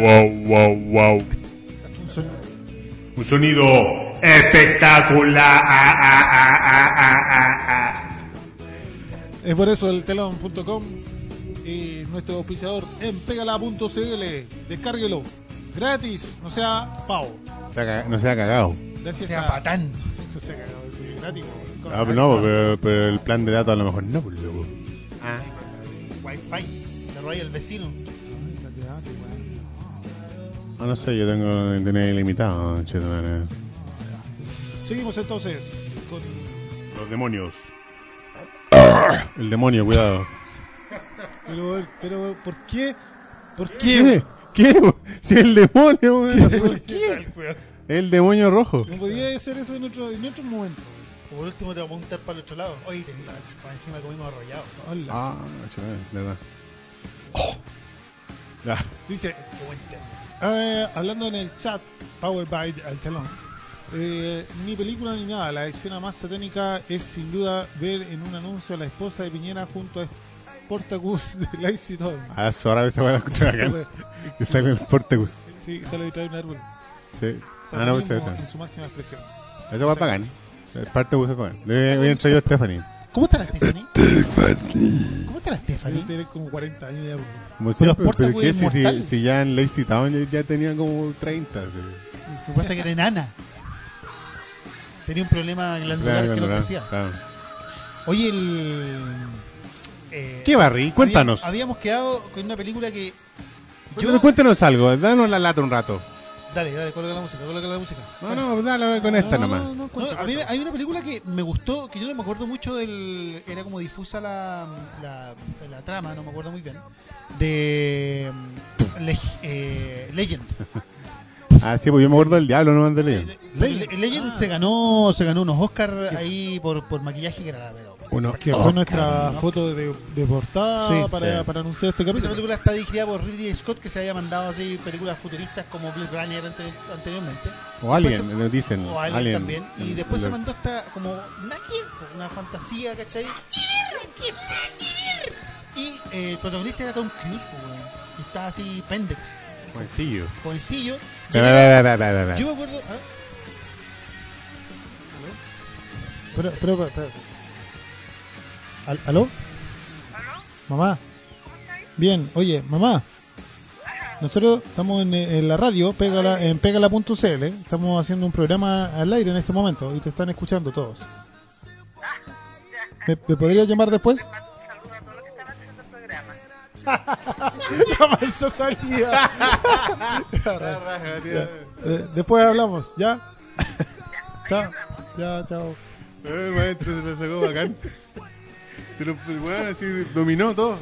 S12: Wow, wow, wow.
S6: Un son-
S12: Un sonido espectacular. Ah, ah, ah, ah, ah, ah, ah.
S6: Es por eso el telón.com y eh, nuestro auspiciador en pegala.cl. Descárguelo gratis, no sea pavo.
S12: ah.
S3: No se ha cagado.
S6: Gracias
S4: sea
S6: a
S4: patán.
S6: No sea cagado, sí, gratis. po.
S3: Ah, no, pero, pero el plan de datos a lo mejor no, pues, loco.
S4: Ah. Wi-Fi, te roba el vecino.
S3: Ah, no sé, yo tengo internet ilimitado. che, no, no.
S6: Seguimos entonces con
S3: Los demonios. El demonio, cuidado.
S6: pero, pero ¿por qué? ¿Por
S3: ¿Qué?
S6: qué?
S3: ¿Qué? Si el demonio, weón.
S4: ¿Qué? tal,
S3: El demonio rojo.
S6: No podía hacer eso en otro, en otro momento.
S4: Por último te vamos a apuntar para el otro lado. Oye, tenés la chupa encima comimos arrollado.
S6: Hola.
S3: Ah, che, de verdad. Oh. Ya.
S6: Dice, eh, hablando en el chat, Power by el telón. eh, ni película ni nada, la escena más satánica es sin duda ver en un anuncio a la esposa de Piñera junto a Sportacus de Lazy Town.
S3: A la zorra esa weá la escuchar acá. Que sale el Portegus.
S6: Sí, sale detrás de un árbol.
S3: Sí. Ah, no,
S6: Satanismo
S3: pues se ve.
S6: en su máxima expresión.
S3: Eso va a pagar. El Portegus se pagan. Le voy a entrar yo a Stephanie.
S4: ¿Cómo está la Stephanie?
S3: Stephanie.
S4: ¿Cómo está la Stephanie?
S6: Tiene como 40 años ya.
S3: Como
S4: Pero
S3: siempre,
S4: Porta,
S3: pero
S4: güey,
S3: ¿qué? Si, si,
S4: inmortal.
S3: si ya en Lazy Town ya- ya tenía como 30. sí.
S4: Lo que pasa es que era enana. Tenía un problema glandular
S3: Claro,
S4: que lo
S3: claro,
S4: hacía.
S3: claro.
S4: Oye, el. eh,
S3: ¿Qué, Barry?
S4: había-
S3: Cuéntanos.
S4: Habíamos quedado con una película que.
S3: Cuéntanos- Cuéntanos algo, danos la lata un rato.
S4: Dale, dale, coloca la música, coloca la música.
S3: No, no, dale con esta
S4: no,
S3: nomás.
S4: no, no, cuenta, a mí me- hay una película que me gustó, que yo no me acuerdo mucho del. Era como difusa la, la, la trama, no me acuerdo muy bien. De. mm, Leg- eh, Legend.
S3: Ah, sí, pues yo me acuerdo del diablo, no mandé ley.
S4: Le- Legend Ah. se ganó se ganó unos Oscars ahí por, por maquillaje que era la peor.
S6: que
S3: oh,
S6: fue nuestra foto de, de portada
S4: Sí,
S6: para,
S4: sí.
S6: para anunciar este
S4: Esa
S6: capítulo.
S4: película está dirigida por Ridley Scott, que se había mandado así películas futuristas como Blade Runner ante- anteriormente.
S3: O Alien, nos dicen.
S4: O Alien, también. Y
S3: El-
S4: después
S3: el-
S4: se mandó esta como una, una fantasía, ¿cachai? Y eh, el protagonista era Tom Cruise, pues, weón. y estaba así pendex,
S3: Juancillo.
S4: jovencillo.
S3: Ve, ve, ve, ve, ve, ve, ve.
S4: Yo me acuerdo... ah,
S6: Pero, pero, pero, pero. Al- ¿Aló? Mamá. Bien, oye, mamá. Nosotros estamos en, eh, en la radio, pégala, en pégala.cl. Estamos haciendo un programa al aire en este momento y te están escuchando todos. ¿Me, me podrías llamar después? La mansa salida. Eh, después hablamos, ¿ya? Chao. Ya, chao.
S3: Eh, El maestro se la sacó bacán. Se lo bueno, así dominó todo.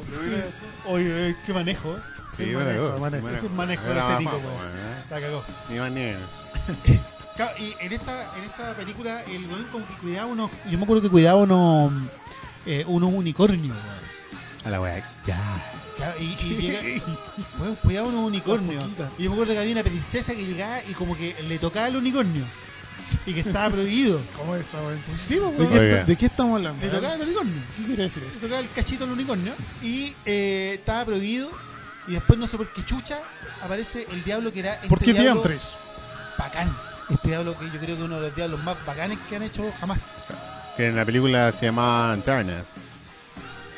S4: Oye, eh, qué manejo.
S3: Sí,
S4: Qué
S3: buena
S4: manejo,
S3: cosa,
S4: manejo.
S3: buena
S4: Ese es
S3: cosa.
S4: manejo
S3: Era
S4: de ese
S3: mamá,
S4: weón.
S3: weón.
S4: La cagó.
S3: Ni más ni menos.
S4: Claro, y en esta, en esta película el weón como que cuidaba unos... Yo me acuerdo que cuidaba unos, eh, unos unicornios, weón.
S3: A la wea. Ya.
S4: Claro, y, y llega- Weón, cuidaba unos unicornios. Y yo me acuerdo que había una princesa que llegaba y como que le tocaba el unicornio. Y que estaba prohibido.
S6: ¿Cómo es eso,
S4: Pues sí, pues,
S6: ¿De
S4: weón.
S6: qué,
S3: Oiga.
S6: de qué estamos hablando?
S4: Le tocaba el unicornio.
S6: ¿Qué quiere decir
S4: Le
S6: eso?
S4: tocaba el cachito al unicornio. Y eh, estaba prohibido. Y después no sé por qué chucha aparece el diablo que era este
S6: ¿Por qué
S4: diablo
S6: diantres?
S4: bacán. Este diablo que yo creo que es uno de los diablos más bacanes que han hecho jamás.
S3: Que en la película se llamaba Turner.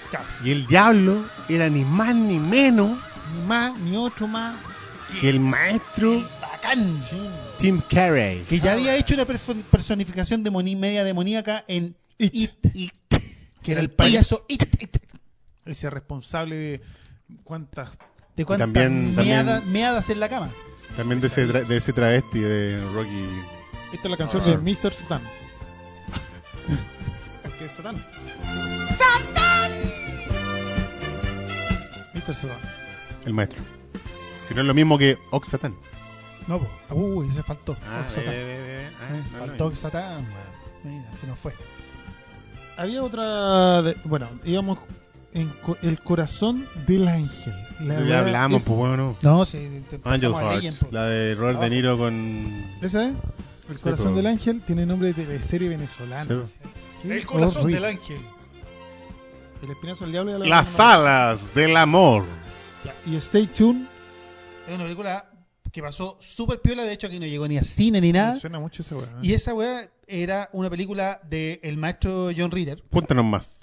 S4: Claro.
S3: Y el diablo era ni más ni menos
S6: Ni más, ni otro más.
S3: que el maestro
S4: bacán.
S19: Tim Carey.
S4: Que ya había hecho una perfo- personificación de moni- media demoníaca en It. Que era el payaso It. It.
S6: Ese responsable de cuántas.
S4: De cuántas
S3: También- también-
S4: meada- meadas en la cama.
S3: También de ese, tra- de ese travesti de Rocky.
S6: Esta es la canción de Mr. Satan. Porque es Satan. Mr. Satan.
S3: El maestro. Que no es lo mismo que Oxatan.
S4: No, po. uy, se faltó.
S3: Ah,
S4: Oxatán.
S3: ve, ve, ve, ve. Ah,
S4: Eh,
S3: no,
S4: faltó
S3: no.
S4: Oxatán, weón. Mira, se nos fue.
S6: Había otra. de- bueno, íbamos. En co- el corazón del ángel. La
S3: Ya
S6: weá
S3: hablamos,
S6: es-
S3: pues bueno.
S4: No, sí, te- te-
S3: Angel
S4: estamos a Legend,
S3: Hearts.
S4: po.
S3: La de Robert De
S4: Abajo.
S3: Niro con.
S6: ¿Esa es? El
S3: Sí,
S4: pues,
S6: corazón
S3: po.
S6: del ángel tiene nombre de teleserie venezolana.
S3: Sí,
S6: Qué
S4: El corazón
S6: horrible.
S4: del ángel.
S6: El espinazo del diablo y la
S3: Las
S6: mano.
S3: alas del amor.
S6: Y Stay Tuned.
S4: Es una película que pasó súper piola. De hecho, aquí no llegó ni a cine ni nada.
S6: Me Suena mucho esa weá. ¿eh?
S4: Y esa weá era una película del el maestro John Reader.
S3: Cuéntanos más.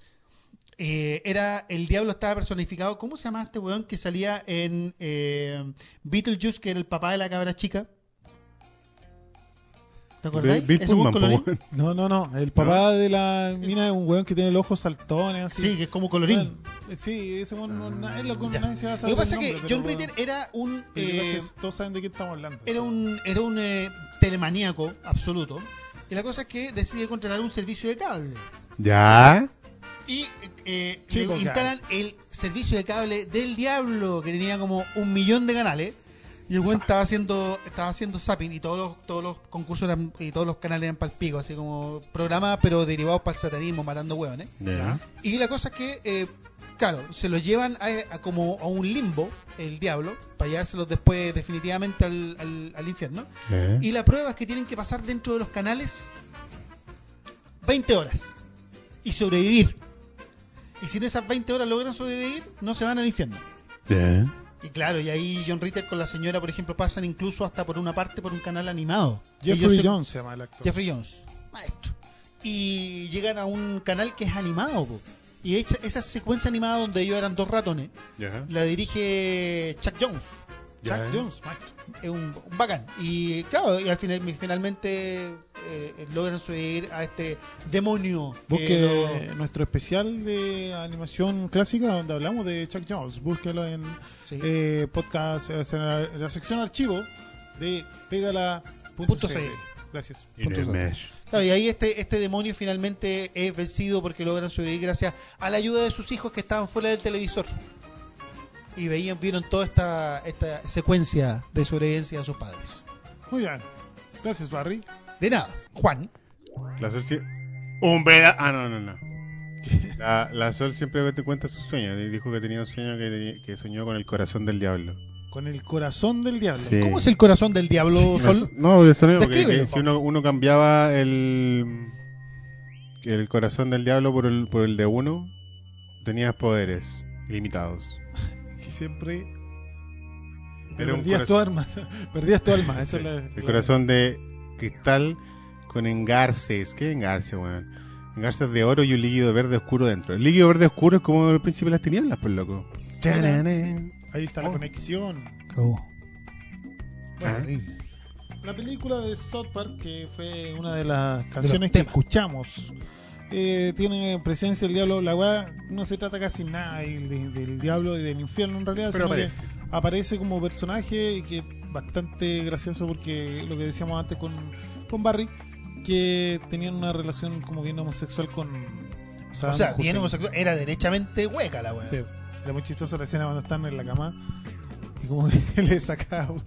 S4: Eh, era El Diablo estaba personificado. ¿Cómo se llamaba este weón que salía en eh, Beetlejuice, que era el papá de la cabra chica? ¿Te acordáis?
S3: Bill- Bill
S4: Ese weón
S3: Pullman, po,
S4: colorín.
S3: weón.
S6: No, no, no. El papá de la mina es un weón que tiene los ojos saltones. Así.
S4: Sí, que es como colorín. Mm,
S6: Bueno, eh, sí, ese weón no, nadie lo conoce,
S4: Ya.
S6: nadie se va a
S4: Lo
S6: saber
S4: que
S6: el
S4: pasa es
S6: nombre,
S4: que
S6: pero
S4: John
S6: bueno.
S4: Reader era un...
S6: Pero
S4: eh,
S6: cachas, todos saben de qué estamos hablando.
S4: era un, era un eh, telemaníaco absoluto. Y la cosa es que decide contratar un servicio de cable.
S3: Ya.
S4: Y eh,
S6: Sí,
S4: le
S6: con
S4: instalan el servicio de cable del diablo, que tenía como un millón de canales. Y el buen estaba haciendo, estaba haciendo zapping y todos los, todos los concursos eran- y todos los canales eran para pico, así como programas pero derivados para el satanismo, matando hueones.
S3: Ya.
S4: Y la cosa es que, eh, claro, se los llevan a, a como a un limbo, el diablo, para llevárselos después definitivamente al, al- al infierno.
S3: Ya.
S4: Y la prueba es que tienen que pasar dentro de los canales 20 horas y sobrevivir. Y si en esas 20 horas logran sobrevivir, no se van al infierno.
S3: Ya.
S4: Y claro, y ahí John Ritter con la señora, por ejemplo, pasan incluso hasta por una parte por un canal animado.
S6: Jeffrey
S4: Ellos se-
S6: Jones se llama el actor.
S4: Jeffrey Jones, maestro. Y llegan a un canal que es animado. po. Y hecha- esa secuencia animada donde ellos eran dos ratones,
S3: Ya.
S4: la dirige Chuck Jones.
S6: Jack
S3: Ya. eh.
S6: Jones, maestro.
S4: Es un, un bacán. Y claro, y al final, y finalmente eh, logran subir a este demonio. que
S6: Busque
S4: lo-
S6: nuestro especial de animación clásica donde hablamos de Chuck Jones. Búsquelo en
S4: sí.
S6: eh, podcast, eh, en la, en la sección archivo de pegala.cl.
S4: Punto CL.
S6: Gracias.
S3: In
S6: Punto
S3: a
S6: CL.
S3: mesh.
S4: Claro, y ahí este, este demonio finalmente es vencido porque logran sobrevivir gracias a la ayuda de sus hijos que estaban fuera del televisor. Y veían, vieron toda esta, esta secuencia de sobrevivencia de sus padres.
S6: Muy bien. Gracias, Barry.
S4: De nada, Juan.
S3: La Sol sí- Un veda. Ah, no, no, no. La, la Sol siempre te cuenta sus sueños. Y Dijo que tenía un sueño que, tenía- que soñó con el corazón del diablo.
S6: Con el corazón del diablo.
S3: Sí.
S4: ¿Cómo es el corazón del diablo, Sol?
S3: No, de sonido, porque
S4: Descríbelo,
S3: que si
S4: Pablo.
S3: uno, uno cambiaba el, el corazón del diablo por el, por el de uno, tenías poderes limitados.
S6: Que siempre
S3: Era un
S6: perdías tu
S3: corazón-
S6: alma. perdías tu alma.
S3: Sí,
S6: Esa es la-
S3: El
S6: la-
S3: corazón de cristal con engarces. ¿Qué engarce, weón? Engarces de oro y un líquido verde oscuro dentro. El líquido verde oscuro es como el príncipe de las tinieblas, pues loco. Chananán.
S6: Ahí está la conexión.
S4: Cagó.
S3: Ah.
S4: Terrible.
S6: La película de South Park, que fue una de las canciones que
S4: temas.
S6: escuchamos, eh, tiene presencia del diablo. La weá no se trata casi nada del, del- del diablo y del infierno en realidad.
S3: Pero
S6: sino que
S3: aparece.
S6: aparece como personaje y que es bastante gracioso porque lo que decíamos antes con, con Barry, que tenían una relación como bien homosexual con...
S4: O
S6: Saddam
S4: sea,
S6: Hussein.
S4: bien homosexual. Era derechamente hueca la weá.
S6: Sí, era muy chistosa la escena cuando están en la cama y como que le sacaba un,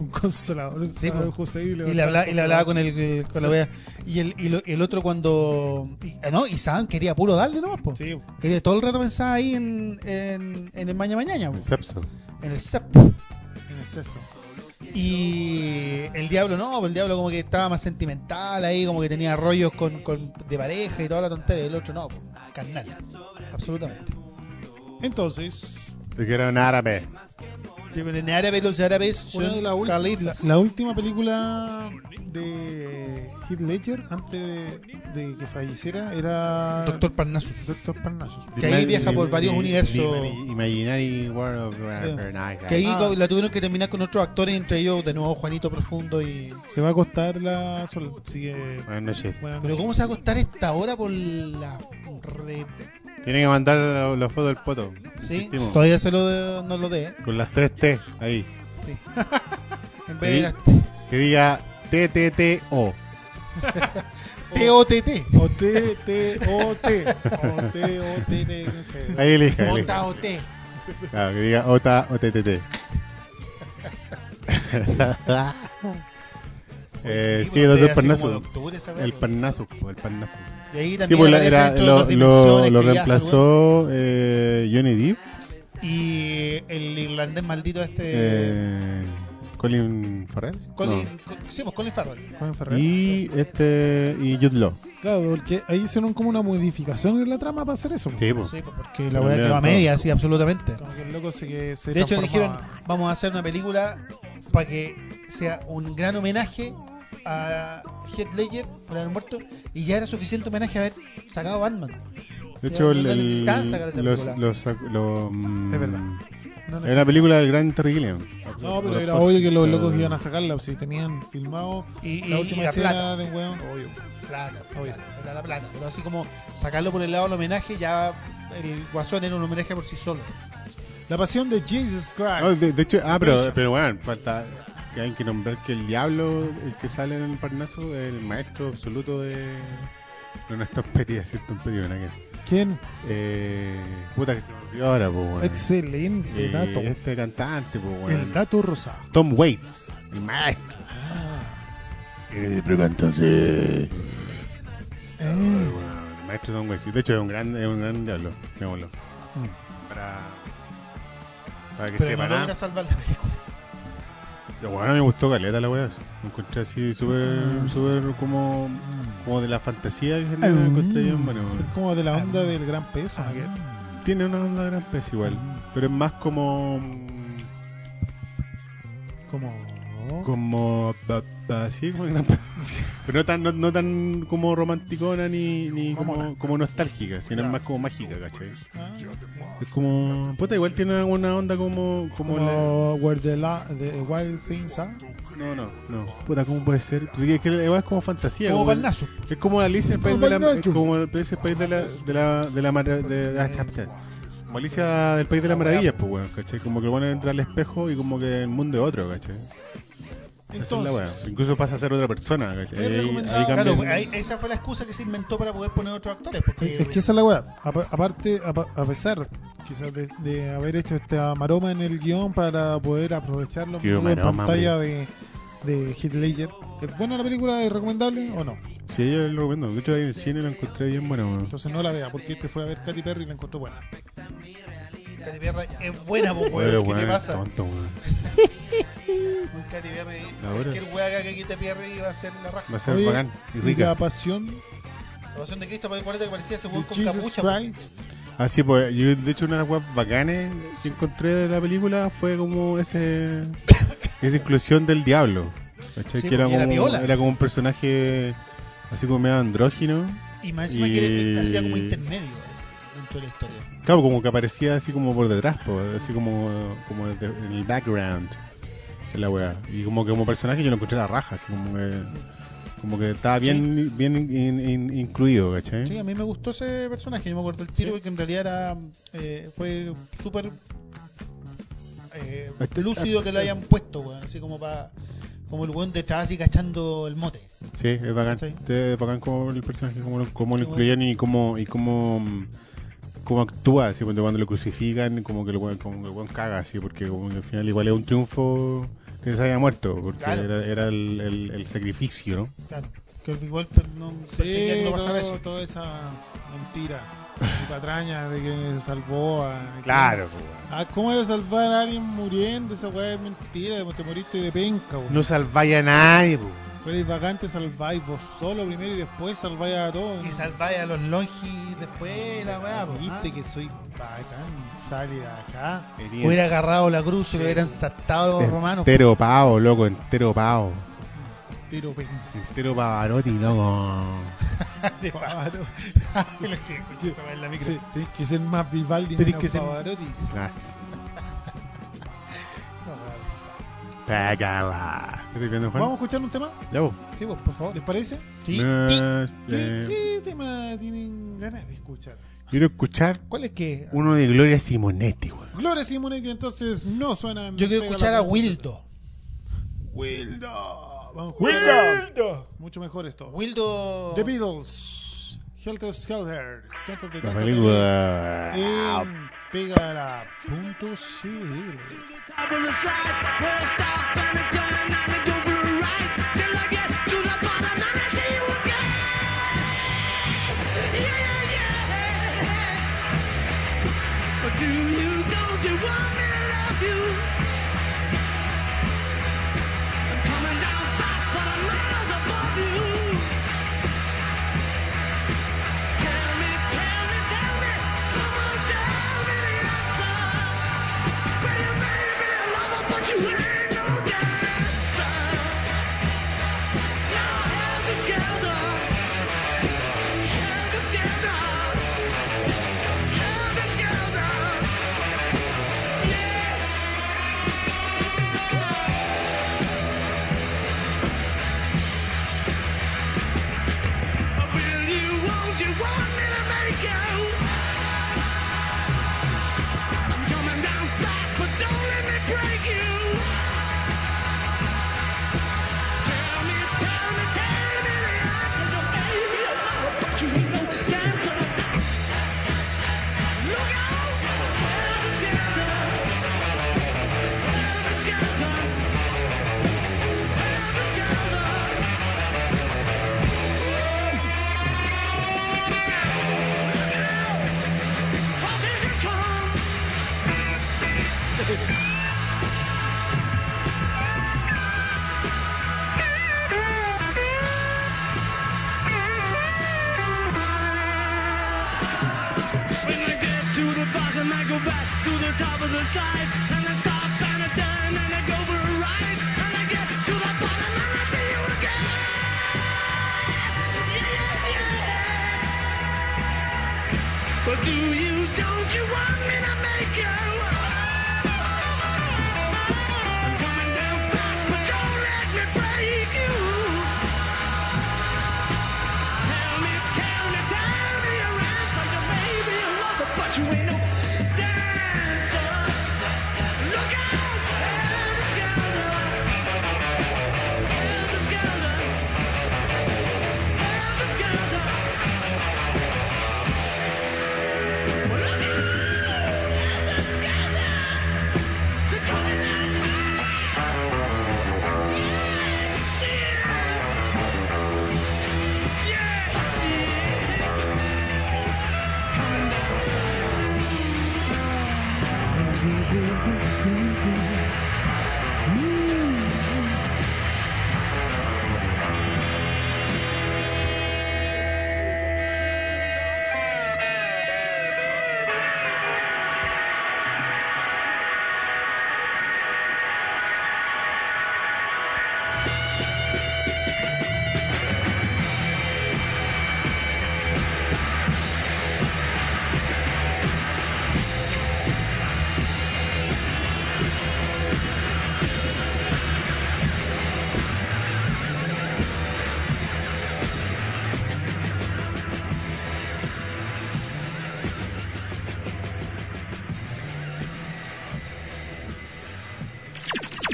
S6: un consolador
S4: Sí,
S6: a Saddam
S4: po.
S6: Hussein y le
S4: Y le,
S6: botaba
S4: habla- y le hablaba con, el, eh, con la
S6: Sí.
S4: wea. Y el, y lo- el otro cuando. y- ah, no, y Saddam quería puro darle nomás, po.
S6: Sí, po.
S4: Quería todo el rato pensaba ahí en, en, en el maña mañana, po.
S3: Inception.
S4: en el CEP.
S6: en exceso.
S4: Y el diablo no, pues el diablo como que estaba más sentimental ahí, como que tenía rollos con, con- de pareja y toda la tontería. El otro no, pues, carnal. Absolutamente.
S6: Entonces,
S3: Porque era un árabe.
S4: En árabe, los árabes
S6: una de
S4: son
S6: la, ul- la-
S4: califas.
S6: la última película de Heath Ledger antes de, de que falleciera era.
S4: Doctor Parnassus.
S6: Doctor Parnassus.
S4: Que ahí viaja por varios universos.
S3: Imaginary World of
S4: Yeah. Que ahí la tuvieron que terminar con otros actores, entre ellos de nuevo Juanito Profundo y.
S6: Se va a acostar la sol. Así que.
S3: Buenas noches.
S4: Pero ¿cómo se va a acostar esta hora por la re-
S3: Tiene que mandar la, la foto del poto.
S4: Sí,
S3: Insistimos.
S4: todavía se lo de- no lo dé. ¿eh?
S3: Con las tres T ahí.
S4: Sí. en
S3: Que
S4: vez de
S3: di-
S4: las
S3: Que diga TTTO.
S4: T-O-T-T.
S3: Oh.
S6: O T, T, O, T. O, T, O, T, T, no sé.
S3: Ahí elija, elija.
S4: Ota o T.
S3: Claro, que diga OTA o TTT. eh, sí,
S4: sí, pero
S3: el
S4: sería
S3: doctor
S4: así como
S3: Parnaso.
S4: de octubre esa weá,
S3: el
S4: pues.
S3: Parnaso, po, el Parnaso.
S4: Y ahí
S3: Sí,
S4: también
S3: pues,
S4: aparece
S3: era-
S4: dentro de
S3: lo,
S4: otras
S3: lo,
S4: dimensiones
S3: lo
S4: que viaja,
S3: reemplazó eh, Johnny Depp.
S4: Y el irlandés maldito este.
S3: Eh, Colin Farrell. No.
S4: Colin, co- sí, pues Colin Farrell.
S6: Juan Ferrer.
S3: Y este y Jude Law.
S6: Claro, porque ahí hicieron como una modificación en la trama para hacer eso.
S3: Sí, po.
S4: Sí, pues, porque la weá
S3: Cambiaron
S4: quedó
S3: todo.
S4: a media, sí, absolutamente.
S6: Como que el loco se, que se
S4: De hecho, dijeron,
S6: transformaba.
S4: vamos a hacer una película para que sea un gran homenaje a Heath Ledger por haber muerto. Y ya era suficiente homenaje haber sacado a Batman.
S3: De
S4: Ya
S3: hecho,
S4: no
S3: el, el-
S4: necesitaban sacar esa
S3: los,
S4: película.
S3: los, lo, mm,
S6: Es verdad. No
S3: era la
S6: necesitan.
S3: película del gran Terry Gilliam.
S6: No, pero
S3: Por-
S6: era
S3: por-
S6: obvio que los locos
S3: eh,
S6: iban a sacarla, si tenían filmado
S4: Y,
S6: la
S4: y-
S6: última
S4: y la
S6: escena
S4: plata.
S6: de weón. Obvio.
S4: Plata,
S6: Obvio.
S4: plata, era la plata. Pero así como sacarlo por el lado del homenaje, ya el Guasón era un homenaje por sí solo.
S6: La pasión de Jesus Christ.
S3: No, de, de hecho, ah, pero, pero bueno, falta que hay que nombrar que el diablo, el que sale en el Parnaso, es el maestro absoluto de. No, no es Tom Petty, es cierto, Tom Petty, bueno, que-
S6: ¿Quién?
S3: Eh, puta que se me olvidó ahora, pues, bueno.
S6: Excelente
S3: Eh,
S6: dato.
S3: Este cantante, pues, bueno.
S6: El dato rosado.
S3: Tom Waits, el maestro. Eh, pero canta así. Ay, bueno, el maestro Tom Waits. De hecho, es un gran, es un gran diablo, digámoslo. Para, para que
S4: Pero
S3: sepa ¿ah?
S4: no
S3: nada.
S4: logra salvar la película.
S3: Lo bueno, me gustó caleta la weá. Me encontré así súper, súper como, como de la fantasía que genera. Me encontré bien bueno.
S6: Es como de la
S4: Ah,
S6: onda del gran peso. que-
S3: Tiene una onda gran pez igual, pero es más como. mm,
S6: Como.
S3: como. ba- ba- sí, como gran pez. Pero no tan, no, no tan como romanticona ni, ni como, Ah. como nostálgica, sino es más como mágica, ¿cachai? Es como. Puta, igual tiene una onda como. como, la-
S6: Como Where the, la- the Wild Things Are.
S3: No, no, no. Puta, ¿cómo puede ser? Porque es que la weá es como fantasía.
S4: Como
S3: como-
S4: Parnaso.
S3: Es como Alicia en el país
S6: Como
S3: de la,
S6: Nacho.
S3: es como el país- el país de la de la de la mara- de- de- ah, chapter. Como Alicia del país de la maravilla, pues weón, ¿cachai? Como que lo van a entrar al espejo y como que el mundo es otro, ¿cachai? Esa es la
S6: Entonces,
S3: weá. Incluso pasa a ser otra persona, ¿cachai?
S6: Es
S3: Ahí- ahí
S6: recomendado,
S3: cambia
S4: Claro,
S3: el-
S4: pues, ahí- esa fue la excusa que se inventó para poder poner otros actores. Porque,
S6: Es que esa es la weá. Apa- Aparte, apa- a pesar quizás de, de haber hecho esta maroma en el guión para poder aprovechar los
S3: Qué
S6: minutos de
S3: maroma,
S6: pantalla de, de Heath Ledger, ¿es buena la película? ¿Es recomendable o no?
S3: Sí, yo lo recomiendo. De hecho, ahí en el cine lo encontré bien bueno, weón.
S6: Entonces no la vea, porque este fue a ver Katy Perry y la encontró buena.
S4: Katy Perry es buena, po,
S3: Weón,
S4: weón. ¿Qué te
S3: weón,
S4: pasa?
S3: tonto, weón.
S4: Con Katy Perry,
S3: La hora.
S4: cualquier weá que haga Katy Perry iba a ser la raja.
S3: Va a ser
S6: Oye,
S3: bacán y
S6: y la
S3: rica.
S6: pasión
S4: La pasión de Cristo, ¿cuál que parecía ese weón
S6: de
S4: con
S6: Jesus
S4: capucha? pues. po.
S6: Christ.
S3: Así pues, yo, de hecho una de las cosas bacanes que encontré de la película fue como ese esa inclusión del diablo. ¿cachai?
S4: Sí,
S3: que era
S4: porque era
S3: como,
S4: viola.
S3: era como un personaje así como medio andrógino.
S4: Y más encima
S3: Y-
S4: que hacía como intermedio eh, dentro de la historia.
S3: Claro, como que aparecía así como por detrás, po, así como, como de- en el background de la weá. Y como que como personaje yo lo encontré a la raja, así como que, como que estaba bien, bien in- in- incluido, ¿cachai?
S4: Sí, a mí me gustó ese personaje. Yo me acuerdo el tiro porque en realidad era, eh, fue súper eh, lúcido que lo hayan puesto, weón. Así como para. Como el weón detrás así cachando el mote.
S3: Sí, es bacán.
S4: ¿Cachai?
S3: Te- Es bacán como el personaje, como lo, cómo lo incluyen y cómo, y cómo, mm, cómo actúa, así, cuando cuando lo crucifican, como que el weón, como que el weón caga, así, porque como que al final igual es un triunfo que se haya muerto, porque
S4: Claro.
S3: era, era el, el- el sacrificio, ¿no?
S4: Claro. Que igual pues, no perseguía que no pasara
S6: todo-
S4: eso.
S6: toda esa mentira y patraña de que salvó a.
S3: pues, weón.
S6: Ah, ¿cómo de salvar a alguien muriendo? Esa weá es mentira, te moriste de penca, weón.
S19: No salváis a nadie, po.
S6: Pero el vagante salváis vos solo primero y después salváis a todos.
S4: Y salváis a los longis después, la weá, po,
S6: Viste
S4: ¿ah?
S6: que soy bacán, sale de acá.
S3: Tenía
S4: Hubiera agarrado la cruz y lo hubieran saltado
S3: Este.
S4: los romanos.
S3: Entero pavo, loco, entero pavo.
S6: Tiro penca.
S3: Entero pavarotti, loco.
S4: Pavarotti. Lo que escuché, esa weá en la micro.
S6: Sí, tenés que ser más Vivaldi
S4: Tenés
S6: menos
S4: que ser-
S6: Pavarotti.
S19: Las
S4: No, weá.
S19: pégala.
S3: ¿Qué estoy viendo, Juan?
S6: Vamos a escuchar un tema.
S3: Ya vos.
S4: Sí, vos, por favor.
S6: ¿Les parece?
S4: Sí.
S3: Eh,
S6: ¿Qué,
S3: eh,
S6: qué tema tienen ganas de escuchar?
S3: Quiero escuchar
S4: ¿Cuál es que?
S3: uno de Gloria Simonetti, weón.
S6: Gloria Simonetti entonces no suena. en
S4: Yo quiero
S6: Pega
S4: escuchar
S6: la
S4: a
S6: Concha.
S4: Wildo.
S6: Wildo. Oh, Vamos a escuchar-
S4: Wildo.
S6: Mucho mejor esto.
S4: Wildo.
S6: The Beatles. Helter Skelter. Tanto de
S3: La
S6: tanto
S3: película.
S4: Eh,
S6: En pegala.cl.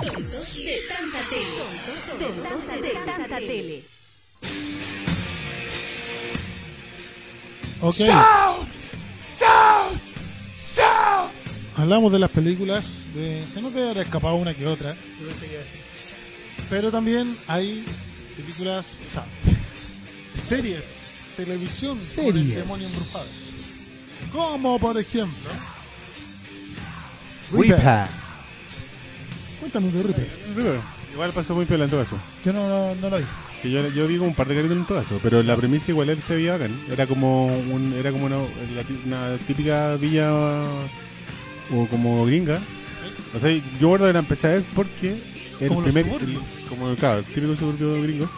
S1: Tontos de tanta tele. Tontos de tanta tele.
S6: Ok. Hablamos de las películas. De... Se nos debe haber escapado una que otra.
S4: Yo pensé que iba a decir.
S6: Pero también hay películas, o sea, series, televisión con el
S4: Series.
S6: demonio embrujado. Como por ejemplo.
S19: Reaper.
S6: Cuéntame de Reaper.
S3: Igual pasó muy piola en todo caso.
S4: Yo no, no, no lo vi.
S3: Sí, yo, yo vi como un par de capítulos en todo caso, pero la premisa igual él se veía bacán. Era como, un, era como una, la tí- una típica villa o como gringa. O sea, yo guardo que la empecé a ver porque el
S4: Como los
S3: primer.
S4: suburbios.
S3: el- como claro, el típico suburbio gringo.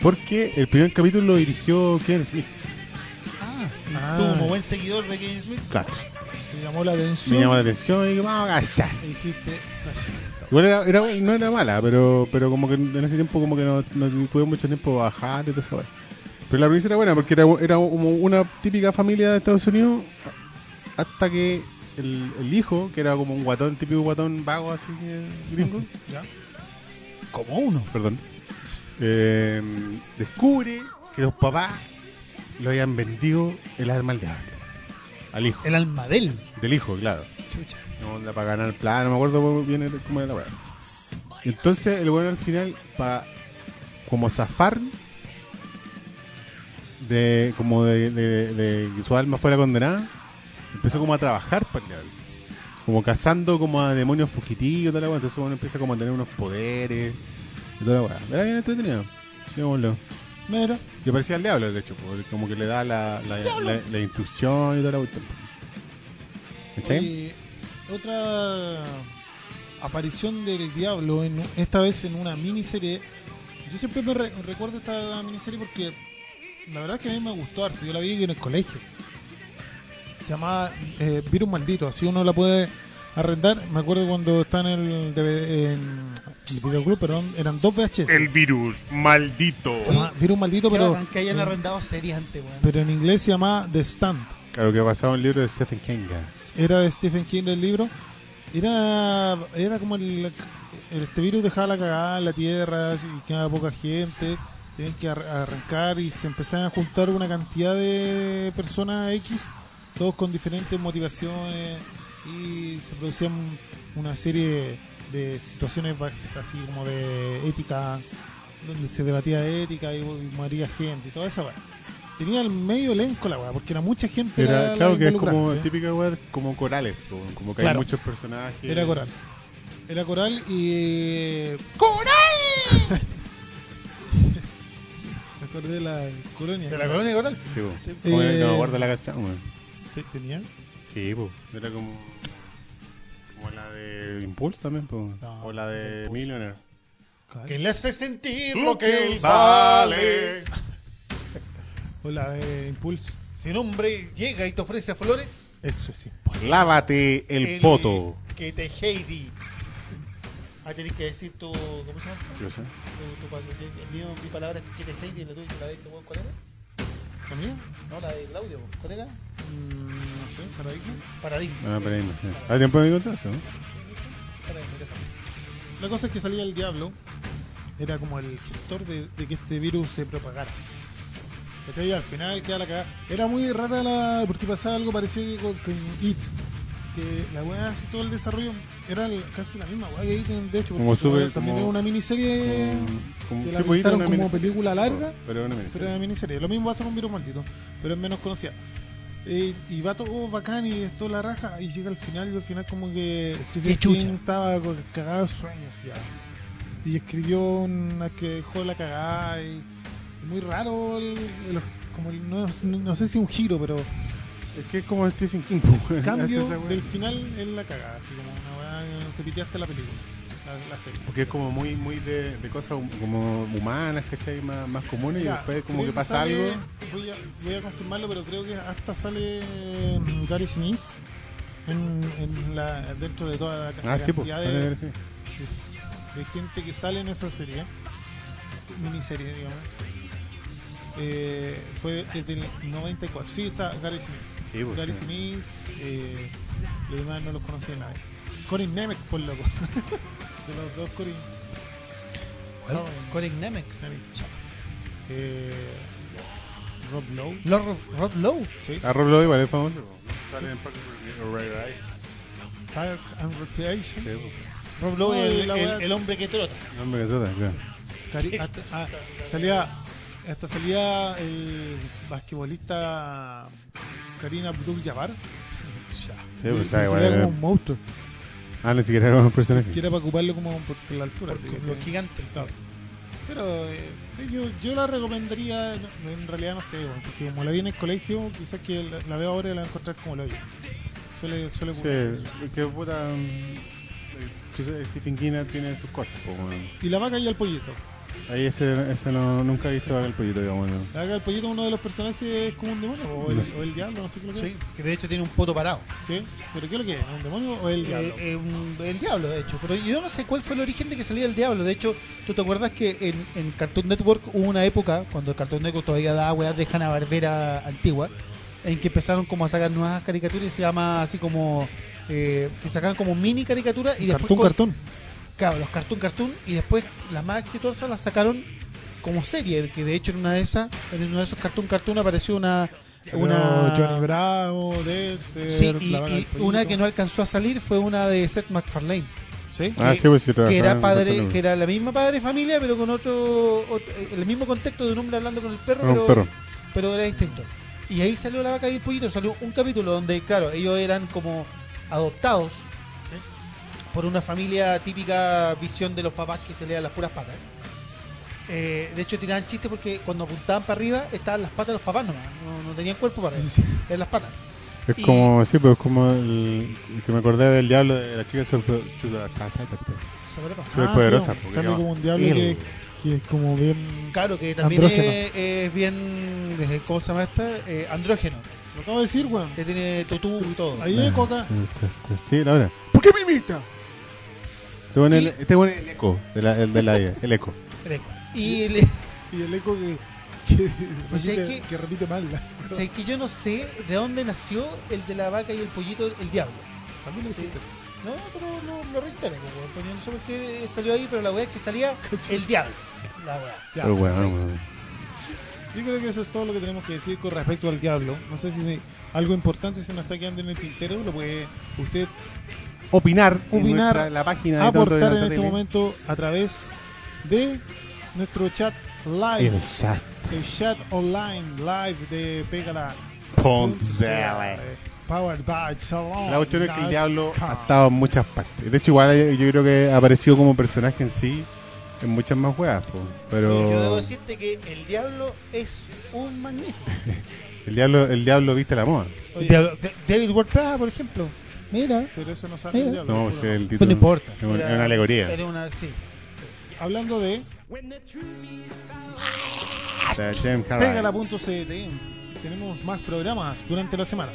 S3: Porque el primer capítulo lo dirigió Kevin Smith.
S4: Ah,
S6: Ah.
S4: tú como buen seguidor de Kevin Smith.
S3: Cacho.
S6: Me llamó la atención.
S3: Me llamó la atención y dije, vamos a agachar.
S6: Y dijiste, "Cachai".
S3: Igual era, era- no era mala, pero, pero como que en ese tiempo como que no, no tuve mucho tiempo para bajar y todo eso. Pero la premisa era buena porque era, era como una típica familia de Estados Unidos hasta que el, el hijo, que era como un guatón, típico guatón vago así eh, gringo,
S4: ¿Ya? Como uno.
S3: perdón, eh, descubre que los papás lo habían vendido el alma al diablo. Al hijo.
S4: El alma de él.
S3: Del hijo, claro.
S4: Chucha.
S3: No, onda para ganar plan, no me acuerdo bien el- cómo era la weá. Y Entonces el bueno al final, para como zafar de como de, de- de que su alma fuera condenada, empezó como a trabajar para el diablo. Como cazando como a demonios fugitivos, toda la weá. Entonces uno empieza como a tener unos poderes y toda la weá. Era bien entretenido. Digámoslo.
S6: Mira,
S3: Y parecía el diablo, de hecho, porque como que le da la, la, la- la instrucción y toda la cuestión. ¿Cachai?
S6: oye, eh, otra aparición del diablo, en, esta vez en una miniserie. Yo siempre me re- recuerdo esta miniserie porque la verdad es que a mí me gustó harto. Yo la vi en el colegio. Se llamaba eh, Virus Maldito, así uno la puede arrendar. Me acuerdo cuando está en el, DVD en el videoclub, perdón, eran dos VHS.
S12: El virus, maldito.
S6: Se llama Virus Maldito,
S4: Qué
S6: pero, eh.
S4: bacán que hayan
S6: en-
S4: arrendado series antes, weón.
S6: pero en inglés se llama The Stand.
S3: Claro, que basado en el libro de Stephen King. ¿eh?
S6: era de Stephen King el libro, era, era como el, el- este virus dejaba la cagada en la tierra, así, y quedaba poca gente, tenían que ar- arrancar y se empezaban a juntar una cantidad de personas X, todos con diferentes motivaciones y se producían una serie de situaciones ba- así como de ética, donde se debatía de ética y, y moría gente y toda esa weá. Tenía el medio elenco la weá, porque era mucha gente. la-
S3: Era,
S6: la
S3: claro que es como
S6: involucrante.
S3: típica web, como corales, po, como que
S6: Claro.
S3: hay muchos personajes.
S6: Era coral. Era coral y.
S4: ¡Coral!
S6: Me acordé de la colonia.
S4: ¿De la colonia coral?
S3: Sí, po.
S4: Sí.
S3: Como era-
S6: Eh,
S3: no, guarda la canción, weón.
S4: ¿Te- ¿Tenía?
S3: Sí, po. Era como. Como la de Impulse también, po.
S4: No,
S3: o la de Millionaire.
S4: Que le hace sentir
S12: Tú
S4: lo que
S12: que
S4: él vale.
S12: vale.
S6: O la de eh, Impulse.
S4: Si un hombre llega y te ofrece flores,
S6: Eso sí.
S3: Pues Lávate el, poto.
S4: Que te Heidi. Ah, tenés que decir tu. ¿Cómo se llama?
S3: ¿Qué cosa?
S4: Tu- tu pa- el mío, mi palabra es que te Heidi, la tuya, la de este weón, ¿cuál era?
S6: ¿La mía?
S4: No, la de Claudio, ¿cuál era?
S6: Mm, no sé, paradigma.
S4: Paradigma.
S3: Ah, pero ahí no sé. ¿Hay tiempo de encontrarse, no?
S4: Paradigma, ya sabes.
S6: La cosa es que salía el diablo. Era como el gestor de, de que este virus se propagara. ¿Cachai? Al final queda la cagada. Era muy rara la. porque pasaba algo parecido que con, con It. Que la weá así todo el desarrollo era el- casi la misma weá que It, de hecho.
S3: Como
S6: porque
S3: sube-
S6: también
S3: como-
S6: era una miniserie.
S3: Como,
S6: Eh, que
S3: sí,
S6: la
S3: po, era
S6: pintaron
S3: una
S6: como
S3: miniserie.
S6: película larga,
S3: Pero era una
S6: pero era
S3: miniserie.
S6: una miniserie. Lo mismo pasa con Virus Maldito, pero es menos conocida. Eh, y va todo bacán y es toda la raja y llega al final y al final como que Stephen
S4: Qué chucha.
S6: King estaba con- cagado de sueños ya. Y escribió una que dejó la cagada y y muy raro el- el- como el- no, no sé si un giro, pero
S3: Es que es como Stephen King, po, weón. Hace
S6: cambio
S3: esa weá.
S6: del final en la cagada, así como una weá, te piteaste la película, la, la serie.
S3: Porque es como muy, muy de, de cosas hum- como humanas, ¿cachai? Más, más comunes
S6: Mira,
S3: y después como
S6: creo
S3: que pasa
S6: sale-
S3: algo.
S6: Voy a, voy a confirmarlo, pero creo que hasta sale mm, Gary Sinise en, en la, dentro de toda la, ca-
S3: Ah, sí, pues.
S6: cantidad de, de gente que sale en esa serie, miniserie, digamos. Eh, fue desde el 94. Sí, está Gary Sinise.
S3: Sí, pues,
S6: Gary
S3: sí.
S6: Sinise, eh, los demás no los conocía nadie. Corin Nemec, por loco. de los dos Corin
S4: ¿Cuál? Colin Nemec.
S6: Nemec. Eh, Rob Lowe.
S4: Lord Rod Low.
S6: Sí.
S3: A Ah, Rob Lowe igual es famoso. Sale en Parque Ray Ray.
S6: Park and Recreation.
S3: Sí,
S4: Rob Lowe,
S6: No, y
S4: el,
S6: la
S4: el-
S6: wea-
S4: el hombre que trota.
S3: pues. Nombre que trata, claro.
S6: Cari- hasta, ah, salía, hasta salía el basquetbolista Karina Abdul Jabbar.
S3: Sí, pues, sabe, igual
S6: salía
S3: era-
S6: como un monstruo.
S3: Ah, ni siquiera era un personaje.
S6: Que era para ocuparlo como por, por la altura. así
S4: Porque
S6: que-
S4: los gigantes.
S6: Claro. Pero eh, sí, yo, yo la recomendaría, no, en realidad no sé, bueno, porque como la vi en el colegio, quizás que la, la veo ahora y la voy a encontrar como la vi. Suele, suele
S3: Sí,
S6: ocurrir.
S3: es que puta. mm, eh, Stephen King tiene sus cosas, po, weón.
S6: Y la vaca y el pollito.
S3: Ahí ese, ese no, nunca he visto Haga el Pollito, digamos. ¿no?
S4: Haga el pollito uno de los personajes como un demonio, o el,
S3: No sé.
S4: o el diablo, no sé qué es lo que
S6: Sí, que de hecho tiene un poto parado.
S4: ¿Qué? ¿Pero qué es lo que es? ¿Un demonio o el diablo?
S6: Eh, eh, un- el diablo, de hecho. Pero yo no sé cuál fue el origen de que salía el diablo. De hecho, ¿tú te acuerdas que en, en Cartoon Network hubo una época, cuando el Cartoon Network todavía daba weas de Hanna Barbera antigua, en que empezaron como a sacar nuevas caricaturas y se llama así como. eh, que sacaban como mini caricaturas y después.
S4: Cartoon,
S6: co-
S4: cartoon.
S6: Claro, los Cartoon Cartoon y después las más exitosas las sacaron como serie, que de hecho en una de esas, en uno de esos Cartoon Cartoon apareció una
S4: Salió
S6: una
S4: Johnny Bravo, Dexter,
S6: Sí, y,
S4: la Vaga del
S6: y
S4: Pollito.
S6: una que no alcanzó a salir fue una de Seth MacFarlane.
S4: Sí.
S3: Ah,
S6: que,
S3: sí, pues sí, trabajaba
S6: que era
S3: en Cartoon
S6: padre,
S3: Network.
S6: que era la misma padre y familia, pero con otro, ot- eh, el mismo contexto de un hombre hablando con el perro,
S3: Con un
S6: pero,
S3: perro.
S6: pero era distinto. Y ahí salió la vaca y el pollito, salió un capítulo donde, claro, ellos eran como adoptados por una familia típica visión de los papás que se le dan las puras patas. Eh, de hecho, tiraban chistes porque cuando apuntaban para arriba estaban las patas de los papás nomás, no, no tenían cuerpo para eso, eran las patas.
S3: Es
S6: Y-
S3: como, sí, pero es como el, el que me acordé del diablo de la chica super, super,
S6: Sobrepoderosa.
S4: Ah,
S3: poderosa.
S4: sí, no, sale como un diablo que, que es como bien.
S6: Claro, que también
S4: andrógeno.
S6: es, es bien, eh, ¿cómo se llama esta? Eh, andrógeno.
S4: Lo acabo de decir, weón.
S6: Que tiene tutú y todo.
S4: Ahí es Coca.
S3: Sí, la verdad. Este ¿Por qué me imita? Te pone el, te pone el eco de la, el, de la el eco.
S6: El eco. Y el-
S4: Y el eco que, que,
S6: Pues
S4: repite,
S6: es que-
S4: que repite mal. las-
S6: o sea, que yo no sé de dónde nació el de la vaca y el pollito, el diablo.
S4: También lo dijiste.
S6: No, pero lo, lo reitero, pues, weón, porque yo no sé por qué salió ahí, pero la weá es que salía el diablo. La weá.
S4: Ya.
S3: Pero bueno, bueno.
S4: Yo creo que eso es todo lo que tenemos que decir con respecto al diablo. No sé si hay algo importante se nos está quedando en el tintero. Lo puede usted
S3: Opinar, en
S4: opinar,
S3: nuestra- la página de Tonto
S4: aportar
S3: de
S4: en
S3: la
S4: este
S3: tele.
S4: momento a través de nuestro chat live.
S3: El chat.
S4: El chat online live de Pégala.
S3: Ponzele.
S4: eh, Powered by Salon.
S3: La cuestión es que el diablo
S4: Com.
S3: ha estado en muchas partes. De hecho, igual eh, yo creo que ha aparecido como personaje en sí en muchas más weas, po.
S6: Yo debo
S3: pero
S6: decirte que el diablo es un magnífico.
S3: el diablo, el diablo viste la moda.
S6: El diablo- de- David Ward Prada, por ejemplo. Mira.
S4: Pero eso no sale
S6: Mira.
S4: el diablo.
S3: No,
S4: puro.
S3: si el
S6: Pues
S3: título-
S6: no importa.
S3: Es una,
S6: Era-
S3: es una alegoría.
S6: Era una, sí.
S4: Hablando de
S3: O sea, James Harden.
S4: Pégala.ctm. Tenemos más programas durante la semana.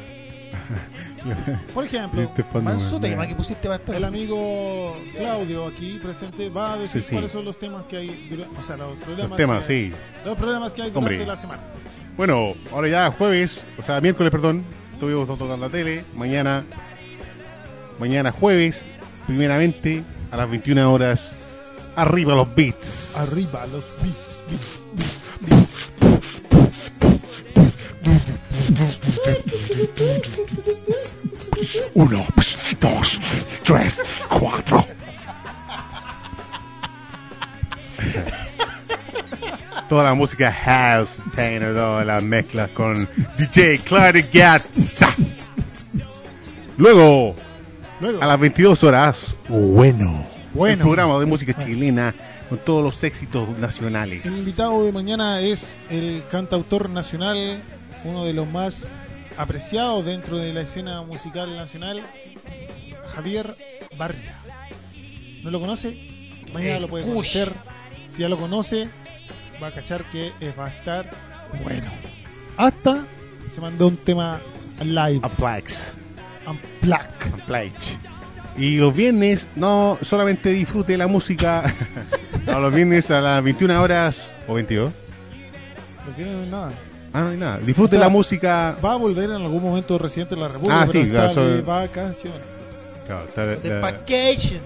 S4: Por ejemplo,
S3: Este fondo,
S6: Manso
S3: weón,
S6: tema
S3: mira.
S6: que pusiste bastante.
S4: el amigo Claudio aquí presente va a decir
S3: Sí, sí.
S4: cuáles son los temas que hay, dura- o sea, los programas,
S3: Los temas,
S4: que hay,
S3: sí.
S4: los programas que hay durante
S3: Hombre.
S4: la semana.
S3: Bueno, ahora ya jueves, o sea, miércoles, perdón, tuvimos Tonto en la tele. Mañana, mañana jueves, primeramente, a las 21 horas, arriba los beats.
S4: Arriba los beats, beats, beats,
S20: Uno, dos, tres, cuatro.
S3: Toda la música house, techno, todas las mezclas con DJ Claudio Gatza. Luego,
S4: Luego.
S3: a las 22 horas, bueno,
S4: Bueno.
S3: el programa de música chilena con todos los éxitos nacionales.
S4: El invitado de mañana es el cantautor nacional, uno de los más apreciados dentro de la escena musical nacional, Javier Barria. ¿No lo conoce? Mañana lo puede
S6: Escuche.
S4: conocer. Si ya lo conoce, va a cachar que eh, va a estar bueno. Hasta se mandó un tema live,
S3: A Plax.
S4: and plaque.
S3: Plaich. Y los viernes, no solamente disfrute la música. no, los viernes a las 21 horas o 22.
S4: No tiene nada.
S3: Ah, no hay nada. Disfrute
S4: O sea,
S3: la música.
S4: Va a volver en algún momento reciente la República.
S3: Ah, sí,
S4: pero está
S3: claro,
S4: de
S3: son-
S4: vacaciones.
S3: Claro, está la-
S6: The
S3: la-
S6: Packations.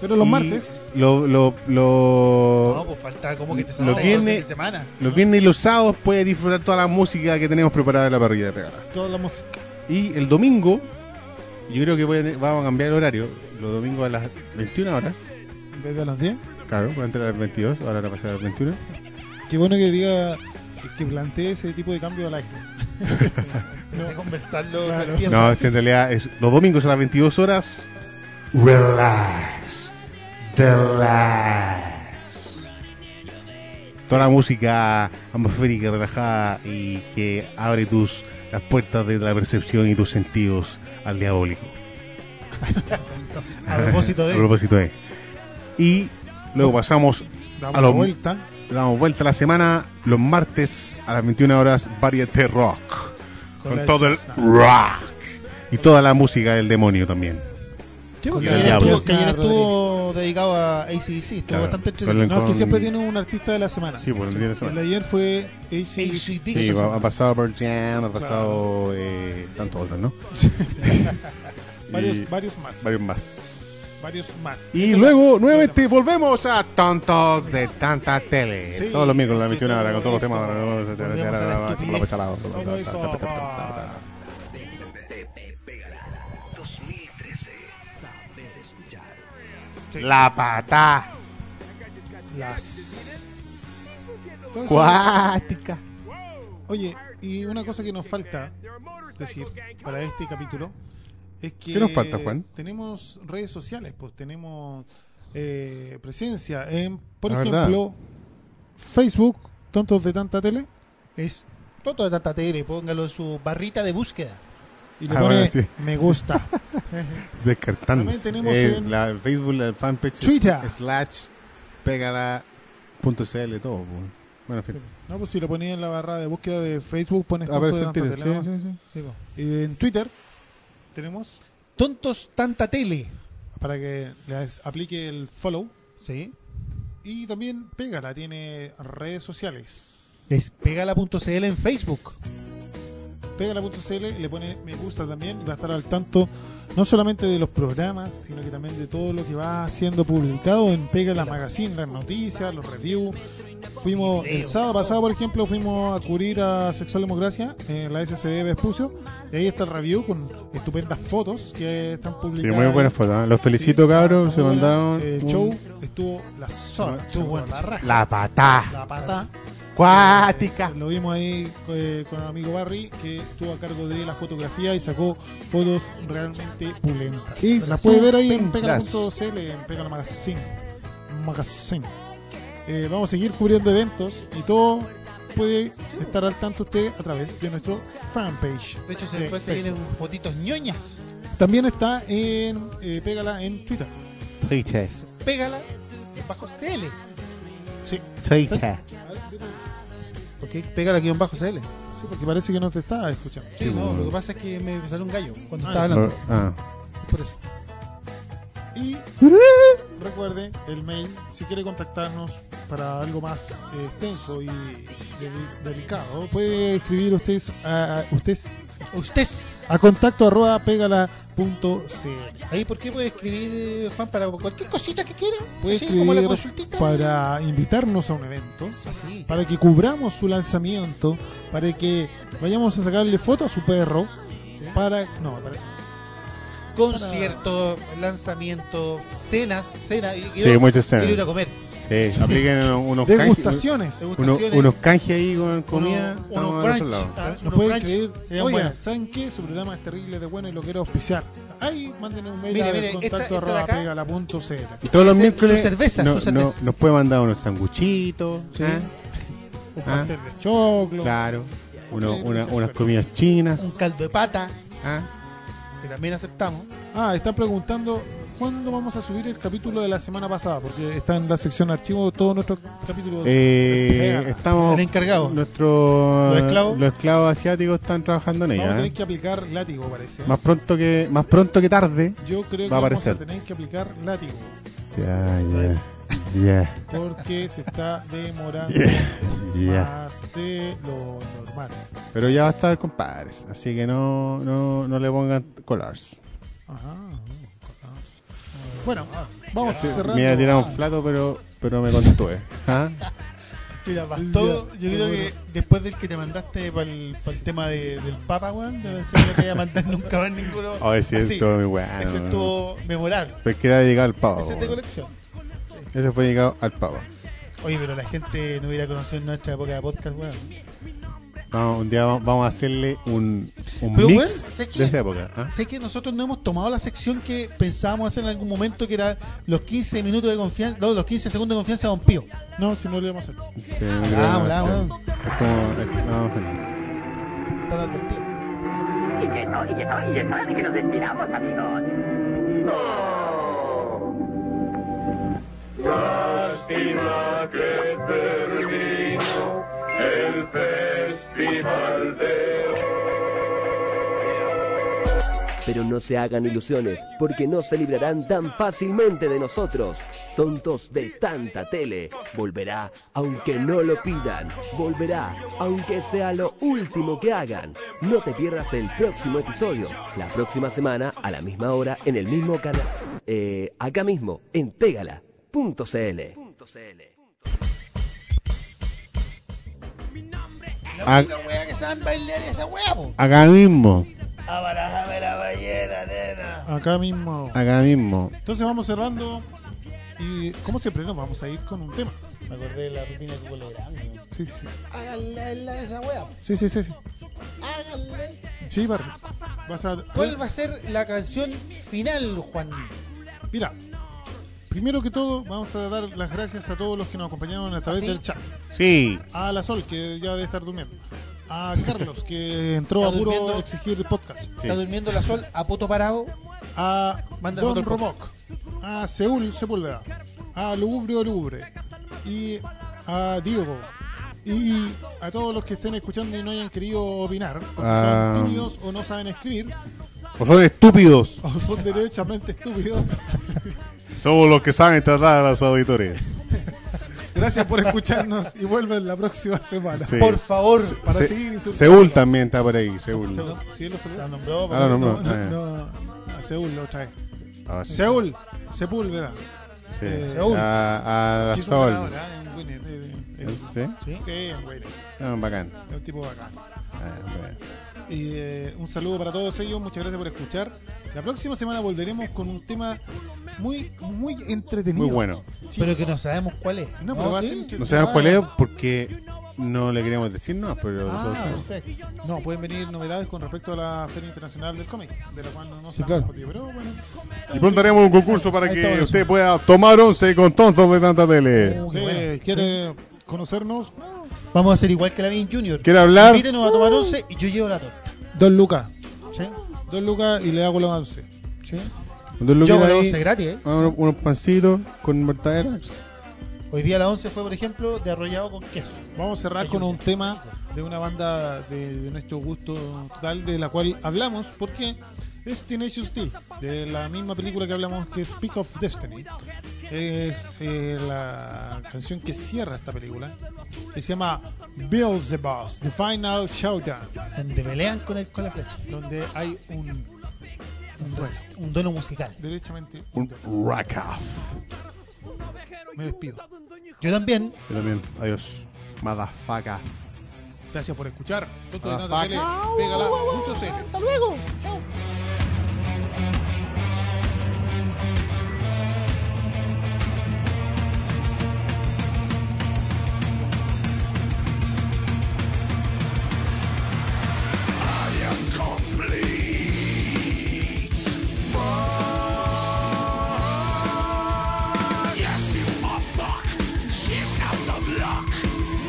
S4: Pero los
S3: y
S4: martes,
S3: Lo, lo- lo-
S6: No, pues falta como que te
S3: los
S6: salga
S3: viernes-
S6: de semana.
S3: los viernes y los sábados puede disfrutar toda la música que tenemos preparada en la parrilla de pegada.
S4: toda la música.
S3: Y el domingo, yo creo que pueden- vamos a cambiar el horario. Los domingos a las 21 horas.
S4: En vez de a las 10.
S3: Claro, pueden entrar a las 22, ahora la pasar a las 21.
S4: Qué bueno que diga que plantee ese tipo de cambio al aire.
S6: De conversarlo.
S4: Claro.
S6: cualquier-
S3: No, si en realidad es los domingos a las 22 horas. Relax. Relax. Toda la música atmosférica, relajada y que abre tus las puertas de la percepción y tus sentidos al diabólico.
S6: A propósito
S3: A
S6: de.
S3: propósito de. Y luego pasamos
S4: Damos la vuelta.
S3: Damos vuelta a la semana, los martes a las 21 horas, Variety Rock.
S4: Con
S3: Con,
S4: la
S3: todo el
S4: Chesna.
S3: rock. Y toda la música del demonio también.
S15: Porque
S3: Con
S15: ayer
S3: la
S15: estuvo,
S3: voz.
S15: que ayer estuvo dedicado a ACDC, estuvo
S3: Claro.
S15: bastante
S3: Con la-
S15: entretenido.
S4: No, es que
S3: con-
S4: siempre tiene un artista de la semana.
S3: Sí, por el día de la
S4: El
S3: semana.
S4: de ayer fue AC/DC.
S3: Sí, ha ha pasado Pearl Jam, ha pasado eh, tantos otros, ¿no?
S4: Varios-
S3: Y-
S4: varios más.
S3: Varios más.
S4: Varios Este más.
S3: Y luego nuevamente volvemos a Tontos de Tanta Tele. Todos los miércoles a las 21 horas con todos los temas. La pata
S4: Las. Todo eso-
S21: Cuática.
S4: Oye, y una cosa que nos falta decir para este capítulo es que.
S3: ¿Qué nos falta, Juan?
S4: Tenemos redes sociales, pues tenemos eh, presencia en, por
S3: La verdad.
S4: ejemplo, Facebook, Tontos de Tanta Tele.
S15: Es Toto de Tata Tele, póngalo en su barrita de búsqueda.
S4: Y le
S3: Ah,
S4: pone
S3: bueno, sí.
S4: me gusta.
S3: descartando. Eh,
S4: También tenemos en-
S3: la el Facebook, la fanpage,
S4: Twitter.
S3: slash, pegala.cl, todo. po. Bueno, en fin.
S4: No, pues si lo ponía en la barra de búsqueda de Facebook, pones
S3: Aparece
S4: Tontos de
S3: el
S4: Tanta
S3: tiro,
S4: Tele,
S3: sí,
S4: ¿no?
S15: Sí, po.
S4: Y en Twitter tenemos
S15: Tontos Tanta Tele.
S4: para que les aplique el follow.
S15: Sí.
S4: Y también Pégala tiene redes sociales.
S15: Es pegala.cl en Facebook.
S4: Pégala.cl le pone me gusta también y va a estar al tanto no solamente de los programas, sino que también de todo lo que va siendo publicado en Pégala Magazine, las noticias, los reviews. Fuimos el sábado pasado, por ejemplo, fuimos a cubrir a Sexual Democracia en la SCD Vespucio. Y ahí está el review con estupendas fotos que están
S3: Sí,
S4: publicadas.
S3: muy buenas fotos. ¿eh? Los felicito,
S4: Sí,
S3: cabros.
S4: muy
S3: Se
S4: buena.
S3: mandaron.
S4: Eh, El
S3: un-
S4: show estuvo la zona, estuvo bueno, la raja.
S21: La patá.
S4: La pata.
S21: Cuática.
S4: Lo vimos ahí eh, con el amigo Barry, que estuvo a cargo de la fotografía y sacó fotos realmente pulentas.
S3: Y
S4: Las puede ver ahí en
S3: estupendas.
S4: pegala.cl, en Pegala Magazine. Magazine. Eh, vamos a seguir cubriendo eventos y todo puede estar al tanto usted a través de nuestro fanpage.
S15: De hecho, se
S4: de
S15: después se
S4: Facebook.
S15: vienen fotitos ñoñas.
S4: También está en eh, Pégala en Twitter.
S21: Twitter.
S15: Pégala bajo CL.
S4: Sí.
S21: Twitter.
S15: Porque pégala guión bajo CL.
S4: Sí, porque parece que no te está escuchando.
S15: Sí, no, lo que pasa es que me salió un gallo cuando
S4: Ah,
S15: estaba
S3: Lo-
S15: hablando.
S3: ah.
S15: Por eso.
S4: Y recuerde el mail si quiere contactarnos para algo más eh, extenso y de- delicado. Puede escribir usted a, a- usted
S15: Usted.
S4: a contacto arroba pegala.cl.
S15: Ahí, ¿por qué puede escribir, eh, Juan, para cualquier cosita que quiera?
S4: Puede
S15: Así, como la
S4: escribir
S15: consultita.
S4: para invitarnos a un evento,
S15: Así.
S4: para que cubramos su lanzamiento, para que vayamos a sacarle foto a su perro, para no, me parece.
S15: Concierto, lanzamiento, cenas, cena. Y,
S3: Sí, muchas cenas.
S15: Quiero ir a comer.
S3: Sí, apliquen unos
S4: Degustaciones.
S3: canjes. unos- unos- unos canjes ahí con comida.
S15: Unos-
S3: estamos
S15: unos
S3: del otro
S15: brunch.
S3: lado.
S15: Ah,
S4: Nos
S15: unos
S4: pueden
S15: brunch
S4: escribir,
S15: serían
S4: oigan,
S15: buenas.
S4: ¿saben qué? Su programa es terrible de bueno y lo quiero auspiciar. Ahí manden un mail
S15: Mire,
S4: a
S15: mire, esta-
S4: contacto
S15: esta de
S4: arroba
S15: acá.
S4: pegala.cl.
S3: Y todos los
S15: Su- su
S3: miércoles
S15: cerveza,
S3: no-
S15: su
S3: no-
S15: cerveza.
S3: nos puede mandar unos sanguchitos, ¿eh?
S4: Un
S3: Ah.
S4: pastel de choclo.
S3: claro, uno-
S4: Sí,
S3: una-
S4: sí,
S3: unas
S4: sí.
S3: comidas
S15: Un
S3: chinas.
S15: caldo de pata,
S3: ¿ah?
S15: que también aceptamos.
S4: Ah, están preguntando cuándo vamos a subir el capítulo de la semana pasada, porque está en la sección archivo todos nuestros capítulos.
S3: Eh,
S4: Pégala.
S3: estamos
S15: El encargado.
S3: nuestros
S15: ¿Los esclavos?
S3: los esclavos asiáticos están trabajando en
S4: Vamos a
S3: ella.
S4: tener
S3: ¿eh?
S4: que aplicar látigo, parece. ¿eh?
S3: Más pronto que más pronto que tarde.
S4: Yo creo que
S3: va a
S4: vamos a
S3: aparecer.
S4: tener que aplicar látigo,
S3: Ya, ya, ya,
S4: porque se está demorando
S3: ya.
S4: más de lo normal.
S3: Pero ya va a estar compadres, así que no no, no le pongan colars.
S4: Ajá. Bueno, vamos cerrando.
S3: Mira, tiramos plato, pero pero me contuve. ¿ah?
S15: Mira, bastó.
S4: Ya,
S15: yo creo que
S4: seguro.
S15: después del que te mandaste para el, tema de- del Papa, weón, debe ser que no te haya mandado nunca más ninguno.
S3: Ay, sí,
S15: así.
S3: estuvo muy bueno.
S15: Ese estuvo memorable.
S3: Pues que era dedicado al pavo.
S15: Ese es de
S3: bueno.
S15: colección.
S3: Ese fue dedicado al pavo.
S15: Oye, pero la gente no hubiera conocido en nuestra época de podcast, weón.
S3: Vamos, un día va- vamos a hacerle un, un
S15: Pero, bueno,
S3: mix
S15: sé que-
S3: de esa época. ¿ah?
S15: Sé que nosotros no hemos tomado la sección que pensábamos hacer en algún momento, que era los 15 minutos de confianza, no, los 15 segundos de confianza de Don Pío.
S4: No, si no le vamos a hacer.
S3: Sí, no creo
S15: Ah,
S3: que
S15: hola,
S3: sea.
S15: weón.
S3: Es como. es- no, no.
S15: Están advertidos.
S22: Y es hora- y es hora- y es hora de que nos despidamos, amigos.
S23: Lástima
S15: que terminó el festival de
S9: Pero no se hagan ilusiones, porque no se librarán tan fácilmente de nosotros. Tontos de tanta tele, volverá aunque no lo pidan, volverá aunque sea lo último que hagan. No te pierdas el próximo episodio, la próxima semana a la misma hora en el mismo canal. Eh, acá mismo, en tegala.cl.
S6: La única wea que saben bailar es esa wea, po.
S3: Acá mismo.
S6: Abarajame la ballena, nena.
S4: Acá mismo.
S3: Acá mismo.
S4: Entonces vamos cerrando. Y como siempre, nos vamos a ir con un tema.
S6: Me acordé de la rutina que hubo grande.
S4: Sí, sí, sí.
S6: Háganle bailar esa wea.
S4: Sí, sí, sí. sí.
S6: Háganle.
S4: Sí, Barry. Vas a-
S6: ¿Cuál va a ser la canción final, Juan?
S4: Mira, primero que todo, vamos a dar las gracias a todos los que nos acompañaron a través
S6: ¿Ah, ¿Sí?
S4: del chat.
S3: Sí.
S4: A la Sol, que ya debe estar durmiendo. A Carlos, que entró a
S6: Está
S4: puro
S6: durmiendo.
S4: exigir podcast.
S6: Está durmiendo la sol a poto parado.
S4: A
S6: Manda foto
S4: Don
S6: al podcast.
S4: Romoc. A Seúl Sepúlveda. A Lugubrio Lugubre. Y a Diego. Y a todos los que estén escuchando y no hayan querido opinar, porque
S3: Ah.
S4: son tímidos o no saben escribir,
S3: O son estúpidos.
S4: o son derechamente estúpidos.
S3: Somos los que saben tratar a las auditorías.
S4: Gracias por escucharnos y vuelven la próxima semana.
S3: Sí.
S4: Por favor,
S3: Se-
S4: para
S3: se-
S4: seguir insultando.
S3: Seúl también está por ahí, Seúl.
S4: Seúl, Sí, lo saludó.
S3: Ah, lo nombró,
S4: No,
S3: ah,
S4: no, no, a Seúl lo trae.
S3: Ah, sí.
S4: Seúl, Sepúlveda.
S3: Sí.
S4: Eh,
S3: A, a la
S4: que es un
S3: Sol.
S4: ganador, ah, un winner, eh, eh,
S3: ¿Sí?
S4: Sí, es un winner.
S3: Ah, bacán.
S4: Es un tipo bacán.
S3: Ah, bueno.
S4: Y, eh, un saludo para todos ellos, muchas gracias por escuchar. La próxima semana volveremos con un tema muy, muy entretenido.
S3: Muy bueno.
S4: Sí.
S6: Pero que no sabemos cuál es.
S4: No, pero va a
S6: Ah, ¿Sí?
S4: ser entre-
S3: No sabemos cuál es porque no le queremos decir nada, pero nosotros
S4: Ah,
S3: sabemos.
S6: perfecto.
S4: No, pueden venir novedades con respecto a la Feria Internacional del Cómic, de la cual no nos
S6: Sí,
S4: han
S6: claro.
S4: respondido, pero bueno.
S3: Y pronto haremos un concurso para
S4: Ahí está
S3: que
S4: eso.
S3: usted pueda tomar once con tontos de tanta tele.
S4: Eh,
S6: Oh,
S4: Sí, ¿Quiere conocernos? No.
S6: Vamos a hacer igual que la Vin Junior.
S3: ¿Quiere hablar?
S6: Invítenos a tomar once y yo llevo la torta.
S4: Dos lucas.
S6: ¿Sí?
S4: Dos lucas y le hago los once.
S6: ¿Sí?
S3: Dos
S6: Yo
S3: luquitas
S6: hago la
S3: ahí,
S6: 11 gratis, ¿eh?
S3: unos, unos pancitos con mortadela.
S6: Hoy día la 11 fue, por ejemplo, de arrollado con queso.
S4: Vamos a cerrar con un tema de una banda de, de nuestro gusto total, de la cual hablamos, porque es Tenacious D, de la misma película que hablamos que es Peak of Destiny. Es eh, la canción que cierra esta película, que se llama Bill's the Boss, The Final Showdown,
S6: Donde pelean con, el, con la flecha.
S4: donde hay un, un duelo,
S6: Un dono musical.
S4: derechamente un
S3: Un
S4: duelo.
S3: rack off.
S4: Me despido.
S6: Yo también.
S3: Yo también. Adiós. Motherfuckers.
S4: Gracias por escuchar. Toto
S3: Ah,
S4: de Nata
S3: fuck.
S4: Tele, pégala, punto CL.
S6: Hasta luego. Chao.
S15: I am complete. Fuck. Yes, you are fucked. Shit out of luck.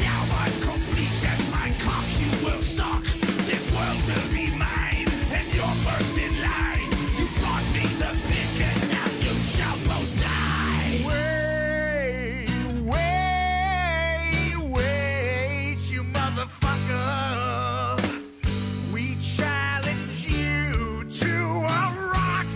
S15: Now I'm complete and my cock you will suck. This world will be mine and you're first in line. You brought me the pick and now you shall both die. Wait, wait, wait, you motherfucker. We challenge you to a rock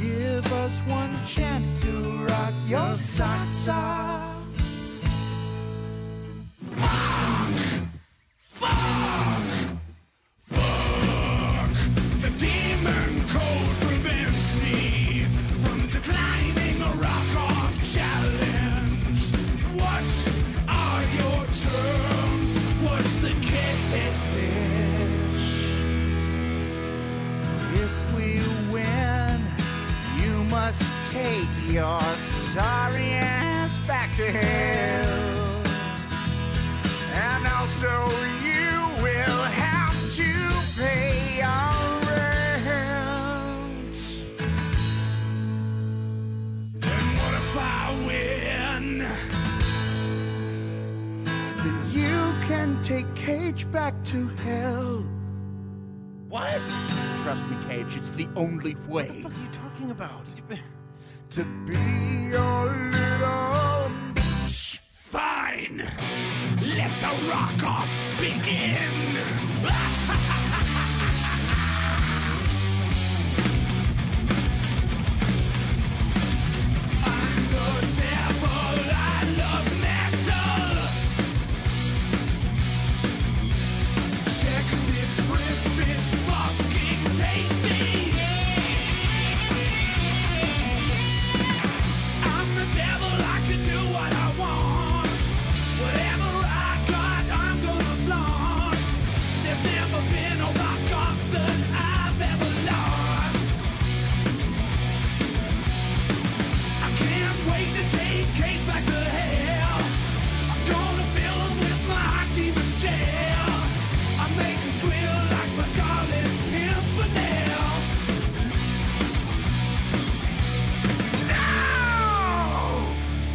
S15: Give us one chance to rock your socks off. The demon code prevents me from declining a rock off challenge. What are your terms? What's the catch? If we win, you must take your sorry ass back to hell. And also you will have to pay your rent. And what if I win? Then you can take Cage back to hell. What? Trust me, Cage, it's the only way. What the fuck are you talking about? To be your little bitch. Fine. Let the rock off begin. I'm the devil. I love metal. Check this riff. It's fucking tasty. I'm the devil, I can do what I want. Whatever I got, I'm gonna flaunt. There's never been a rock off that I've ever lost. I can't wait to take Kate back to hell. I'm gonna fill 'em with my hot demon gel. I make 'em squeal like my scarlet pimpernel.
S9: No!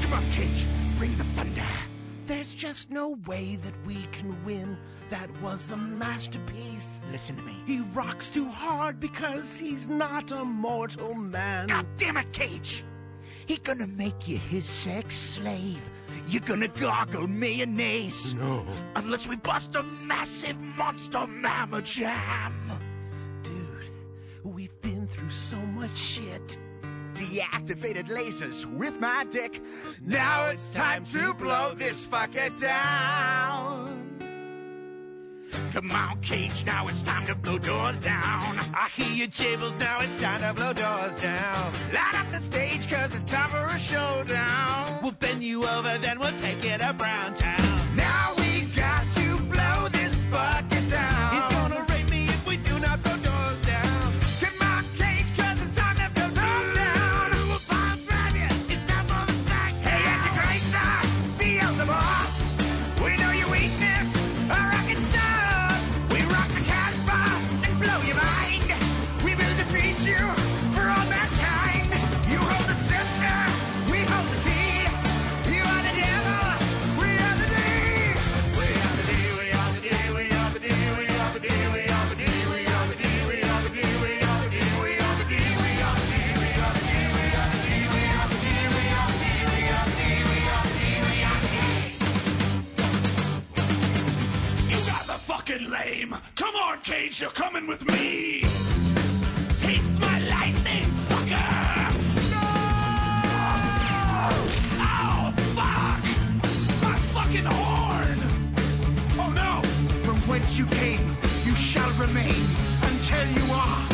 S9: Come on, Cage, bring the thunder. There's just no way that we can win. That was a masterpiece. Listen to me.
S8: He rocks too hard because he's not a mortal man.
S9: God damn it, Cage! He gonna make you his sex slave. You're gonna gargle mayonnaise.
S15: No.
S9: Unless we bust a massive monster mamma jam.
S8: We've been through so much shit.
S9: Deactivated lasers with my dick. Now it's time to blow this fucker down. Come on, Cage, now it's time to blow doors down. I hear your jables, now it's time to blow doors down. Light up the stage, cause it's time for a showdown. We'll bend you over, then we'll take it around town. Now we got to blow this fucker down. He's gonna rape me if we do not blow doors down. Come on, Cage, cause it's time to blow doors down. We will find fabulous, it's time for the back. Hey, Antichrist, feel the boss. We know your weakness, our rocket stars. We rock the Casbah and blow your mind. We will defeat you for all mankind. You hold the scepter, we hold the key. You are the devil, we are the day. We are the day, we are the day, we are the day, we are the day, we are the day, we are the day, we are the day, we are the day, we are the day, we are the day, we are the day, we are the day, we are the day, we are the day, we are the day, we are the day, we are the day. You guys are fucking lame. Come on, Cage, you're coming with me. Taste my lightning, fucker. No! Oh, fuck! My fucking horn! Oh no! From whence you came, you shall remain until you are